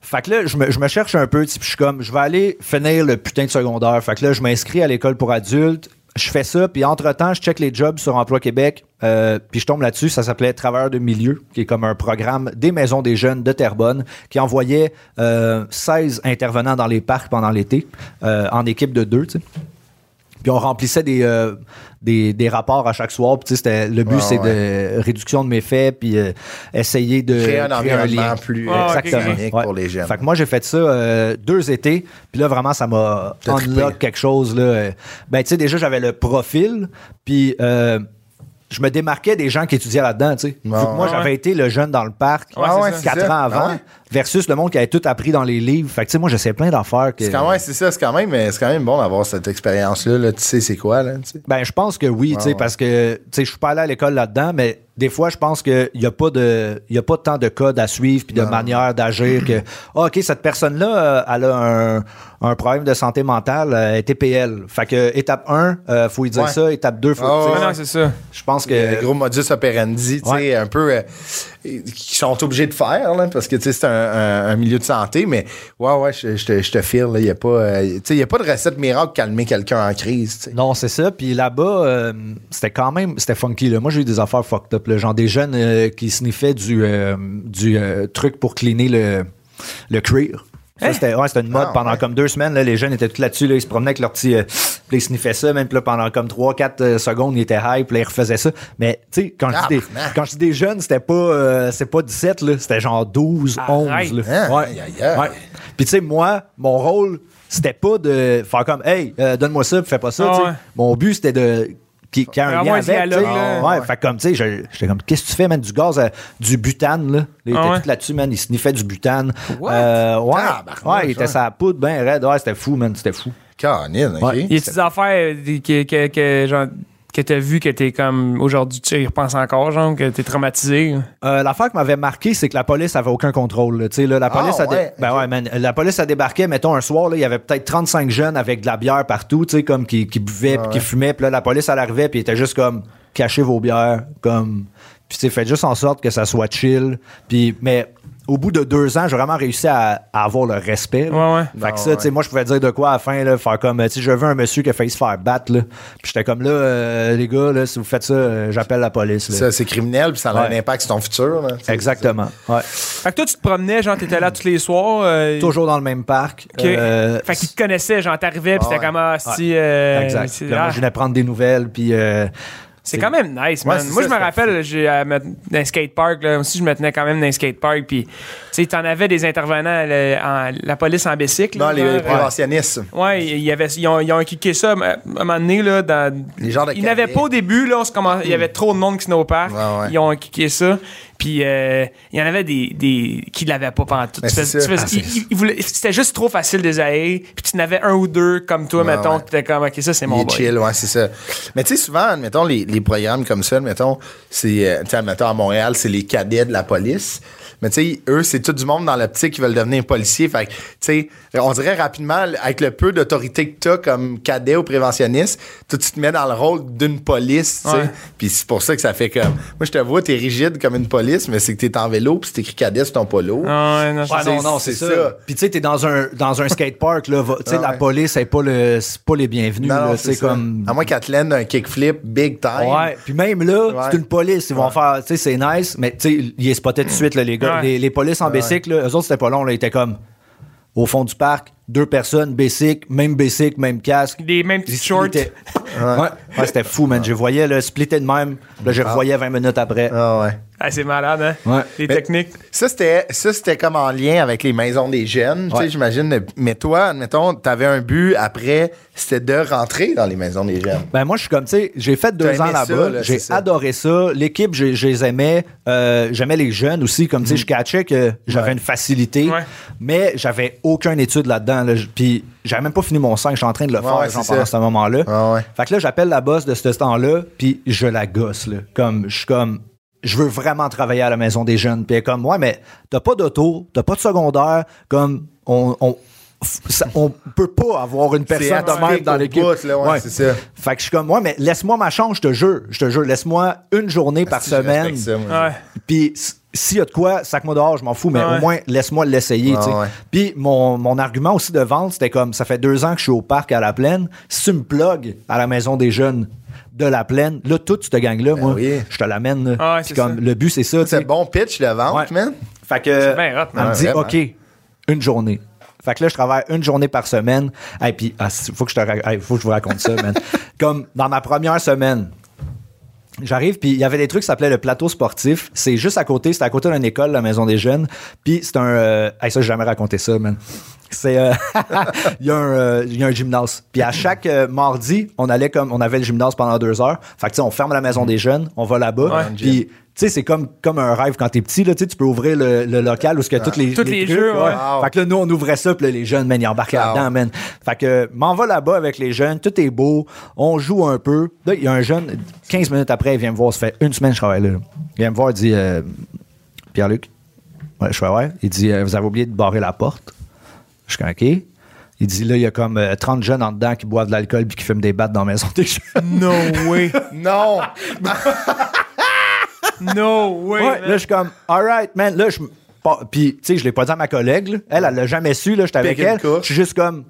Speaker 4: fait que là, je me, je me cherche un peu, tu sais, puis je suis comme, je vais aller finir le putain de secondaire. Fait que là, je m'inscris à l'école pour adultes. Je fais ça, puis entre-temps, je check les jobs sur Emploi Québec, euh, puis je tombe là-dessus. Ça s'appelait Travailleurs de milieu, qui est comme un programme des maisons des jeunes de Terrebonne, qui envoyait euh, 16 intervenants dans les parcs pendant l'été, euh, en équipe de deux, tu sais. Puis on remplissait des, euh, des, des rapports à chaque soir. Puis tu sais, c'était- le but,
Speaker 1: Ouais,
Speaker 4: c'est de réduction de méfaits, puis euh, essayer de
Speaker 1: Créer un environnement
Speaker 4: lien.
Speaker 1: plus
Speaker 2: Ah, ok,
Speaker 4: Exactement.
Speaker 1: dynamique
Speaker 4: Ouais.
Speaker 1: pour les jeunes.
Speaker 4: Fait que moi, j'ai fait ça euh, deux étés. Puis là, vraiment, ça m'a
Speaker 1: T'as trippé.
Speaker 4: unlock quelque chose. Là. Euh, Ben, tu sais, déjà, j'avais le profil. Puis euh, je me démarquais des gens qui étudiaient là-dedans, tu sais. Vu que
Speaker 1: Ouais,
Speaker 4: moi,
Speaker 2: ouais.
Speaker 4: j'avais été le jeune dans le parc
Speaker 2: Ouais,
Speaker 1: Ah ouais,
Speaker 2: c'est ça.
Speaker 1: c'est
Speaker 4: quatre
Speaker 1: ça.
Speaker 4: ans avant,
Speaker 1: Ah ouais.
Speaker 4: versus le monde qui avait tout appris dans les livres. Fait que, tu sais, moi, j'essayais plein d'affaires. que-
Speaker 1: C'est quand même, c'est ça, c'est quand même, euh, c'est quand même bon d'avoir cette expérience-là, là, tu sais c'est quoi, là, tu sais.
Speaker 4: Ben, je pense que oui, tu sais,
Speaker 1: ouais.
Speaker 4: parce que tu sais, je suis pas allé à l'école là-dedans, mais des fois, je pense qu'il n'y a pas de, il y a pas tant de codes à suivre puis de manière d'agir que, Ah, ok, cette personne-là, euh, elle a un, un problème de santé mentale, euh, TPL. Fait que étape 1, euh, faut lui dire
Speaker 1: Ouais.
Speaker 4: ça. Étape 2, faut.
Speaker 1: Ah,
Speaker 4: tu sais,
Speaker 1: ouais.
Speaker 2: non, c'est ça.
Speaker 4: Je pense
Speaker 1: Le
Speaker 4: que
Speaker 1: gros modus operandi, tu
Speaker 4: Euh, Ouais.
Speaker 1: sais, un peu, euh, qu'ils sont obligés de faire, là, parce que, tu sais, c'est un, un- un milieu de santé, mais ouais, ouais, je, je te- je te file, là, il n'y a, pas, euh, tu sais, il y a pas de recette miracle pour calmer quelqu'un en crise, tu sais.
Speaker 4: Non, c'est ça. Puis là-bas, euh, c'était quand même, c'était funky. Là. Moi, j'ai eu des affaires fucked up. là. Genre des jeunes euh, qui sniffaient du, euh, du euh, truc pour cleaner le, le cuir. Ça, c'était, ouais, c'était une mode
Speaker 1: Ah,
Speaker 4: pendant
Speaker 1: ouais.
Speaker 4: comme deux semaines. là. les jeunes étaient tout là-dessus. là. ils se promenaient avec leur petit. euh, puis ils sniffaient ça. Même puis là, pendant comme 3-4 secondes, ils étaient hype. Puis là, ils refaisaient ça. Mais tu sais, quand, je dis des-
Speaker 1: Tabarnak.
Speaker 4: quand je dis des jeunes, c'était pas, euh, c'est pas 17, là, c'était genre 12,
Speaker 2: Arrête.
Speaker 4: 11. là.
Speaker 1: Hein?
Speaker 4: Ouais.
Speaker 1: Aïe, aïe, aïe.
Speaker 4: Ouais. Puis tu sais, moi, mon rôle, c'était pas de faire comme Hey, euh, donne-moi ça, puis fais pas ça.
Speaker 2: Ah
Speaker 4: tu sais.
Speaker 2: ouais.
Speaker 4: Mon but, c'était de. Qui, qui a un
Speaker 2: Avoir
Speaker 4: lien
Speaker 2: un
Speaker 4: avec,
Speaker 2: dialogue,
Speaker 4: tu sais.
Speaker 2: là.
Speaker 4: Ouais,
Speaker 1: Ouais.
Speaker 4: fait que comme, tu sais, je- j'étais comme, qu'est-ce que tu fais, man, du gaz, à- du butane, là? Il était
Speaker 2: Ah ouais.
Speaker 4: tout là-dessus, man, il sniffait du butane.
Speaker 2: What?
Speaker 4: Euh, ouais,
Speaker 1: Tabarnouche,
Speaker 4: ouais, il était
Speaker 1: ouais.
Speaker 4: sa poudre, ben raide, ouais, c'était fou, man, c'était fou.
Speaker 1: Canine, OK?
Speaker 4: Ouais.
Speaker 2: Il y a des affaires euh, que, que, que, genre, que t'as vu que t'es comme aujourd'hui, tu y repenses encore, genre, que t'es traumatisé.
Speaker 4: Euh, L'affaire qui m'avait marqué, c'est que la police avait aucun contrôle. là. Tu sais, là, la,
Speaker 1: Ah,
Speaker 4: police a dé-
Speaker 1: ouais,
Speaker 4: ben
Speaker 1: ok.
Speaker 4: ouais, man. la police a débarqué, mettons, un soir, là, il y avait peut-être 35 jeunes avec de la bière partout, tu sais, comme qui, qui
Speaker 1: Ah,
Speaker 4: buvaient, puis qui fumaient. Puis là, la police, elle arrivait, puis elle était juste comme, cachez vos bières, comme... Puis, tu sais, faites juste en sorte que ça soit chill. Puis, mais au bout de deux ans, j'ai vraiment réussi à, à avoir le respect. là.
Speaker 2: Ouais, ouais.
Speaker 4: Fait
Speaker 1: Ah,
Speaker 4: que ça, tu sais,
Speaker 1: ouais.
Speaker 4: moi, je pouvais dire de quoi à la fin, là, faire comme, tu sais, je veux un monsieur qui a failli se faire battre, là. Puis j'étais comme, là, euh, les gars, là, si vous faites ça, euh, j'appelle la police, là.
Speaker 1: Ça, c'est criminel, puis ça a
Speaker 4: Ouais.
Speaker 1: un impact sur ton futur, là, tu sais.
Speaker 4: Exactement. Ouais.
Speaker 2: Fait que toi, tu te promenais, genre, t'étais là tous les soirs. euh,
Speaker 4: Toujours dans le même parc.
Speaker 2: ok.
Speaker 4: Euh,
Speaker 2: fait qu'ils te connaissaient, genre, t'arrivais, pis
Speaker 1: Ah
Speaker 2: c'était
Speaker 1: ouais.
Speaker 2: comme, ah, si. euh,
Speaker 4: exact.
Speaker 2: c'est-
Speaker 4: Puis là, moi,
Speaker 2: ah,
Speaker 4: je venais prendre des nouvelles, puis. euh,
Speaker 2: C'est quand même nice,
Speaker 1: Ouais,
Speaker 2: man.
Speaker 1: c'est ça,
Speaker 2: Moi, je me
Speaker 1: c'est
Speaker 2: rappelle, j'ai à me- dans un skatepark, là, aussi, je me tenais quand même dans un skatepark, puis tu sais, t'en avais des intervenants, le- en- la police en bicycle.
Speaker 1: Non,
Speaker 2: là,
Speaker 1: les
Speaker 2: genre,
Speaker 1: préventionnistes.
Speaker 2: Ouais, il y avait, ils, ont, ils ont kické ça à un moment donné. Là, dans,
Speaker 1: Les genres de
Speaker 2: ils n'avaient
Speaker 1: cadets.
Speaker 2: pas au début. Là, on se commence- il y avait trop de monde qui snowpark.
Speaker 1: Ouais, ouais.
Speaker 2: Ils ont kické ça. Puis euh, il y en avait des, des qui ne l'avaient pas pendant tout.
Speaker 1: Mais
Speaker 2: Tu fais-
Speaker 1: c'est ça.
Speaker 2: tu fais-
Speaker 1: Ah,
Speaker 2: ils-
Speaker 1: c'est-
Speaker 2: ils- ils voulaient- C'était juste trop facile de les haïr. Puis tu n'avais un ou deux comme toi,
Speaker 1: Ouais,
Speaker 2: mettons.
Speaker 1: ouais.
Speaker 2: qui étaient comme, OK, ça, c'est mon
Speaker 1: Il est
Speaker 2: boy.
Speaker 1: chill, ouais, c'est ça. Mais tu sais, souvent, mettons, les, les programmes comme ça, mettons, c'est, euh, tu sais, mettons, à Montréal, c'est les cadets de la police. Mais tu sais, eux, c'est tout du monde dans l'optique qui veulent devenir policier. Fait que, tu sais, on dirait rapidement, avec le peu d'autorité que t'as comme cadet ou préventionniste, toi, tu te mets dans le rôle d'une police, tu sais.
Speaker 2: Ouais.
Speaker 1: Puis c'est pour ça que ça fait comme. Moi, je te vois, t'es rigide comme une police, mais c'est que t'es en vélo, puis c'est écrit cadet sur ton polo.
Speaker 2: Ah, ouais, non, je-
Speaker 4: Ouais,
Speaker 1: C'est-
Speaker 4: non, non, c'est
Speaker 1: c'est
Speaker 4: ça.
Speaker 1: ça.
Speaker 4: Puis tu sais, t'es dans un, dans un skatepark, là. va- Tu sais,
Speaker 1: Ah,
Speaker 4: la
Speaker 1: ouais.
Speaker 4: police, elle est pas, le, c'est pas les bienvenus,
Speaker 1: Non,
Speaker 4: là.
Speaker 1: non,
Speaker 4: tu sais,
Speaker 1: c'est comme.
Speaker 4: comme.
Speaker 1: À moins qu'elle te lène un kickflip big time.
Speaker 4: Ouais. Puis même là,
Speaker 1: Ouais.
Speaker 4: c'est une police. Ils vont
Speaker 1: Ouais.
Speaker 4: faire, tu sais, c'est nice, mais tu sais, ils les spottaient tout de suite, là, les gars.
Speaker 2: Ouais.
Speaker 4: Les, les polices en bicycle, là, eux autres, c'était pas long, là. Ils étaient comme au fond du parc, deux personnes, basic, même basic, même casque.
Speaker 2: Des mêmes
Speaker 4: Ils
Speaker 2: petits shorts.
Speaker 4: splittaient. Ouais, Ouais, c'était fou, man. Je voyais le splitter de même. Puis Là, je revoyais 20 minutes après.
Speaker 1: Ah ouais.
Speaker 2: Ah, Ah, c'est malade, hein?
Speaker 4: Ouais.
Speaker 2: Les
Speaker 1: Mais-
Speaker 2: techniques.
Speaker 1: Ça, c'était, ça, c'était comme en lien avec les maisons des jeunes, tu sais,
Speaker 4: Ouais.
Speaker 1: j'imagine. Mais toi, admettons, t'avais un but après, c'était de rentrer dans les maisons des jeunes.
Speaker 4: Ben moi, je suis comme, tu sais, j'ai fait deux
Speaker 1: T'as
Speaker 4: ans
Speaker 1: aimé ça,
Speaker 4: là-bas.
Speaker 1: là,
Speaker 4: j'ai
Speaker 1: c'est ça.
Speaker 4: adoré ça. L'équipe, j'ai- je les aimais. Euh, J'aimais les jeunes aussi. Comme, tu sais, je catchais que j'avais
Speaker 1: Mhm. Ouais.
Speaker 4: une facilité,
Speaker 2: Ouais.
Speaker 4: mais j'avais aucune étude là-dedans. là. J- Puis, j'avais même pas fini mon 5. Je suis en train de le faire,
Speaker 1: ouais,
Speaker 4: genre,
Speaker 1: c'est
Speaker 4: pendant
Speaker 1: ça.
Speaker 4: ce moment-là.
Speaker 1: Ouais, ouais.
Speaker 4: Fait que là, j'appelle la boss de ce temps-là, puis je la gosse, là. Comme, je suis comme, je veux vraiment travailler à la maison des jeunes. Puis elle est comme, ouais, mais t'as pas d'auto, t'as pas de secondaire, comme, on. on ça- on peut pas avoir une personne de
Speaker 1: atypique
Speaker 4: même dans
Speaker 1: au
Speaker 4: l'équipe.
Speaker 1: bout, là, ouais, c'est ça.
Speaker 4: Fait que je suis comme, ouais, mais laisse-moi ma chance, je te jure. Je te jure, laisse-moi une journée par
Speaker 1: Si, je respecte
Speaker 4: semaine.
Speaker 1: ça, moi.
Speaker 2: Ouais.
Speaker 4: Puis s- s'il y a de quoi, sac-moi dehors, je m'en fous, mais
Speaker 2: Ouais.
Speaker 4: au moins, laisse-moi l'essayer.
Speaker 1: Ouais,
Speaker 4: tu sais.
Speaker 1: ouais.
Speaker 4: Puis mon, mon argument aussi de vente, c'était comme, ça fait deux ans que je suis au parc à la plaine. Si tu me plugues à la maison des jeunes de la plaine, là, toute cette gang-là, moi,
Speaker 1: Ben oui.
Speaker 4: je te l'amène. là.
Speaker 2: Ah ouais,
Speaker 4: Puis
Speaker 2: c'est
Speaker 4: comme,
Speaker 2: ça.
Speaker 4: le but, c'est ça. tu sais.
Speaker 1: C'est bon pitch, le ventre,
Speaker 4: Ouais.
Speaker 1: man.
Speaker 4: Fait que.
Speaker 2: bien hot,
Speaker 4: elle
Speaker 2: man.
Speaker 4: me dit,
Speaker 1: Ouais,
Speaker 4: OK, une journée. Fait que là, je travaille une journée par semaine. Et puis, ah, c'est- faut que je te ra- hey, faut que je vous raconte ça, man. Comme dans ma première semaine, j'arrive, puis il y avait des trucs qui s'appelaient le plateau sportif. C'est juste à côté, c'était à côté d'une école, la maison des jeunes. Puis c'est un. euh, hey, ça, j'ai jamais raconté ça, man. C'est. euh, Il y, a un, euh, il y a un gymnase. Puis à chaque euh, mardi, on allait comme. On avait le gymnase pendant deux heures. Fait que, tu sais, on ferme la maison des jeunes, on va là-bas.
Speaker 2: Ouais.
Speaker 4: Puis, tu sais, c'est comme, comme un rêve quand t'es petit, là. Tu sais, tu peux ouvrir le, le local où ce que toutes les.
Speaker 2: Tous les jeux, ouais.
Speaker 1: Wow.
Speaker 4: Fait que là, nous, on ouvrait ça, puis là, les jeunes, man, ils embarquaient
Speaker 1: Wow.
Speaker 4: là-dedans, man. Fait que, euh, m'en va là-bas avec les jeunes, tout est beau, on joue un peu. Là, il y a un jeune, 15 minutes après, il vient me voir, ça fait une semaine que je travaille là. Il vient me voir, il dit, euh, Pierre-Luc, ouais, je fais, ouais. Il dit, euh, vous avez oublié de barrer la porte. Je suis comme, OK. Il dit, là, il y a comme euh, 30 jeunes en dedans qui boivent de l'alcool puis qui fument des battes dans la maison des jeunes.
Speaker 2: No way.
Speaker 1: Non!
Speaker 2: No way.
Speaker 4: Ouais, là, je suis comme, all right, man. Là, je. me- pas- Puis, tu sais, je l'ai pas dit à ma collègue. là. Elle, elle l'a jamais su. là, J'étais avec
Speaker 1: Pick une
Speaker 4: elle.
Speaker 1: couche.
Speaker 4: Je suis juste comme,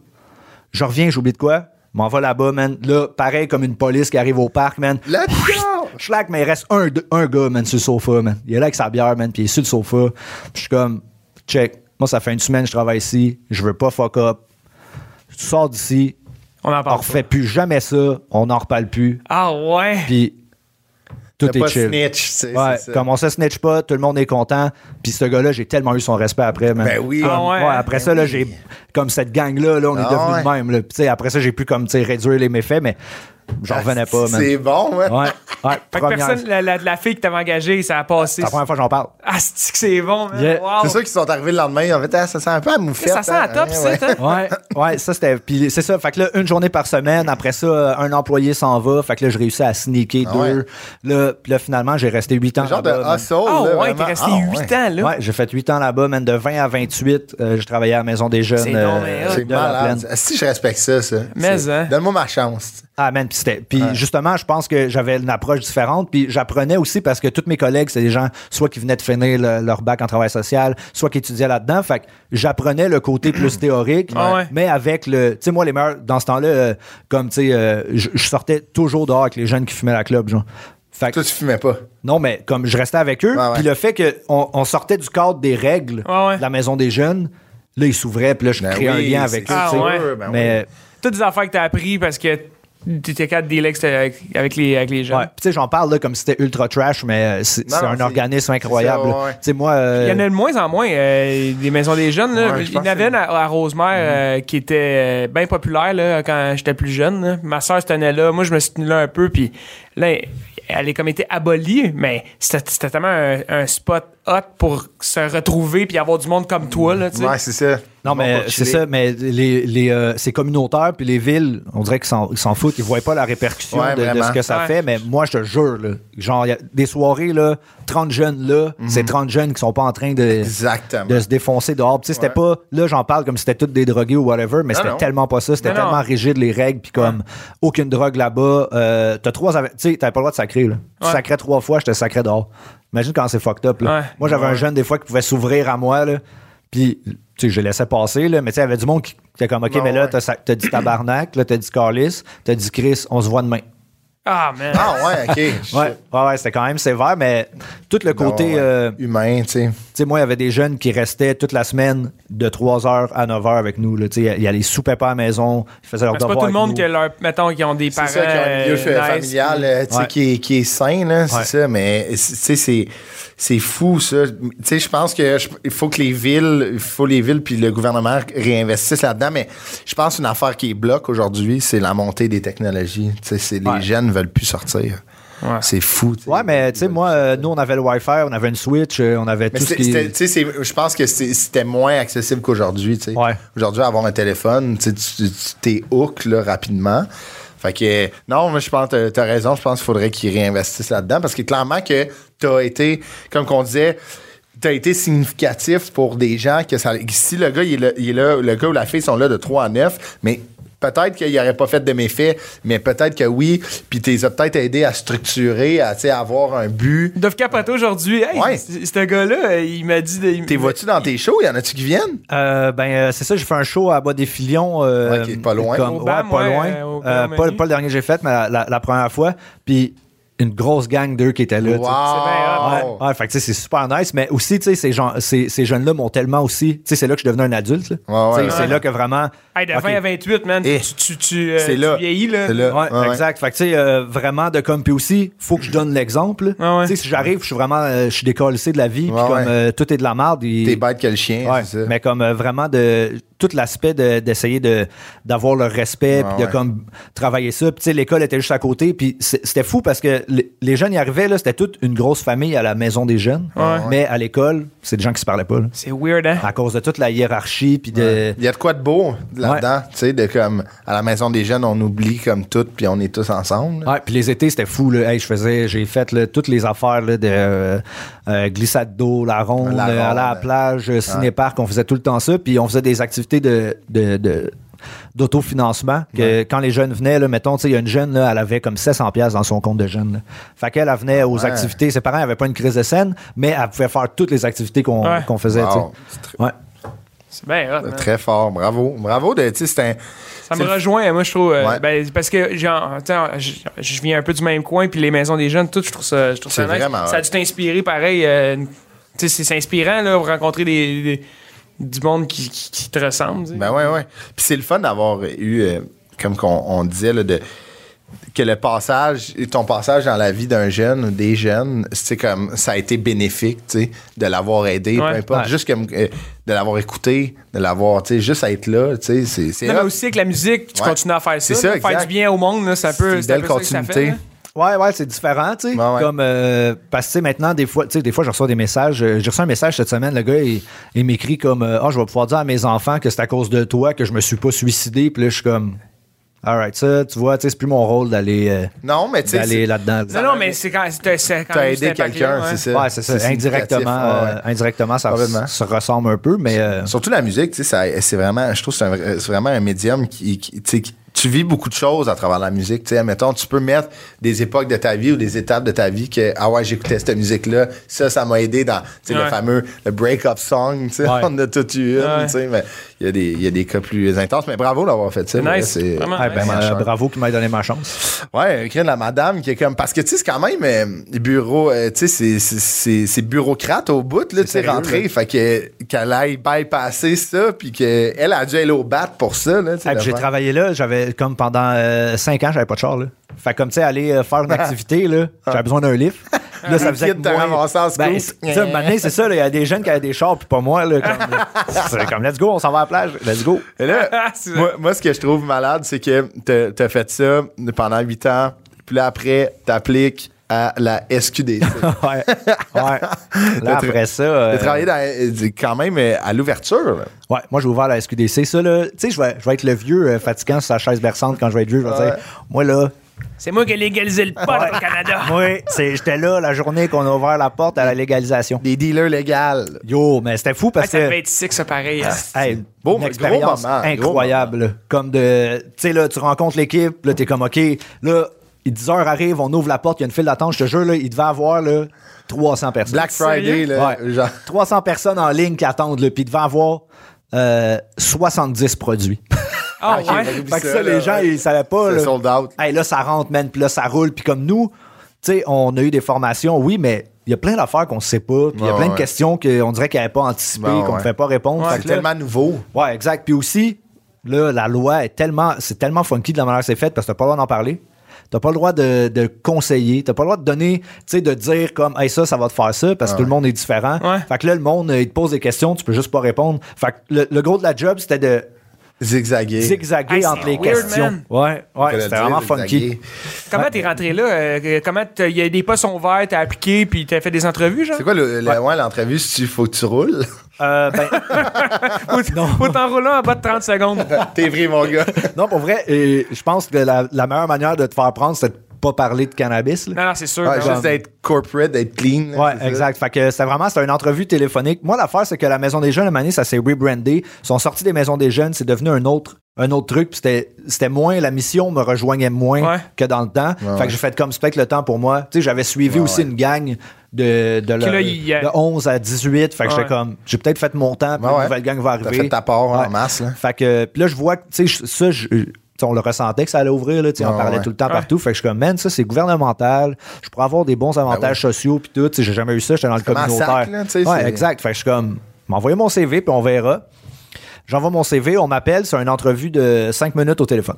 Speaker 4: je reviens, j'oublie de quoi. M'en va là-bas, man. Là, pareil comme une police qui arrive au parc, man.
Speaker 1: Let's go!
Speaker 4: Schlac, mais il reste un, un gars, man, sur le sofa, man. Il est là avec sa bière, man, puis il est sur le sofa. Puis je suis comme, check. Moi, ça fait une semaine que je travaille ici. Je veux pas fuck up. Tu sors d'ici.
Speaker 2: On
Speaker 1: Ah,
Speaker 2: en
Speaker 4: On
Speaker 2: parle.
Speaker 4: refait plus jamais ça. On n'en reparle plus.
Speaker 2: pas. Ah ouais.
Speaker 4: Puis tout
Speaker 1: T'as
Speaker 4: est
Speaker 1: pas
Speaker 4: chill.
Speaker 1: snitch, tu sais,
Speaker 4: Ouais,
Speaker 1: c'est ça.
Speaker 4: comme on se snitch pas, tout le monde est content. Puis ce gars-là, j'ai tellement eu son respect après. man.
Speaker 1: Ben oui.
Speaker 4: Comme-
Speaker 2: Ah ouais,
Speaker 4: ouais, après
Speaker 2: ben
Speaker 4: ça, là, j'ai comme cette gang-là, là, on est
Speaker 1: Ah
Speaker 4: devenu de
Speaker 1: ouais.
Speaker 4: même. là. Puis, tu sais, après ça, j'ai pu comme tu sais, réduire les méfaits, mais j'en revenais pas, man.
Speaker 1: Ah, C'est bon, ouais.
Speaker 4: Ouais, ouais,
Speaker 2: Fait que
Speaker 4: première-
Speaker 2: personne, la, la- la fille que t'avais engagée, ça a passé.
Speaker 4: C'est la première fois que j'en parle.
Speaker 2: Ah, c'est que c'est bon, man.
Speaker 4: Yeah.
Speaker 2: Wow.
Speaker 1: C'est sûr qu'ils sont arrivés le lendemain, ils ont fait, ah, ça sent un peu à moufette.
Speaker 2: Ça sent à
Speaker 1: hein.
Speaker 2: top,
Speaker 1: Ouais,
Speaker 2: ça,
Speaker 1: ouais.
Speaker 2: t'as-
Speaker 4: Ouais, ouais, ça c'était. Puis c'est ça. Fait que là, une journée par semaine. Après ça, euh, un employé s'en va. Fait que là, je réussis à sneaker
Speaker 1: Ah
Speaker 4: deux.
Speaker 1: ouais.
Speaker 4: Là, puis là, finalement, j'ai resté huit ans.
Speaker 1: Genre de
Speaker 4: là-bas, man.
Speaker 1: hustle,
Speaker 2: Ah
Speaker 1: Oh, là,
Speaker 2: ouais,
Speaker 1: vraiment.
Speaker 2: t'es resté
Speaker 1: Ah,
Speaker 2: 8
Speaker 1: ouais.
Speaker 2: ans, là.
Speaker 4: Ouais, j'ai fait 8 ans là-bas, man, de 20 à 28. euh, je travaillais à la Maison des Jeunes. euh,
Speaker 2: C'est donc bien hot.
Speaker 1: C'est
Speaker 4: de la
Speaker 1: malade.
Speaker 4: Plaine.
Speaker 1: ça. Si je respecte ça, ça.
Speaker 2: Mais,
Speaker 1: C'est-
Speaker 2: hein.
Speaker 1: Donne-moi ma chance.
Speaker 4: Ah, man, puis c'était- puis justement, je pense que j'avais une approche différente. Puis j'apprenais aussi parce que tous mes collègues, c'est des gens, soit qui venaient de finir le- leur bac en travail social, soit qui étudiaient là-dedans. Fait que j'apprenais le côté plus théorique,
Speaker 2: Ah ouais.
Speaker 4: mais avec le. Tu sais, moi, les meilleurs, dans ce temps-là, euh, comme, tu sais, euh, je je sortais toujours dehors avec les jeunes qui fumaient la club, genre. Fait que-
Speaker 1: Toi, tu fumais pas.
Speaker 4: Non, mais comme je restais avec eux,
Speaker 1: Ouais, ouais.
Speaker 4: puis le fait qu'on on sortait du cadre des règles
Speaker 2: Ouais, ouais.
Speaker 4: de la maison des jeunes, là, ils s'ouvraient, puis là, je
Speaker 1: Ben
Speaker 4: créais
Speaker 1: oui,
Speaker 4: un lien avec
Speaker 1: c'est
Speaker 4: eux. tu sais.
Speaker 1: sûr,
Speaker 2: Ah ouais.
Speaker 1: ben oui.
Speaker 4: mais
Speaker 2: Toutes des affaires que t'as appris parce que t'étais quatre délais que c'était avec, avec les, avec les gens.
Speaker 4: ouais. Puis, tu sais, j'en parle là, comme si c'était ultra trash, mais euh, c'est
Speaker 1: Non,
Speaker 4: c'est
Speaker 1: non,
Speaker 4: un
Speaker 1: c'est-
Speaker 4: organisme incroyable.
Speaker 1: c'est ça, ouais, ouais.
Speaker 4: Tu sais, moi.
Speaker 2: Il
Speaker 4: euh,
Speaker 2: y en a de moins en moins euh, des maisons des jeunes. Là.
Speaker 1: Ouais, je
Speaker 2: Il y
Speaker 1: pense
Speaker 2: en
Speaker 1: que Mhm.
Speaker 2: avait
Speaker 1: c'est-
Speaker 2: une à, à Rosemère euh, qui était bien populaire là, quand j'étais plus jeune. là. Ma soeur se tenait là, moi je me suis tenu là un peu, puis là, elle est comme été abolie, mais c'était c'était tellement un, un spot hot pour se retrouver puis avoir du monde comme toi. Là, tu sais.
Speaker 1: Ouais, c'est ça.
Speaker 4: Non, mais c'est ça, mais les, les, euh, c'est communautaire, puis les villes, on dirait qu'ils s'en ils s'en foutent, ils voient pas la répercussion
Speaker 1: Ouais,
Speaker 4: de- de,
Speaker 1: vraiment.
Speaker 4: ce que ça
Speaker 2: Ouais.
Speaker 4: fait, mais moi, je te jure, là, genre, il y a des soirées, là, 30 jeunes là,
Speaker 1: Mm-hmm.
Speaker 4: c'est 30 jeunes qui sont pas en train de,
Speaker 1: Exactement.
Speaker 4: de se défoncer dehors. Puis, tu sais, c'était pas, là, j'en parle comme si c'était toutes des drogués ou whatever, mais
Speaker 1: Non,
Speaker 4: c'était
Speaker 1: non.
Speaker 4: tellement pas ça, c'était
Speaker 2: Non,
Speaker 4: tellement
Speaker 2: non.
Speaker 4: rigide les règles, puis comme, aucune drogue là-bas, euh, t'as trois, ave- tu sais, t'avais pas le droit de sacrer, là. Tu
Speaker 2: Ouais.
Speaker 4: sacrais trois fois, j'étais sacré dehors. Imagine quand c'est fucked up, là.
Speaker 2: Ouais.
Speaker 4: Moi, j'avais un jeune, des fois, qui pouvait s'ouvrir à moi, là. Puis, tu sais, je les laissais passer, là. Mais, tu sais, il y avait du monde qui qui était comme, OK,
Speaker 1: Ouais,
Speaker 4: mais là,
Speaker 1: ouais.
Speaker 4: t'as, sa- t'as dit tabarnak, là, t'as dit Carlis, t'as dit Chris, on se voit demain.
Speaker 2: Ah, man.
Speaker 1: Ah, ouais, ok. Je-
Speaker 4: Ouais, ouais, ouais, c'était quand même sévère, mais tout le
Speaker 1: Non,
Speaker 4: côté.
Speaker 1: ouais.
Speaker 4: euh,
Speaker 1: Humain, tu sais.
Speaker 4: tu sais, moi, il y avait des jeunes qui restaient toute la semaine de 3h à 9h avec nous. Là, Tu sais, ils allaient souper pas à la maison, ils faisaient leur
Speaker 2: Mais Ah, C'est
Speaker 4: devoir.
Speaker 2: pas tout le monde qui a leur. Mettons, qui ont des
Speaker 1: C'est
Speaker 2: parents.
Speaker 1: ça, qui a un milieu
Speaker 2: euh, nice,
Speaker 1: familial
Speaker 2: puis-
Speaker 1: euh, tu sais,
Speaker 4: Ouais.
Speaker 1: qui, est, qui est sain, là, c'est
Speaker 4: Ouais.
Speaker 1: ça, mais c'est- tu sais, c'est. C'est fou, ça. Tu sais, je pense que je- il faut que les villes, il faut les villes puis le gouvernement réinvestissent là-dedans, mais je pense une affaire qui bloque aujourd'hui, c'est la montée des technologies. Tu sais, c'est- les
Speaker 4: Ouais.
Speaker 1: jeunes veulent plus sortir.
Speaker 2: Ouais.
Speaker 1: C'est fou. tu sais.
Speaker 4: Ouais, mais tu sais, moi, euh, nous, on avait le Wi-Fi, on avait une Switch, euh, on avait
Speaker 1: Mais
Speaker 4: tout ce
Speaker 1: c'est-
Speaker 4: qui...
Speaker 1: c'était- tu sais, c'est- je pense que c'est- c'était moins accessible qu'aujourd'hui. tu sais.
Speaker 4: Ouais.
Speaker 1: Aujourd'hui, avoir un téléphone, tu sais, tu- tu- t'es hook là, rapidement. Fait que, non, mais je pense que t'as raison. Je pense qu'il faudrait qu'ils réinvestissent là-dedans parce que clairement que t'as été, comme qu'on disait, t'as été significatif pour des gens que ça. Si le gars, il est là, il est là- le gars ou la fille sont là de 3 à 9, mais peut-être qu'il n'aurait pas fait de méfaits, mais peut-être que oui. Puis t'es a peut-être aidé à structurer, à tu sais, avoir un but.
Speaker 2: Ils doivent capoter aujourd'hui. Hey,
Speaker 1: Ouais.
Speaker 2: c- ce gars-là, il m'a dit. de-
Speaker 1: T'es vois-tu dans tes shows? Y en a-tu qui viennent?
Speaker 4: Euh, ben, euh, c'est ça, j'ai fait un show à Bois des Filions. euh,
Speaker 1: Ouais, qui est pas loin.
Speaker 4: comme-
Speaker 2: Au BAM,
Speaker 4: ouais, pas
Speaker 2: ouais,
Speaker 4: loin.
Speaker 2: euh, au
Speaker 4: Euh, pas,
Speaker 2: Grand-Menu.
Speaker 4: pas le dernier que j'ai fait, mais la, la- la première fois. Puis une grosse gang d'eux qui étaient là. tu sais. Ouais,
Speaker 1: Wow!
Speaker 4: ouais, fait que, tu sais, c'est super nice, mais aussi, tu sais, ces, gens- ces, ces jeunes-là m'ont tellement aussi. Tu sais, c'est là que je devenais un adulte. là.
Speaker 1: Ouais, ouais.
Speaker 4: Tu sais, C'est là que vraiment.
Speaker 2: Hey, de
Speaker 4: Ok.
Speaker 2: 20 à 28, man,
Speaker 1: Eh,
Speaker 2: tu, tu, tu, euh,
Speaker 1: c'est
Speaker 2: tu
Speaker 1: là.
Speaker 2: vieillis, là.
Speaker 1: C'est là.
Speaker 4: Ouais,
Speaker 1: Ouais, ouais.
Speaker 4: exact. Fait que, tu sais, euh, vraiment de comme. Puis aussi, faut que je donne l'exemple.
Speaker 2: Ah ouais.
Speaker 4: Tu sais, si j'arrive, je suis vraiment. euh, je suis décollissé de la vie, puis
Speaker 1: Ouais,
Speaker 4: comme
Speaker 1: ouais.
Speaker 4: euh, tout est de la merde. il-
Speaker 1: T'es bête que le chien,
Speaker 4: Ouais,
Speaker 1: c'est ça.
Speaker 4: mais comme euh, vraiment de tout l'aspect de- d'essayer de d'avoir le respect
Speaker 1: Ah
Speaker 4: puis de
Speaker 1: ouais.
Speaker 4: comme travailler ça puis tu sais l'école était juste à côté puis c'est- c'était fou parce que les, les jeunes y arrivaient là c'était toute une grosse famille à la maison des jeunes
Speaker 2: Ouais.
Speaker 4: mais à l'école c'est des gens qui se parlaient pas là.
Speaker 2: C'est weird, hein?
Speaker 4: à cause de toute la hiérarchie puis de
Speaker 1: Il y a de quoi de beau là-dedans, tu sais, de comme à la maison des jeunes, on oublie comme tout, puis on est tous ensemble. là.
Speaker 4: Ouais, puis les étés, c'était fou. Là. Hey, je faisais, j'ai fait là, toutes les affaires là, de euh, euh, glissade d'eau, la ronde,
Speaker 1: La
Speaker 4: euh, aller à la
Speaker 1: ronde.
Speaker 4: plage, euh, ciné-parc. On faisait tout le temps ça. Puis on faisait des activités de, de, de- d'autofinancement. Que Quand les jeunes venaient, là, mettons, tu sais, il y a une jeune, là, elle avait comme 700 pièces dans son compte de jeune. là. Fait qu'elle, elle venait aux
Speaker 1: Ah Ouais.
Speaker 4: activités. Ses parents n'avaient pas une crise de scène, mais elle pouvait faire toutes les activités qu'on,
Speaker 2: Ouais.
Speaker 4: qu'on faisait. tu sais.
Speaker 1: Wow, c'est tr-
Speaker 4: Ouais.
Speaker 2: C'est bien hot, man.
Speaker 1: Très fort, bravo. Bravo de, tu sais, c'est un.
Speaker 2: Ça me
Speaker 1: c'est-
Speaker 2: rejoint, moi, je trouve. euh,
Speaker 1: Ouais.
Speaker 2: ben, parce que, genre, tu sais, je, je viens un peu du même coin, puis les maisons des jeunes, tout, je trouve ça, je trouve ça
Speaker 1: C'est
Speaker 2: nice.
Speaker 1: vraiment
Speaker 2: Ça a
Speaker 1: hot.
Speaker 2: dû t'inspirer, pareil. euh, une- tu sais, c'est- c'est inspirant, là, pour rencontrer des, des- du monde qui, qui, qui te ressemble. tu sais.
Speaker 1: Ben ouais, ouais. Puis c'est le fun d'avoir eu, euh, comme qu'on on disait, là, de, que le passage, ton passage dans la vie d'un jeune ou des jeunes, c'est comme ça a été bénéfique, tu sais, de l'avoir aidé,
Speaker 2: Ouais.
Speaker 1: peu importe,
Speaker 4: Ouais.
Speaker 1: juste comme euh, de l'avoir écouté, de l'avoir, tu sais, juste à être là, tu sais, c'est c'est
Speaker 2: Non, mais
Speaker 1: hot.
Speaker 2: aussi avec la musique, tu
Speaker 1: Ouais.
Speaker 2: continues à faire ça.
Speaker 1: C'est ça,
Speaker 2: là, faire
Speaker 1: exact.
Speaker 2: du bien au monde, là, ça peut.
Speaker 1: C'est une
Speaker 2: un
Speaker 1: belle
Speaker 2: peu ça que ça fait,
Speaker 1: continuité.
Speaker 2: là.
Speaker 4: Ouais, ouais, c'est différent, tu sais.
Speaker 1: Ouais, ouais.
Speaker 4: Comme, euh, parce que, tu sais, maintenant, des fois, tu sais, des fois, je reçois des messages. euh, J'ai reçu un message cette semaine, le gars, il, il m'écrit comme, euh, ah, je vais pouvoir dire à mes enfants que c'est à cause de toi que je me suis pas suicidé. Puis là, je suis comme, alright, ça, tu vois, tu sais, c'est plus mon rôle d'aller, euh,
Speaker 1: Non, mais tu sais.
Speaker 4: d'aller
Speaker 1: c'est-
Speaker 4: là-dedans. là.
Speaker 2: Non, non, mais c'est quand, c'est- c'est quand
Speaker 1: T'as
Speaker 2: même
Speaker 1: aidé
Speaker 2: cet impact-là,
Speaker 1: quelqu'un,
Speaker 2: ouais.
Speaker 1: c'est ça.
Speaker 4: Ouais, c'est ça.
Speaker 1: significatif,
Speaker 4: Indirectement,
Speaker 1: ouais, ouais.
Speaker 4: euh, indirectement, ça
Speaker 1: Complètement.
Speaker 4: se ressemble un peu, mais. euh,
Speaker 1: Surtout la musique, tu sais, ça- c'est vraiment, je trouve, que c'est un- c'est vraiment un médium qui, qui- tu sais, qui- tu vis beaucoup de choses à travers la musique. Tu sais, mettons, tu peux mettre des époques de ta vie ou des étapes de ta vie que, ah ouais, j'écoutais cette musique-là, ça, ça m'a aidé dans, tu sais,
Speaker 2: Ouais.
Speaker 1: le fameux le break-up song, tu sais,
Speaker 4: Ouais.
Speaker 1: on a tout eu une,
Speaker 2: Ouais.
Speaker 1: tu sais, mais il y, a des- il y a des cas plus intenses, mais bravo d'avoir fait ça.
Speaker 2: C'est
Speaker 1: mais là,
Speaker 2: nice,
Speaker 1: c'est-
Speaker 2: vraiment.
Speaker 4: ah, ben,
Speaker 1: c'est
Speaker 4: euh,
Speaker 1: cher.
Speaker 4: bravo qui m'a donné ma chance.
Speaker 1: Ouais, écrire la madame qui est comme. Parce que, tu sais, c'est quand même. euh, les bureaux, euh, tu sais, c'est- c'est- c'est c'est bureaucrate au bout, là, tu sais,
Speaker 4: sérieux,
Speaker 1: rentré. Fait que- qu'elle aille bypasser ça, puis qu'elle a dû aller au bat pour ça, là, tu sais,
Speaker 4: Ah, puis j'ai
Speaker 1: l'affaire.
Speaker 4: travaillé là, j'avais comme pendant 5 ans, j'avais pas de char. Là. Fait que comme tu sais, aller euh, faire une activité, là, j'avais besoin d'un livre. Là, ça faisait
Speaker 1: Ah. Kid
Speaker 4: que
Speaker 1: t'a
Speaker 4: moi-
Speaker 1: ramassé en
Speaker 4: ben,
Speaker 1: scoop.
Speaker 4: c'est- tu sais, maintenant, c'est ça, là, il y a des jeunes qui avaient des chars, puis pas moi. Là, comme, c'est comme, let's go, on s'en va à la plage, let's go.
Speaker 1: Et
Speaker 4: Ah,
Speaker 1: là,
Speaker 2: C'est
Speaker 1: moi, moi, ce que je trouve malade, c'est que t'as- t'as fait ça pendant huit ans, puis là, après, t'appliques à la SQDC.
Speaker 4: ouais. ouais. Là,
Speaker 1: tra-
Speaker 4: après ça.
Speaker 1: T'as
Speaker 4: euh,
Speaker 1: travaillé dans- euh, quand même euh, à l'ouverture, là.
Speaker 4: Ouais, moi, j'ai ouvert la SQDC. Ça, là, tu sais, je vais, je vais être le vieux euh, fatigant sur sa chaise berçante quand je vais être vieux. Je vais
Speaker 1: Ouais.
Speaker 4: dire, moi, là,
Speaker 2: C'est moi qui ai légalisé le pot au Canada.
Speaker 4: oui, j'étais là la journée qu'on a ouvert la porte à la légalisation.
Speaker 1: Des dealers légaux.
Speaker 4: Yo, mais c'était fou parce
Speaker 2: Hey, Ah, ça
Speaker 4: que.
Speaker 2: devait être sick, ça, pareil. hein.
Speaker 1: Ah,
Speaker 4: Hey,
Speaker 1: Beau-
Speaker 4: une
Speaker 1: gros
Speaker 4: expérience
Speaker 1: moment, gros
Speaker 4: incroyable. là. Comme de, tu sais, là, tu rencontres l'équipe, là, t'es comme, OK, là, 10 heures arrive, on ouvre la porte, il y a une file d'attente, je te jure, là, il devait avoir, là, 300 personnes.
Speaker 1: Black Friday,
Speaker 2: Sérieux?
Speaker 1: là.
Speaker 4: Ouais.
Speaker 1: Genre.
Speaker 4: 300 personnes en ligne qui attendent, là, puis il devait avoir euh, 70 produits.
Speaker 2: Ah,
Speaker 1: Ok,
Speaker 2: ouais.
Speaker 1: oublie
Speaker 4: fait que ça,
Speaker 1: là,
Speaker 4: les gens,
Speaker 1: ouais.
Speaker 4: ils savaient pas,
Speaker 1: C'est
Speaker 4: là.
Speaker 1: sold out.
Speaker 4: Hey, là, ça rentre, man, puis là, ça roule. Puis comme nous, tu sais, on a eu des formations, oui, mais il y a plein d'affaires qu'on sait pas. Puis il y a
Speaker 1: Ouais,
Speaker 4: plein de
Speaker 1: ouais.
Speaker 4: questions qu'on dirait qu'ils n'avaient pas anticipées,
Speaker 1: Ouais,
Speaker 4: qu'on ne
Speaker 1: ouais.
Speaker 4: fait pas répondre. Fait
Speaker 1: C'est
Speaker 4: que là-
Speaker 1: tellement nouveau.
Speaker 4: Ouais, exact. Puis aussi, là, la loi est tellement, c'est tellement funky de la manière que c'est faite parce que t'as pas le droit d'en parler. T'as pas le droit de, de conseiller. T'as pas le droit de donner, tu sais, de dire comme, hey, ça, ça va te faire ça, parce que tout le monde est différent.
Speaker 2: Ouais.
Speaker 4: Fait que là, le monde, euh, il te pose des questions, tu peux juste pas répondre. Fait que le, le gros de la job, c'était de
Speaker 1: Zigzaguer.
Speaker 4: zigzaguer
Speaker 2: Hey, c'est
Speaker 4: entre les
Speaker 2: weird,
Speaker 4: questions.
Speaker 2: man.
Speaker 4: Ouais,
Speaker 1: Faut
Speaker 4: ouais,
Speaker 1: le
Speaker 4: c'était
Speaker 1: dire,
Speaker 4: vraiment funky.
Speaker 1: zigzaguer.
Speaker 2: Comment t'es rentré là? Euh, comment t'as- il y a des postes sont ouverts, t'as appliqué, puis t'as fait des entrevues, genre?
Speaker 1: C'est quoi le, le- ouais, l'entrevue si tu faut que tu roules?
Speaker 4: Euh, ben, non.
Speaker 2: Faut t'enrouler en bas de 30 secondes.
Speaker 1: T'es vrai, mon gars.
Speaker 4: non, pour vrai, euh, je pense que la, la meilleure manière de te faire prendre, c'est de pas parler de cannabis. là.
Speaker 2: Non, non, c'est sûr.
Speaker 1: Ouais,
Speaker 2: non.
Speaker 1: juste d'être corporate, d'être clean. là,
Speaker 4: Ouais,
Speaker 1: c'est ça.
Speaker 4: exact. Fait que c'était vraiment c'était une entrevue téléphonique. Moi, l'affaire, c'est que la Maison des Jeunes, à un moment donné, ça s'est rebrandé. Ils sont sortis des Maisons des Jeunes, c'est devenu un autre, un autre truc. Puis c'était, c'était moins, la mission me rejoignait moins
Speaker 2: Ouais.
Speaker 4: que dans le temps. fait que j'ai fait comme spectre le temps pour moi. Tu sais, j'avais suivi aussi une gang de, de, leur-
Speaker 2: là, il y a-
Speaker 4: de 11 à 18. Fait que
Speaker 2: Ouais.
Speaker 4: j'étais comme, j'ai peut-être fait mon temps, puis
Speaker 1: Ouais,
Speaker 4: une
Speaker 1: ouais.
Speaker 4: nouvelle gang va
Speaker 1: T'as
Speaker 4: arriver.
Speaker 1: fait ta part en masse, là.
Speaker 4: Fait que, puis là, je vois, que, tu sais, je- ça, je- tu sais, on le ressentait que ça allait ouvrir, là, tu sais, on
Speaker 1: Ouais,
Speaker 4: parlait
Speaker 1: ouais.
Speaker 4: tout le temps partout. Fait que je suis comme, man, ça, c'est gouvernemental. Je pourrais avoir des bons avantages sociaux, puis tout. Tu sais, j'ai jamais eu ça, j'étais dans le
Speaker 1: Ben comme un
Speaker 4: communautaire.
Speaker 1: sac, là, tu sais,
Speaker 4: ouais,
Speaker 1: c'est-
Speaker 4: exact. Fait que je suis comme, m'envoyez mon CV, puis on verra. J'envoie mon CV, on m'appelle, c'est une entrevue de 5 minutes au téléphone.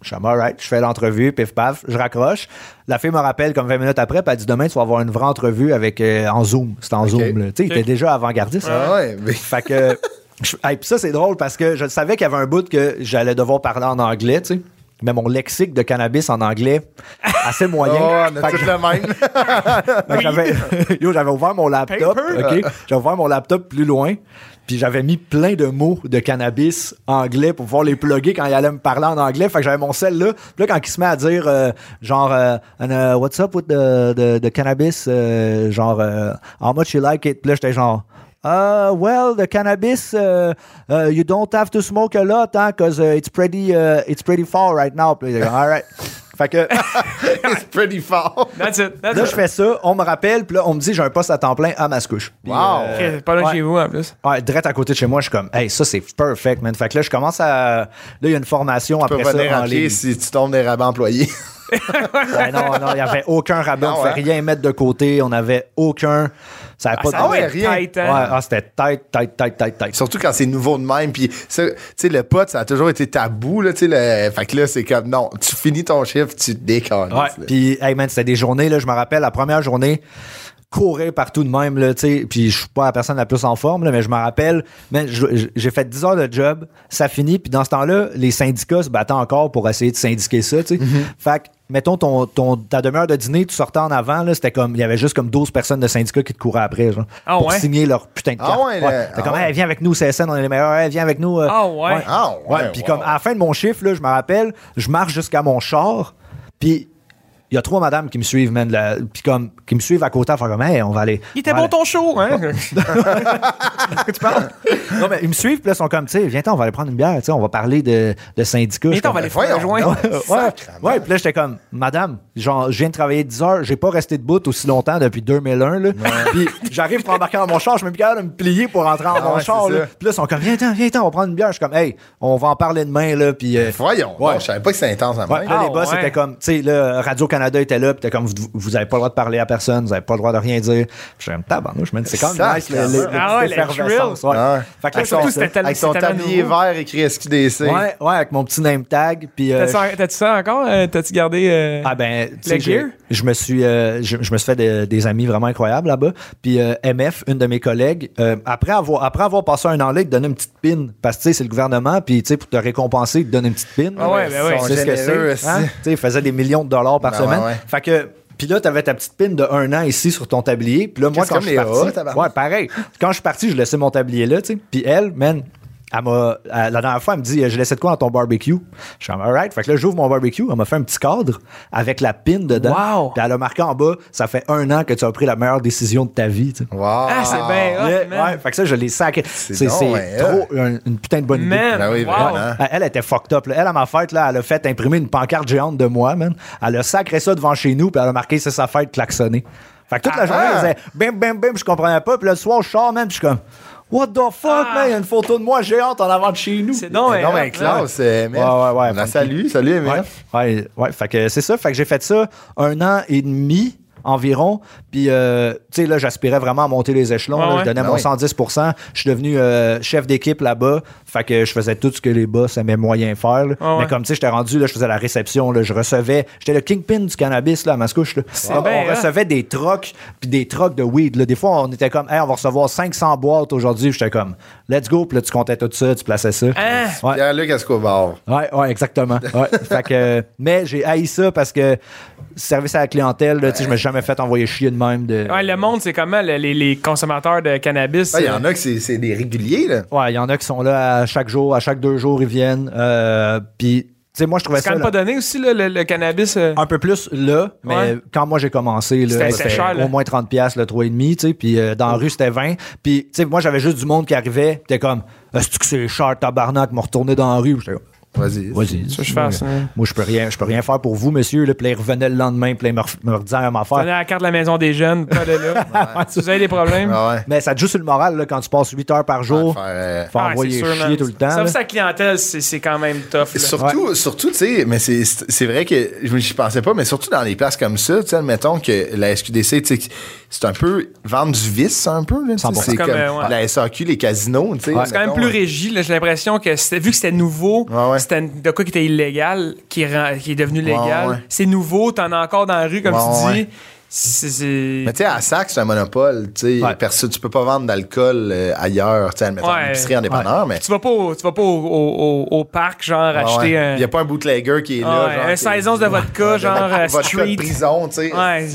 Speaker 4: Je suis comme, alright, je fais l'entrevue, pif paf, je raccroche. La fille me rappelle comme 20 minutes après, puis elle dit demain, tu vas avoir une vraie entrevue avec, euh, en Zoom. C'était en Zoom, là. Tu sais, il était déjà avant-gardiste. hein.
Speaker 1: Ah ouais, mais-
Speaker 4: Fait que. je- hey, puis ça, c'est drôle parce que je savais qu'il y avait un bout que j'allais devoir parler en anglais, tu sais. Mais mon lexique de cannabis en anglais, assez moyen.
Speaker 1: Oh, on a
Speaker 4: Fait que-
Speaker 1: tous le même.
Speaker 4: fait que j'avais, yo, j'avais ouvert mon laptop,
Speaker 2: Paper.
Speaker 4: ok? J'avais ouvert mon laptop plus loin, puis j'avais mis plein de mots de cannabis anglais pour pouvoir les plugger quand il allait me parler en anglais. Fait que j'avais mon sel là. Puis là, quand il se met à dire, euh, genre, euh, and, euh, what's up with the, the, the cannabis, euh, genre, euh, how much you like it? Puis là, j'étais genre... Uh, well, the cannabis, uh, uh, you don't have to smoke a lot, hein, cause uh, it's pretty, uh, it's pretty far right now. Puis là, j'étais comme, all right. Fait que
Speaker 1: It's pretty fort.
Speaker 2: That's it. That's
Speaker 4: Là,
Speaker 2: it.
Speaker 4: je fais ça, on me rappelle, puis là, on me dit, j'ai un poste à temps plein à Mascouche. Puis,
Speaker 1: Wow.
Speaker 4: euh,
Speaker 2: Ok, c'est pas loin de
Speaker 4: ouais.
Speaker 2: chez vous, en plus.
Speaker 4: Ouais, direct à côté de chez moi, je suis comme, hey, ça, c'est perfect, man. Fait que là, je commence à. Là, il y a une formation
Speaker 1: Tu peux
Speaker 4: après
Speaker 1: venir
Speaker 4: ça en
Speaker 1: à pied
Speaker 4: ligne.
Speaker 1: si tu tombes des rabats employés.
Speaker 4: Ouais, non, non, il n'y avait aucun rabat,
Speaker 1: Ah
Speaker 4: on ne
Speaker 1: ouais.
Speaker 4: pouvait rien mettre de côté, on n'avait aucun. Ça
Speaker 2: Ah,
Speaker 4: n'avait pas
Speaker 1: ça,
Speaker 4: de.
Speaker 1: ouais,
Speaker 2: doit être
Speaker 1: rien.
Speaker 2: tight,
Speaker 4: Ouais,
Speaker 2: hein.
Speaker 4: ah, c'était tight, tight, tight, tight, tight.
Speaker 1: Surtout quand c'est nouveau de même. Puis, ça, tu sais, le pote, ça a toujours été tabou. Là, tu sais, le... Fait que là, c'est comme, non, tu finis ton chiffre, tu te décolles.
Speaker 4: Ouais. Puis, hey man, c'était des journées, là, je me rappelle, la première journée, courir partout de même, là, tu sais. Puis, je suis pas la personne la plus en forme, là, mais je me rappelle, man, je- j'ai fait 10 heures de job, ça finit, puis dans ce temps-là, les syndicats se battaient encore pour essayer de syndiquer ça, tu sais.
Speaker 1: Mm-hmm.
Speaker 4: Fait que, mettons, ton, ton, ta demi-heure de dîner, tu sortais en avant, là, c'était comme, il y avait juste comme 12 personnes de syndicats qui te couraient après, genre,
Speaker 2: Ah
Speaker 4: pour
Speaker 2: ouais?
Speaker 4: signer leur putain de
Speaker 1: Ah
Speaker 4: carte.
Speaker 1: ouais, là,
Speaker 4: C'était
Speaker 1: ah
Speaker 4: comme,
Speaker 1: ouais.
Speaker 4: Hey, viens avec nous, CSN, on est les meilleurs, Hey, viens avec nous. euh,
Speaker 2: Ah ouais?
Speaker 1: Ah ouais,
Speaker 4: Puis
Speaker 1: wow.
Speaker 4: comme à la fin de mon chiffre, là, je me rappelle, je marche jusqu'à mon char, puis il y a trois madames qui me suivent, man, là, puis comme, qui me suivent à côté, à faire comme, hey, on va aller.
Speaker 2: Il était
Speaker 4: on va
Speaker 2: bon ton show, hein?
Speaker 4: aller- Non, mais ils me suivent, puis là, ils sont comme, tu sais, viens-t'en, on va aller prendre une bière, tu sais, on va parler de, de syndicats. Je suis
Speaker 2: Et on
Speaker 4: comme,
Speaker 2: va les faire
Speaker 1: voyons
Speaker 2: rejoindre.
Speaker 1: donc.
Speaker 4: Ouais,
Speaker 1: Sacrement.
Speaker 4: ouais, puis là, j'étais comme, madame, genre, je viens de travailler 10 heures, j'ai pas resté debout aussi longtemps depuis 2001, là. Puis j'arrive pour embarquer dans mon char, je me plus capable de me plier pour rentrer dans
Speaker 1: Ah
Speaker 4: mon
Speaker 1: ouais,
Speaker 4: char,
Speaker 1: c'est
Speaker 4: là.
Speaker 1: ça.
Speaker 4: Puis là, ils sont comme, viens, viens, viens, on va prendre une bière. Je suis comme, hey, on va en parler demain, là, puis. euh,
Speaker 1: Voyons.
Speaker 4: Ouais.
Speaker 1: donc, je savais pas que c'était intense à même.
Speaker 4: Ouais, puis là,
Speaker 2: Ah,
Speaker 4: les boss
Speaker 2: ouais.
Speaker 4: étaient comme, tu sais, là, Radio-Canada était là, puis t'es comme, vous- vous n'avez pas le droit de parler à personne, vous n'avez pas le droit de rien dire. Puis Je suis comme, tabarnouche, man, c'est quand même nice, le, le, le
Speaker 2: Ah
Speaker 4: petit
Speaker 2: ouais, le thrill.
Speaker 4: effervescence, ouais.
Speaker 1: Ah ouais.
Speaker 4: Fait que là,
Speaker 2: Ah,
Speaker 4: je
Speaker 2: surtout,
Speaker 4: fais ça.
Speaker 2: c'était tellement-
Speaker 1: Avec son
Speaker 2: c'est tellement
Speaker 1: tablier
Speaker 2: nouveau.
Speaker 1: vert écrit SQDC.
Speaker 4: Ouais, ouais, avec mon petit name tag, puis... euh,
Speaker 2: T'as-tu
Speaker 1: Ben,
Speaker 2: ça- T'as-tu ça encore? euh, T'as-tu gardé. euh,
Speaker 4: ah ben, tu sais,
Speaker 2: Le
Speaker 4: j'ai-
Speaker 2: gear?
Speaker 4: je me suis, euh, je, je me suis fait de- des amis vraiment incroyables là-bas. Puis euh, MF, une de mes collègues, euh, après avoir, après avoir passé un an là, il te donnait une petite pin parce que tu sais, c'est le gouvernement, puis tu sais, pour te récompenser, il te donne une petite pin.
Speaker 2: Ah ouais, ben ouais.
Speaker 4: Tu sais ce que
Speaker 1: Généreux,
Speaker 4: c'est, hein?
Speaker 1: aussi.
Speaker 4: Tu sais, il faisait des millions de dollars par
Speaker 1: Ben
Speaker 4: semaine.
Speaker 1: ouais, ouais.
Speaker 4: Fait que. Puis là, t'avais ta petite pin de un an ici sur ton tablier. Puis là, moi,
Speaker 1: C'est
Speaker 4: quand
Speaker 1: comme
Speaker 4: je suis
Speaker 1: les
Speaker 4: parti,
Speaker 1: rats, tabarnak.
Speaker 4: ouais, pareil. Quand je suis parti, je laissais mon tablier là, tu sais. Puis elle, man, elle m'a, elle- la dernière fois, elle me dit, je laissais de quoi dans ton barbecue? Je suis comme, alright. Fait que là, j'ouvre mon barbecue. Elle m'a fait un petit cadre avec la pin dedans.
Speaker 2: Wow.
Speaker 4: Puis elle a marqué en bas, ça fait un an que tu as pris la meilleure décision de ta vie, tu sais.
Speaker 1: Wow.
Speaker 2: Ah, c'est bien hot,
Speaker 4: Ouais,
Speaker 2: man.
Speaker 4: ouais, fait que ça, je l'ai sacré. C'est,
Speaker 1: donc
Speaker 4: c'est
Speaker 1: bien
Speaker 4: trop un- une putain de bonne idée.
Speaker 2: Man,
Speaker 1: Ben oui,
Speaker 2: wow.
Speaker 1: vraiment.
Speaker 4: Ah, Elle était fucked up. là. Elle, à ma fête, là, elle a fait imprimer une pancarte géante de moi, man. Elle a sacré ça devant chez nous, puis elle a marqué c'est sa fête klaxonné. Fait que toute la journée,
Speaker 1: ah.
Speaker 4: elle faisait bim, bim, bim, je comprenais pas. Puis là, le soir, je sors, man, puis je suis comme, what the fuck,
Speaker 2: Ah.
Speaker 4: man, il y a une photo de moi géante en avant de chez nous.
Speaker 2: C'est donc.
Speaker 1: Non, mais
Speaker 2: hot,
Speaker 1: classe. euh,
Speaker 4: Ouais, ouais, ouais.
Speaker 1: On la
Speaker 4: Funky.
Speaker 1: salue. Salut, Emile.
Speaker 4: Ouais, ouais, ouais. Fait que c'est ça. Fait que j'ai fait ça un an et demi. environ. Puis, euh, tu sais, là, j'aspirais vraiment à monter les échelons.
Speaker 2: Ah
Speaker 4: là.
Speaker 2: ouais?
Speaker 4: Je donnais
Speaker 1: Ah
Speaker 4: mon
Speaker 1: oui.
Speaker 4: 110 Je suis devenu euh, chef d'équipe là-bas. Fait que je faisais tout ce que les boss aimaient moyen faire. là.
Speaker 2: Ah ouais.
Speaker 4: Mais comme, tu sais, j'étais rendu, là, je faisais la réception, là, je recevais. J'étais le kingpin du cannabis, là, à Mascouche. là. Ah,
Speaker 2: bien,
Speaker 4: on
Speaker 2: hein?
Speaker 4: recevait des trocs, puis des trocs de weed. là. Des fois, on était comme, hey, on va recevoir 500 boîtes aujourd'hui. Puis J'étais comme, let's go. Puis là, tu comptais tout ça, tu plaçais ça.
Speaker 2: Hein?
Speaker 4: Ouais.
Speaker 1: Pierre-Luc Escobar.
Speaker 4: Ouais, ouais, exactement. Ouais. Fait que, euh, mais j'ai haï ça parce que service à la clientèle, là, tu sais, je me suis jamais fait envoyer chier de même. De...
Speaker 2: Ouais, le monde, c'est comment le- les, les consommateurs de cannabis?
Speaker 1: Ah, Il y en
Speaker 2: euh,
Speaker 1: a que c'est- c'est des réguliers, là.
Speaker 4: Ouais, il y en a qui sont là à chaque jour, à chaque deux jours, ils viennent. Euh, Puis, tu sais, moi, je trouvais
Speaker 2: C'est quand
Speaker 4: ça
Speaker 2: même
Speaker 4: là,
Speaker 2: pas donné aussi, là, le, le cannabis.
Speaker 1: Ah,
Speaker 2: euh,
Speaker 4: un peu plus là, mais
Speaker 2: Ouais.
Speaker 4: quand moi j'ai commencé, là,
Speaker 2: C'était- c'était
Speaker 4: c'était
Speaker 2: cher, là.
Speaker 4: au moins 30$, piastres, le 3,5$, tu sais, puis euh, dans la rue, c'était 20$. Puis, tu sais, moi, j'avais juste du monde qui arrivait, pis t'es comme, est-ce que c'est cher, tabarnak, m'ont retourné dans la rue? J'étais comme,
Speaker 1: Vas-y.
Speaker 4: Vas-y.
Speaker 2: Ça, je fasse,
Speaker 4: Moi,
Speaker 2: hein.
Speaker 4: Moi, je peux rien, je peux rien faire pour vous, monsieur. Là, puis là, il revenait le lendemain, puis là, il me ref- me redisait la même affaire.
Speaker 2: Donnez la carte de la maison des jeunes, pas de là. Si vous avez des problèmes,
Speaker 1: Ah ouais.
Speaker 4: Mais ça te joue sur le moral là, quand tu passes 8 heures par jour.
Speaker 1: Faire, euh,
Speaker 4: Faut envoyer
Speaker 2: Ah, c'est sûr,
Speaker 4: chier
Speaker 2: man.
Speaker 4: tout le temps.
Speaker 2: Sauf
Speaker 4: là.
Speaker 2: sa clientèle, c'est c'est quand même tough. là.
Speaker 1: Surtout, surtout tu sais, mais c'est- c'est c'est vrai que je n'y pensais pas, mais surtout dans des places comme ça, tu sais, admettons que la SQDC, tu sais, c'est un peu vendre du vice, un peu. là, tu sais,
Speaker 4: 100%.
Speaker 1: C'est
Speaker 2: Comme,
Speaker 1: comme,
Speaker 2: euh, ouais.
Speaker 1: la SAQ, les casinos, tu sais.
Speaker 4: Ouais.
Speaker 2: C'est quand même plus régi. là. J'ai l'impression que c'était- vu que c'était nouveau,
Speaker 1: Ouais, ouais.
Speaker 2: c'était de quoi qui était illégal, qui, rend- qui est devenu légal.
Speaker 1: ouais.
Speaker 2: C'est nouveau, t'en as encore dans la rue, comme
Speaker 1: Ouais,
Speaker 2: tu
Speaker 1: ouais.
Speaker 2: dis. C'est- c'est-
Speaker 1: Mais tu sais, à Sac, c'est un monopole. Tu sais,
Speaker 4: Ouais.
Speaker 1: perso- tu peux pas vendre d'alcool euh, ailleurs, tu sais, admettons,
Speaker 2: Ouais.
Speaker 1: une épicerie indépendeur, mais.
Speaker 2: Tu vas pas au, tu vas pas au, au- au- au parc, genre, acheter un.
Speaker 1: Il n'y a pas un bootlegger qui est là.
Speaker 2: Ouais,
Speaker 1: genre,
Speaker 2: un
Speaker 1: qui-
Speaker 2: 16 onces de vodka, genre euh,
Speaker 1: Vodka de
Speaker 2: street.
Speaker 1: prison, tu sais.
Speaker 2: Ouais.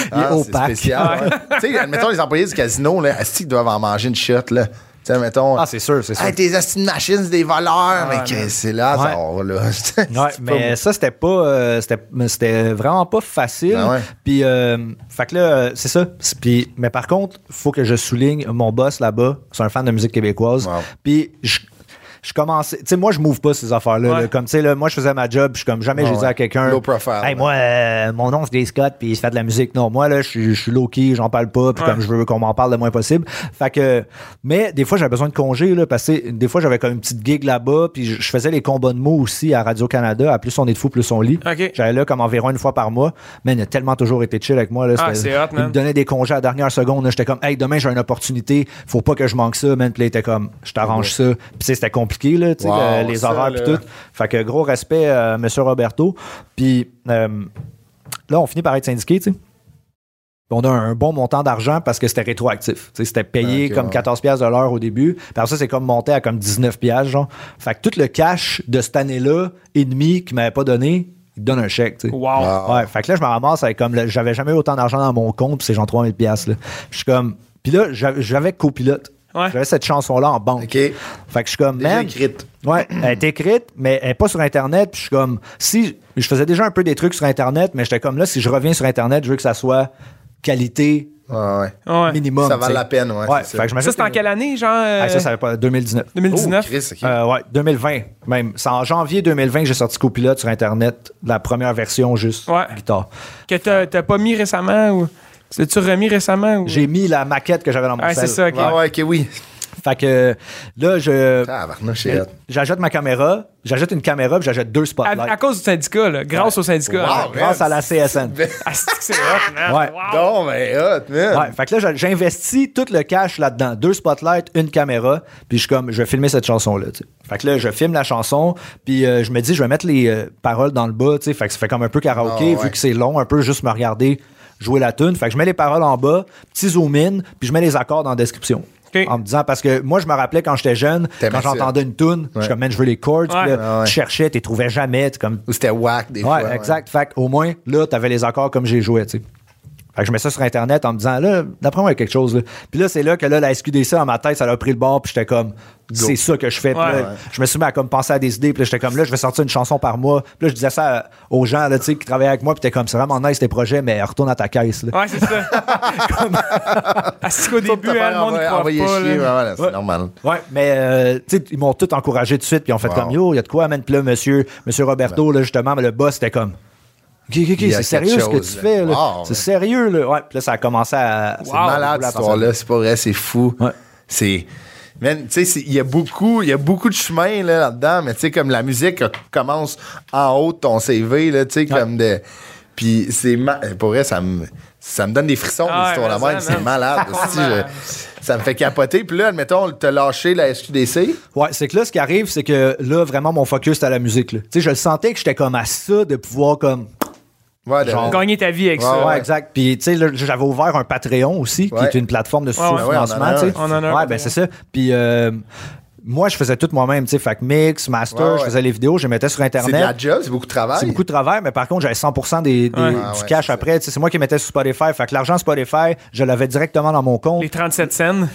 Speaker 4: Il est
Speaker 1: Ah,
Speaker 4: au
Speaker 1: c'est
Speaker 4: pack.
Speaker 1: spécial, ouais. tu sais, admettons, les employés du casino, là, asti, ils doivent en manger une shot, là. Tu sais, admettons.
Speaker 4: Ah, c'est sûr, c'est sûr.
Speaker 1: Hey, tes asti de machines, c'est des voleurs. mais qu'est-ce que c'est là,
Speaker 4: Ouais.
Speaker 1: ça, là. C'est
Speaker 4: Ouais,
Speaker 1: pas-
Speaker 4: mais ça, c'était pas. euh, c'était- mais c'était vraiment pas facile.
Speaker 1: Ah ouais.
Speaker 4: Puis, euh, fait que là, euh, c'est ça. C'est- Puis, mais par contre, faut que je souligne mon boss là-bas. C'est un fan de musique québécoise.
Speaker 1: Wow.
Speaker 4: Puis, je. Je commençais, tu sais, moi, je m'ouvre pas ces affaires-là.
Speaker 2: Ouais.
Speaker 4: là. Comme, tu sais, là, moi, je faisais ma job, je suis comme jamais,
Speaker 1: Ah Ouais,
Speaker 4: j'ai dit à
Speaker 1: ouais.
Speaker 4: quelqu'un.
Speaker 1: Low profile,
Speaker 4: Hey,
Speaker 1: ouais.
Speaker 4: moi, euh, mon nom, c'est Dave Scott, puis il se fait de la musique. Non, moi, là, je suis- je suis low-key, j'en parle pas, puis
Speaker 2: Ouais.
Speaker 4: comme je veux qu'on m'en parle le moins possible. Fait que, mais des fois, j'avais besoin de congé, là, parce que tu sais, des fois, j'avais comme une petite gig là-bas, puis je, je faisais les combats de mots aussi à Radio-Canada, à plus on est de fou, plus on lit.
Speaker 2: Ok.
Speaker 4: J'allais là comme environ une fois par mois. Mais il a tellement toujours été chill avec moi, là.
Speaker 2: Ah,
Speaker 4: C'était-
Speaker 2: c'est hot,
Speaker 4: il
Speaker 2: man.
Speaker 4: me donnait des congés à la dernière seconde, là. J'étais comme, hey, demain, j'ai une opportunité, faut pas que je manque ça, man. Puis là, il était comme, je t'arrange ça. Puis tu sais, c'était compliqué, là, tu sais,
Speaker 1: Wow,
Speaker 4: le- les
Speaker 1: ça,
Speaker 4: horaires,
Speaker 1: là.
Speaker 4: puis tout. Fait que gros respect à M. Roberto. Puis euh, là, on finit par être syndiqué, tu sais. Puis On a un bon montant d'argent parce que c'était rétroactif. Tu sais, C'était payé
Speaker 1: Ok,
Speaker 4: comme
Speaker 1: ouais.
Speaker 4: 14 piastres de l'heure au début. Puis Après ça, c'est comme monté à comme 19 piastres, genre. Fait que tout le cash de cette année-là et demi qu'il m'avait pas donné, il te donne un chèque, tu sais.
Speaker 2: Wow.
Speaker 1: Wow.
Speaker 4: Ouais, fait que là, je me ramasse avec comme, le- j'avais jamais eu autant d'argent dans mon compte, puis c'est genre 3000 piastres, là. Je suis comme, puis là, j'a- j'avais copilote.
Speaker 2: Ouais.
Speaker 4: J'avais cette chanson-là en banque.
Speaker 1: OK.
Speaker 4: Fait que je suis comme,
Speaker 1: Déjà
Speaker 4: man,
Speaker 1: écrite.
Speaker 4: Ouais, elle est écrite, mais elle n'est pas sur Internet. Puis je suis comme, si je faisais déjà un peu des trucs sur Internet, mais j'étais comme là, si je reviens sur Internet, je veux que ça soit qualité
Speaker 1: Ouais, ouais.
Speaker 2: Ouais.
Speaker 4: minimum.
Speaker 1: Ça vaut
Speaker 4: tu sais.
Speaker 1: la peine, ouais, c'est ça.
Speaker 4: fait que je
Speaker 2: Ça, c'est en quelle année, genre? euh,
Speaker 4: Ah, ça, ça avait pas 2019.
Speaker 2: 2019.
Speaker 1: Oh, Chris, OK.
Speaker 4: Euh, ouais, 2020 même. C'est en janvier 2020 que j'ai sorti Copilote sur Internet, la première version juste
Speaker 2: Ouais.
Speaker 4: guitare.
Speaker 2: que t'as t'as pas mis récemment ou. L'as-tu remis récemment ou.
Speaker 4: J'ai mis la maquette que j'avais dans mon
Speaker 2: Ah, c'est
Speaker 4: cell.
Speaker 2: ça, ok.
Speaker 1: Ah ouais, OK, oui.
Speaker 4: Fait que là, je
Speaker 1: Ah, Varnoche, c'est hot.
Speaker 4: j'ajoute ma caméra, j'ajoute une caméra, puis j'ajoute deux
Speaker 2: À,
Speaker 4: spotlights.
Speaker 2: à cause du syndicat, là, grâce au syndicat.
Speaker 1: Wow.
Speaker 2: là.
Speaker 1: Ah,
Speaker 4: grâce
Speaker 1: man,
Speaker 4: à la CSN.
Speaker 2: Ah, c'est que c'est hot, man.
Speaker 4: Ouais.
Speaker 2: Wow.
Speaker 1: Non, mais ben, hot, man.
Speaker 4: Ouais, fait que là, j'a- j'investis tout le cash là-dedans. Deux spotlights, une caméra, puis je suis comme, je vais filmer cette chanson-là. tu sais. Fait que là, je filme la chanson, puis euh, je me dis, je vais mettre les euh, paroles dans le bas, tu sais. Fait que ça fait comme un peu karaoké,
Speaker 1: Ah, ouais.
Speaker 4: vu que c'est long, un peu juste me regarder jouer la tune. Fait que je mets les paroles en bas, petit zoom in, puis je mets les accords dans la description.
Speaker 2: Ok.
Speaker 4: En me disant, parce que moi, je me rappelais quand j'étais jeune,
Speaker 1: T'aimais
Speaker 4: quand
Speaker 1: ça.
Speaker 4: j'entendais une tune, je suis comme, man, je veux les chords, puis
Speaker 2: Ouais.
Speaker 4: là,
Speaker 1: Ah, ouais.
Speaker 4: tu cherchais, tu les trouvais jamais, t'es comme,
Speaker 1: Ou c'était whack, des
Speaker 4: ouais,
Speaker 1: fois.
Speaker 4: exact. Fait qu'au moins, là, t'avais les accords comme j'ai joué, tu sais. Fait que je mets ça sur Internet en me disant, là, d'après moi, il y a quelque chose. là. Puis là, c'est là que là, la SQDC, dans ma tête, ça l'a pris le bord. Puis j'étais comme, c'est ça que je fais. Puis
Speaker 2: Ouais.
Speaker 4: là, Je me suis mis à comme penser à des idées. Puis là, j'étais comme, là, je vais sortir une chanson par mois. Puis là, je disais ça euh, aux gens là, tu sais, qui travaillaient avec moi. Puis t'es comme, c'est vraiment nice tes projets, mais retourne à ta caisse. là.
Speaker 2: Ouais, c'est ça. Ah, c'est qu'au
Speaker 1: Sauf
Speaker 2: début,
Speaker 1: que ta mère
Speaker 2: hein, le monde ne
Speaker 1: envoie-
Speaker 2: croit pas.
Speaker 1: envoyait chier, ouais,
Speaker 2: là.
Speaker 1: voilà, c'est normal.
Speaker 4: Ouais, mais euh, tu sais, ils m'ont tout encouragé tout de suite, puis ils ont fait
Speaker 1: Wow.
Speaker 4: comme yo, il y a de quoi, man. Puis là, monsieur, monsieur Roberto, là, justement, mais le boss était comme. Ok, ok, ok,
Speaker 1: y a
Speaker 4: c'est sérieux
Speaker 1: quelque
Speaker 4: ce que
Speaker 1: chose,
Speaker 4: tu
Speaker 1: là.
Speaker 4: fais, là.
Speaker 1: Wow,
Speaker 4: c'est
Speaker 1: ouais.
Speaker 4: sérieux, là. Ouais, puis là, ça a commencé à.
Speaker 1: C'est malade, cette histoire-là. C'est pas vrai, c'est fou.
Speaker 4: Ouais.
Speaker 1: C'est. Man, tu sais, c'est- il y a beaucoup, il y a beaucoup de chemin là, là-dedans, mais tu sais, comme la musique euh, commence en haut de ton CV, là, tu sais, comme de. Puis c'est ma- pour vrai, ça me ça me donne des frissons
Speaker 2: Ah ouais,
Speaker 1: l'histoire de
Speaker 2: mais
Speaker 1: même,
Speaker 2: ça,
Speaker 1: c'est
Speaker 2: man.
Speaker 1: malade. Si je- ça me fait capoter. Puis là, admettons, t'as lâché la SQDC.
Speaker 4: Ouais, c'est que là, ce qui arrive, c'est que là, vraiment, mon focus, c'était à la musique. là. Tu sais, je le sentais que j'étais comme à ça de pouvoir comme
Speaker 1: Ouais, de-
Speaker 4: Genre.
Speaker 2: Gagner ta vie avec
Speaker 1: Ouais,
Speaker 2: ça.
Speaker 4: Ouais,
Speaker 1: ouais.
Speaker 4: exact. Puis, tu sais, là, j'avais ouvert un Patreon aussi,
Speaker 1: Ouais.
Speaker 4: qui est une plateforme de
Speaker 2: ouais.
Speaker 1: Ouais,
Speaker 4: sous-financement,
Speaker 1: ouais, on en a
Speaker 4: tu
Speaker 1: un.
Speaker 4: sais.
Speaker 2: On en a un,
Speaker 4: Ouais, ben
Speaker 2: Patreon.
Speaker 4: c'est ça. Puis, euh, moi, je faisais tout moi-même, tu sais. Fait que mix, master,
Speaker 1: Ouais, ouais.
Speaker 4: je faisais les vidéos, je les mettais sur
Speaker 1: c'est de la
Speaker 4: Internet.
Speaker 1: job, c'est beaucoup de travail.
Speaker 4: C'est beaucoup de travail, mais par contre, j'avais 100% des, des-
Speaker 2: Ouais.
Speaker 4: du
Speaker 1: Ah ouais,
Speaker 4: cash
Speaker 1: c'est ça.
Speaker 4: après. Tu sais, C'est moi qui mettais sur Spotify. Fait que l'argent Spotify, je l'avais directement dans mon compte.
Speaker 2: Les 37 scènes.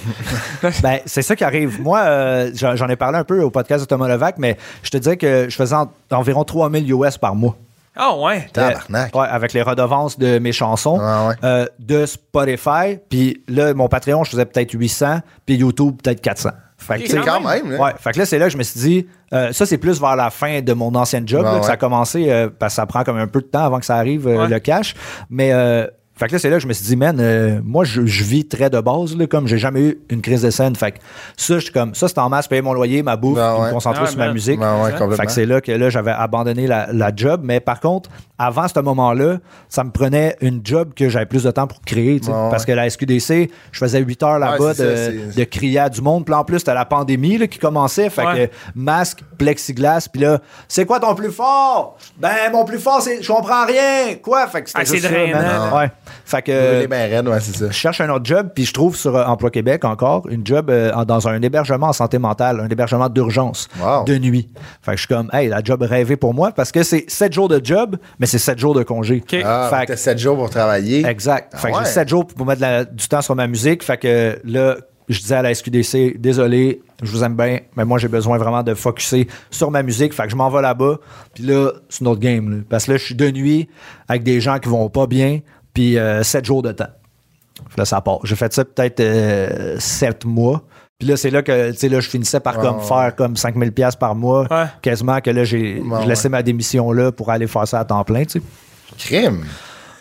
Speaker 4: Ben, c'est ça qui arrive. Moi, euh, j'en j'en ai parlé un peu au podcast de Thomas Levac, mais je te dirais que je faisais en- environ 3000 US par mois.
Speaker 2: Ah ouais.
Speaker 1: Tabarnak.
Speaker 4: Euh, ouais, avec les redevances de mes chansons,
Speaker 1: Ouais, ouais.
Speaker 4: euh, de Spotify, puis là, mon Patreon, je faisais peut-être 800, puis YouTube, peut-être 400. Fait que,
Speaker 1: C'est quand
Speaker 2: quand
Speaker 1: même. là.
Speaker 4: ouais, fait que là, c'est là que je me suis dit, euh, ça, c'est plus vers la fin de mon ancienne job,
Speaker 1: Ouais,
Speaker 4: là, que
Speaker 1: ouais.
Speaker 4: ça a commencé, euh, parce que ça prend comme un peu de temps avant que ça arrive, euh,
Speaker 2: Ouais.
Speaker 4: le cash. Mais, euh, fait que là, c'est là que je me suis dit, man, euh, moi, je, je vis très de base, là, comme j'ai jamais eu une crise de scène. Fait que ça, je suis comme, ça, c'est en masse, payer mon loyer, ma bouffe,
Speaker 1: Ben
Speaker 4: puis
Speaker 1: ouais. Ben
Speaker 4: me concentrer
Speaker 2: Ah,
Speaker 4: sur ma
Speaker 2: man.
Speaker 4: musique.
Speaker 1: Ouais, ouais, complètement.
Speaker 4: Fait que c'est là que là, j'avais abandonné la, la job. Mais par contre, avant ce moment-là, ça me prenait une job que j'avais plus de temps pour créer. tu sais.
Speaker 1: Ouais, ouais.
Speaker 4: Parce que la SQDC, je faisais 8 heures là-bas
Speaker 1: Ouais, c'est ça,
Speaker 4: de,
Speaker 1: c'est-
Speaker 4: de crier à du monde. Puis en plus, c'était la pandémie là, qui commençait. Fait
Speaker 2: Ouais.
Speaker 4: que masque, plexiglas. Puis là, c'est quoi ton plus fort? Ben, mon plus fort, c'est je comprends rien. Quoi? Fait que c'était
Speaker 2: Ah,
Speaker 4: juste
Speaker 2: c'est
Speaker 4: ça,
Speaker 2: drainant,
Speaker 4: man. Ouais. Fait que.
Speaker 1: Brûler ben raide, ouais, c'est ça.
Speaker 4: Je euh, cherche un autre job, puis je trouve sur euh, Emploi Québec encore une job euh, en- dans un hébergement en santé mentale, un hébergement d'urgence
Speaker 1: Wow.
Speaker 4: de nuit. Fait que je suis comme, hey, la job rêvée pour moi parce que c'est 7 jours de job, mais c'est 7 jours de congé.
Speaker 2: OK.
Speaker 1: Ah,
Speaker 4: Fait que-
Speaker 1: t'as 7 jours pour travailler.
Speaker 4: Exact.
Speaker 1: Ah
Speaker 4: fait que
Speaker 1: ouais.
Speaker 4: j'ai 7 jours pour mettre de la- du temps sur ma musique. Fait que là, je disais à la SQDC, désolé, je vous aime bien, mais moi j'ai besoin vraiment de focuser sur ma musique. Fait que je m'en vais là-bas. Puis là, c'est une autre game. là. Parce que là, je suis de nuit avec des gens qui vont pas bien, puis 7 jours de temps. Puis là, ça part. J'ai fait ça peut-être 7 mois. Puis là, c'est là que, tu sais, là, je finissais par comme
Speaker 1: ouais.
Speaker 4: faire comme 5000 pièces par mois,
Speaker 2: Ouais.
Speaker 4: quasiment, que là, j'ai
Speaker 1: Ouais,
Speaker 4: je laissais ma démission là pour aller faire ça à temps plein, tu sais.
Speaker 1: Crime.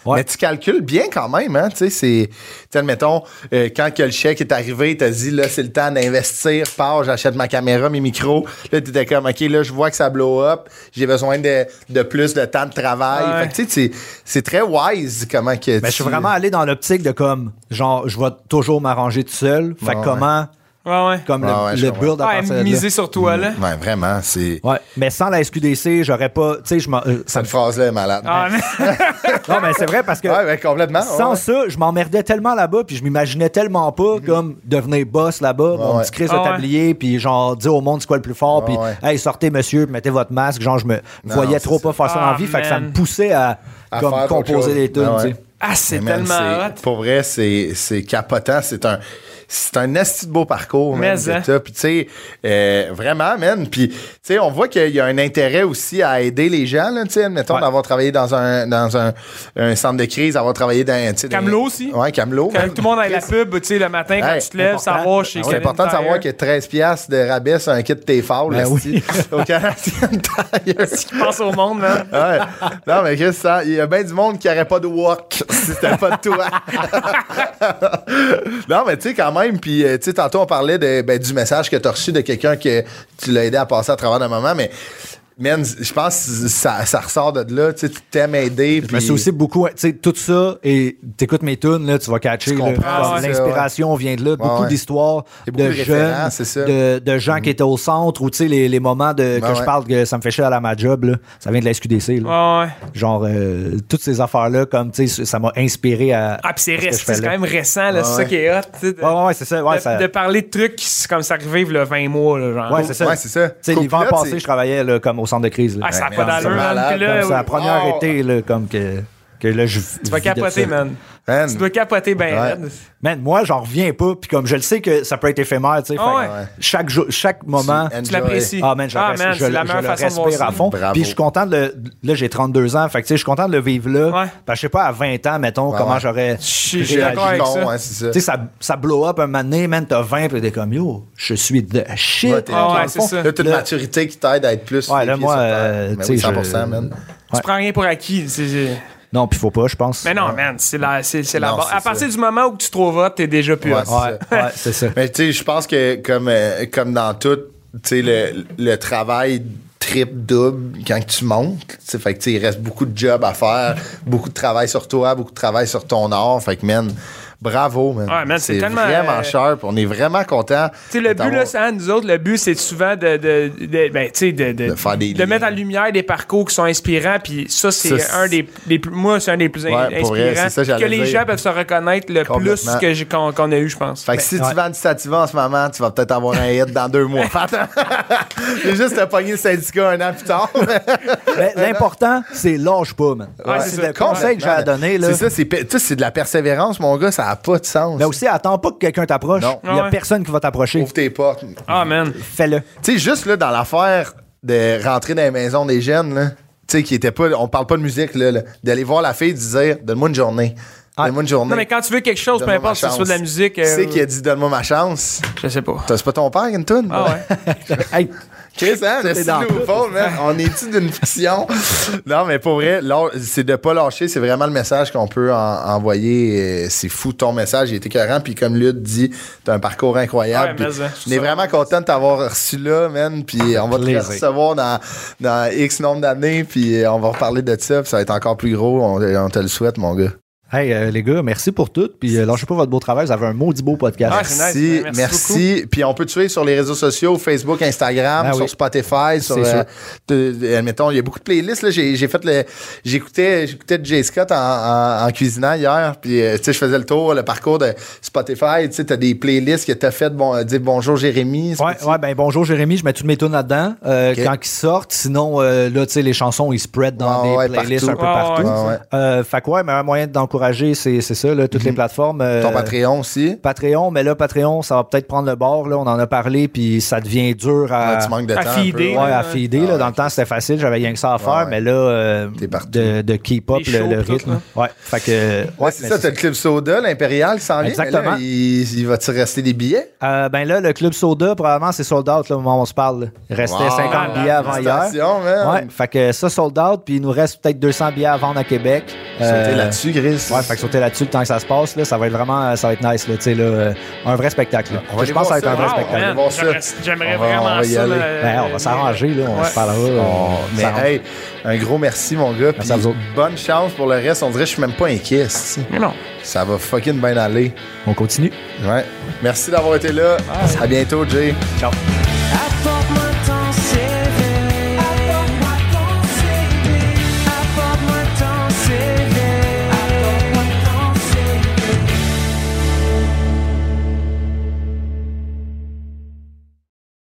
Speaker 4: Ouais.
Speaker 1: Mais tu calcules bien quand même, hein? Tu sais, c'est. Tu sais, admettons, euh, quand que le chèque est arrivé, t'as dit, là, c'est le temps d'investir, pars, j'achète ma caméra, mes micros. Là, t'étais comme, OK, là, je vois que ça blow up, j'ai besoin de, de plus de temps de travail.
Speaker 2: Ouais.
Speaker 1: Fait que, tu sais, c'est- c'est très wise comment que.
Speaker 4: Mais je suis vraiment allé dans l'optique de comme, genre, je vais toujours m'arranger tout seul. Fait que
Speaker 1: Ouais,
Speaker 4: comment,
Speaker 2: Ouais, ouais.
Speaker 4: comme
Speaker 1: Ouais,
Speaker 4: le,
Speaker 1: ouais, je
Speaker 4: le
Speaker 1: comprends.
Speaker 4: build à
Speaker 2: Ah,
Speaker 4: partir de là. Mm.
Speaker 2: miser sur toi, là.
Speaker 1: Ouais, vraiment, c'est.
Speaker 4: Ouais. Mais sans la SQDC, j'aurais pas, tu sais, je m'en- euh, ça
Speaker 1: Cette phrase-là est malade.
Speaker 2: Ah, mais-
Speaker 4: Non, mais c'est vrai parce que
Speaker 1: ouais, ouais, complètement.
Speaker 4: sans
Speaker 1: ouais. Mm-hmm.
Speaker 4: ça, je m'emmerdais tellement là-bas, puis je m'imaginais tellement pas comme devenir boss là-bas, mon
Speaker 1: ouais.
Speaker 4: petit Chris
Speaker 2: Ah,
Speaker 4: de
Speaker 2: ouais.
Speaker 4: tablier, puis genre dire au monde c'est quoi le plus fort, puis
Speaker 1: ouais.
Speaker 4: hey sortez monsieur, puis mettez votre masque, genre je me
Speaker 1: Non,
Speaker 4: voyais
Speaker 1: c'est
Speaker 4: trop
Speaker 1: ça.
Speaker 4: pas faire ça dans la
Speaker 2: Ah,
Speaker 4: vie, fait que ça me
Speaker 2: man.
Speaker 4: poussait à,
Speaker 1: À
Speaker 4: comme
Speaker 1: faire autre
Speaker 4: composer
Speaker 1: chose.
Speaker 4: des tunes,
Speaker 1: Ouais,
Speaker 4: tu
Speaker 1: ouais.
Speaker 4: sais.
Speaker 2: Ah, c'est
Speaker 1: Mais man,
Speaker 2: tellement
Speaker 1: c'est-
Speaker 2: hot.
Speaker 1: Pour vrai, c'est c'est capotant. C'est un c'est un esti de beau parcours, man,
Speaker 2: Mais,
Speaker 1: que
Speaker 2: hein.
Speaker 1: t'as. Puis tu sais, euh, vraiment, man. Puis tu sais, on voit qu'il y a un intérêt aussi à aider les gens, là, tu sais, admettons,
Speaker 4: Ouais.
Speaker 1: d'avoir travaillé dans un dans un, un centre de crise, avoir travaillé dans... tu sais, dans-
Speaker 2: Camelot aussi.
Speaker 1: Ouais, Camelot.
Speaker 2: Quand
Speaker 1: man.
Speaker 2: tout le monde a la pub, tu sais, le matin, quand
Speaker 1: Hey,
Speaker 2: tu te lèves,
Speaker 4: important.
Speaker 2: savoir chez
Speaker 1: C'est important de savoir que 13 piastres de rabais sur un kit T-Fall,
Speaker 4: Ben oui.
Speaker 1: au Canadian Tire.
Speaker 2: Tu penses au monde, man.
Speaker 1: Ouais. Non, mais Chris, ça, il y a bien du monde qui n'aurait pas de walk si c'était pas de toi. non, mais tu sais, quand même, puis euh, tu sais, tantôt, on parlait de, ben, du message que tu as reçu de quelqu'un que tu l'as aidé à passer à travers d'un moment, mais man, je pense que ça, ça ressort de là. Tu sais, tu t'aimes aider.
Speaker 4: Je me suis aussi beaucoup, tu sais, tout ça, et t'écoutes mes tunes, là, tu vas catcher.
Speaker 1: Tu
Speaker 4: là.
Speaker 1: comprends,
Speaker 4: Comme
Speaker 1: c'est ça,
Speaker 4: L'inspiration vient de là. beaucoup
Speaker 1: ouais.
Speaker 4: d'histoires
Speaker 1: Il y a
Speaker 4: de
Speaker 1: beaucoup de
Speaker 4: jeunes,
Speaker 1: références, c'est ça. Mhm.
Speaker 4: de, de gens qui étaient au centre, ou tu sais, les, les moments de, que
Speaker 1: Ouais,
Speaker 4: je
Speaker 1: ouais.
Speaker 4: parle que ça me fait chier à la ma job, là, ça vient de la SQDC. là.
Speaker 2: Ouais, ouais.
Speaker 4: Genre, euh, toutes ces affaires-là, comme, tu sais, ça m'a inspiré à.
Speaker 2: Ah, puis c'est
Speaker 4: à ce
Speaker 2: récent,
Speaker 4: que je fais
Speaker 2: c'est
Speaker 4: là.
Speaker 2: quand même récent, là, c'est ça qui est hot. tu sais, de-
Speaker 4: Ouais, ouais, ouais, c'est ça. Ouais,
Speaker 2: de,
Speaker 4: ça-
Speaker 2: de parler de trucs qui sont comme ça arrivé il y a 20 mois, là, genre.
Speaker 4: ouais, c'est ça.
Speaker 1: Ouais, c'est ça.
Speaker 4: Tu sais,
Speaker 1: Coupe
Speaker 4: l'hiver
Speaker 1: là,
Speaker 4: passé,
Speaker 1: c'est-
Speaker 4: je travaillais là, comme au centre de crise. là.
Speaker 2: Ah, ça a
Speaker 1: Ouais,
Speaker 2: pas
Speaker 1: Ben, man,
Speaker 2: d'allure,
Speaker 1: c'est
Speaker 2: man. Puis
Speaker 1: malade,
Speaker 2: là,
Speaker 4: Comme c'est la première
Speaker 1: Oh.
Speaker 4: été, là, comme que, que là, je.
Speaker 2: tu vas capoter, man.
Speaker 1: Man,
Speaker 2: Tu dois capoter ben
Speaker 1: Ouais.
Speaker 2: raide.
Speaker 4: Man, moi, j'en reviens pas. Puis comme je le sais que ça peut être éphémère, tu sais.
Speaker 2: Ah
Speaker 4: fait que
Speaker 2: ouais.
Speaker 4: Chaque, jour- chaque moment.
Speaker 1: enjoy.
Speaker 2: Tu l'apprécies.
Speaker 4: Ah, man, je, le
Speaker 2: Ah,
Speaker 4: res-
Speaker 2: man,
Speaker 4: je
Speaker 2: c'est
Speaker 4: le-
Speaker 2: la
Speaker 4: je
Speaker 2: meilleure
Speaker 4: le
Speaker 2: façon de voir
Speaker 4: respire
Speaker 2: ça.
Speaker 4: à fond.
Speaker 1: Bravo.
Speaker 4: Puis je suis content de le. Là, j'ai 32 ans. Fait que, tu sais, je suis content de le vivre là.
Speaker 2: Ouais.
Speaker 4: Parce que je sais pas, à 20 ans, mettons, comment
Speaker 1: ouais.
Speaker 4: j'aurais.
Speaker 2: Je
Speaker 1: je suis
Speaker 2: suis
Speaker 1: d'accord
Speaker 2: d'accord avec
Speaker 1: con,
Speaker 2: ça.
Speaker 1: hein, c'est ça.
Speaker 4: Tu sais, ça, ça blow up un moment donné, man, t'as 20, puis t'es comme, yo, je suis de shit.
Speaker 1: Ouais, t'es-
Speaker 2: Ah ouais,
Speaker 1: dans le
Speaker 2: c'est
Speaker 1: fond,
Speaker 2: ça.
Speaker 1: Là, t'as une
Speaker 4: Le-
Speaker 1: maturité qui t'aide à être plus.
Speaker 4: Ouais,
Speaker 1: les
Speaker 4: là,
Speaker 1: pieds
Speaker 4: moi,
Speaker 1: sur terre.
Speaker 4: euh,
Speaker 1: Ben
Speaker 4: tu
Speaker 1: oui,
Speaker 4: sais,
Speaker 1: 100%,
Speaker 4: je-
Speaker 1: man.
Speaker 2: Tu prends rien pour acquis. c'est- c'est-
Speaker 4: non, puis faut pas, je pense.
Speaker 2: Mais non, man, c'est la, c'est, c'est la
Speaker 1: Non,
Speaker 2: barre.
Speaker 1: c'est
Speaker 2: À partir
Speaker 1: ça.
Speaker 2: du moment où tu trouves hot, t'es déjà plus
Speaker 1: Ouais,
Speaker 2: hot.
Speaker 4: Ouais, ouais, c'est ça.
Speaker 1: Mais tu sais, je pense que comme, euh, comme dans tout, tu sais, le, le travail trip double quand tu montes. C'est fait que, tu sais, il reste beaucoup de jobs à faire, beaucoup de travail sur toi, beaucoup de travail sur ton art. Fait que, man, bravo, man.
Speaker 2: Ouais, man, c'est tellement,
Speaker 1: vraiment
Speaker 2: euh,
Speaker 1: sharp. On est vraiment content.
Speaker 2: Tu sais, le but, là, c'est à nous autres, le but, c'est souvent de, de, de- ben, tu sais, de, de,
Speaker 1: De faire des liens.
Speaker 2: mettre en lumière des parcours qui sont inspirants. Puis ça, c'est
Speaker 1: Ça, c'est-
Speaker 2: un des, des plus. Moi, c'est un des plus in-
Speaker 1: Ouais, pour vrai,
Speaker 2: inspirants.
Speaker 1: c'est ça,
Speaker 2: que
Speaker 1: j'allais
Speaker 2: les
Speaker 1: dire.
Speaker 2: gens peuvent se reconnaître le plus
Speaker 1: Complètement.
Speaker 2: que j'ai- qu'on qu'on a eu, je pense.
Speaker 1: Fait que si tu vends du sativa en ce moment, tu vas peut-être avoir un hit dans deux mois. Fais attention. J'ai juste pogné le syndicat un an plus tard.
Speaker 4: Mais L'important, c'est lâche pas, man.
Speaker 2: Ouais,
Speaker 4: c'est
Speaker 2: c'est
Speaker 4: le
Speaker 2: ça.
Speaker 4: conseil que j'ai à donner. Là. Ben
Speaker 1: C'est ça, c'est pe- tu sais, c'est de la persévérance, mon gars, ça n'a pas de sens.
Speaker 4: Mais aussi, attends pas que quelqu'un t'approche.
Speaker 1: Non.
Speaker 4: Il n'y a
Speaker 2: Ouais.
Speaker 4: personne qui va t'approcher.
Speaker 1: Ouvre tes portes.
Speaker 2: Ah, man.
Speaker 4: Fais-le.
Speaker 1: Tu sais, juste là, dans l'affaire de rentrer dans les maisons des jeunes, là, tu sais, qui était pas. On parle pas de musique, là, là, d'aller voir la fille et de dire Donne-moi une journée. Donne-moi une journée.
Speaker 2: Non, mais quand tu veux quelque chose, peu
Speaker 1: Donne-moi ma
Speaker 2: importe si c'est
Speaker 1: chance.
Speaker 2: soit de la musique. euh,
Speaker 1: Qui c'est qui a dit Donne-moi ma chance
Speaker 2: Je sais pas.
Speaker 1: T'as- C'est pas ton père, Kenton
Speaker 2: Ah, ouais.
Speaker 4: Hey,
Speaker 1: Chris, hein, le
Speaker 4: dans
Speaker 1: stylo faux, man. On est-tu d'une fiction? non, mais pour vrai, lâ- c'est de pas lâcher. C'est vraiment le message qu'on peut en- envoyer. Euh, C'est fou, ton message, il est écœurant. Puis comme Lude dit, t'as un parcours incroyable.
Speaker 2: Ouais,
Speaker 1: Puis
Speaker 2: mais, hein,
Speaker 1: on est
Speaker 2: ça.
Speaker 1: vraiment content de t'avoir reçu là, man. Puis on va te
Speaker 4: Plaisir.
Speaker 1: recevoir dans, dans X nombre d'années. Puis euh, on va reparler de ça. Puis ça va être encore plus gros. On, on te le souhaite, mon gars.
Speaker 4: hey, euh, les gars, merci pour tout. Puis euh, lâchez pas votre beau travail. Vous avez un maudit beau podcast.
Speaker 2: Ah, c'est
Speaker 1: Merci,
Speaker 2: nice,
Speaker 1: Ben, merci.
Speaker 2: merci
Speaker 1: Puis on peut te suivre sur les réseaux sociaux, Facebook, Instagram,
Speaker 4: Ah oui.
Speaker 1: sur Spotify, sur.
Speaker 4: C'est sûr.
Speaker 1: euh, de- de- admettons, il y a beaucoup de playlists. là. J'ai j'ai fait le. J'écoutais, j'écoutais Jay Scott en, en- en cuisinant hier. Puis euh, tu sais, je faisais le tour, le parcours de Spotify. Tu sais, t'as des playlists que t'as faites. Bon, euh, dire bonjour Jérémy. c'est
Speaker 4: Ouais,
Speaker 1: petit.
Speaker 4: ouais, ben bonjour Jérémy, je mets toutes mes tunes là-dedans euh,
Speaker 1: Ok.
Speaker 4: quand ils sortent. Sinon, euh, là, tu sais, les chansons, ils spread dans
Speaker 1: Ouais,
Speaker 4: des
Speaker 1: ouais,
Speaker 4: playlists
Speaker 1: partout.
Speaker 4: un peu
Speaker 2: Ouais,
Speaker 4: partout.
Speaker 1: ouais, ouais.
Speaker 4: Euh, fait que ouais, mais un moyen d'encourager, c'est c'est ça, là, toutes les plateformes. euh,
Speaker 1: Ton Patreon aussi.
Speaker 4: Patreon, mais là, Patreon, ça va peut-être prendre le bord, là, on en a parlé, puis ça devient dur
Speaker 1: Ouais,
Speaker 4: euh, à...
Speaker 1: tu manques de
Speaker 2: à
Speaker 1: temps. un
Speaker 2: feeder.
Speaker 1: peu.
Speaker 4: Ah Ouais, à
Speaker 2: Ouais.
Speaker 4: feeder, là, dans le temps, c'était facile, j'avais rien que ça à faire,
Speaker 1: ouais.
Speaker 4: mais là, euh,
Speaker 1: T'es partout.
Speaker 4: de, de keep up
Speaker 2: Les
Speaker 4: le,
Speaker 2: shows,
Speaker 4: le
Speaker 2: tout,
Speaker 4: rythme. ouais, fait que...
Speaker 1: Ouais,
Speaker 4: ouais,
Speaker 1: c'est
Speaker 4: mais
Speaker 1: ça. T'as le Club Soda, l'Impérial qui s'en vient. mais là,
Speaker 4: Exactement.
Speaker 1: il il va-tu rester des billets?
Speaker 4: Euh, ben là, le Club Soda, probablement, c'est sold out, là, au moment où on se parle. là. Il restait
Speaker 1: Wow.
Speaker 4: 50 billets avant hier.
Speaker 1: Félicitations, man.
Speaker 4: Ouais, fait que ça sold out, puis il nous reste peut-être 200 billets à vendre à Québec.
Speaker 1: Sauter
Speaker 4: Euh,
Speaker 1: là-dessus, Gris.
Speaker 4: Ouais, fait que sauter là-dessus le temps que ça se passe, là, ça va être vraiment, euh, ça va être nice, là, tu sais, là, euh, un vrai spectacle. là.
Speaker 1: On va aller
Speaker 4: Je pense que ça va être un
Speaker 1: voir ça.
Speaker 4: vrai
Speaker 2: Wow,
Speaker 4: spectacle.
Speaker 1: Allez
Speaker 2: man,
Speaker 1: voir ça.
Speaker 2: j'aimerais- J'aimerais
Speaker 1: On va- on
Speaker 2: vraiment
Speaker 1: va y
Speaker 2: ça.
Speaker 1: aller.
Speaker 2: là.
Speaker 4: Ben, on va s'arranger, là, on
Speaker 2: Ouais.
Speaker 4: se parlera. euh, on
Speaker 1: Oh, mais
Speaker 4: s'arrange.
Speaker 1: hey, un gros merci, mon gars. Puis
Speaker 4: à vous autres.
Speaker 1: bonne chance pour le reste. On dirait que je suis même pas inquiet. c'ti.
Speaker 2: Mais non.
Speaker 1: Ça va fucking bien aller.
Speaker 4: On continue. Ah.
Speaker 1: Ouais. Merci d'avoir été là. À bientôt, Jay.
Speaker 3: I thought my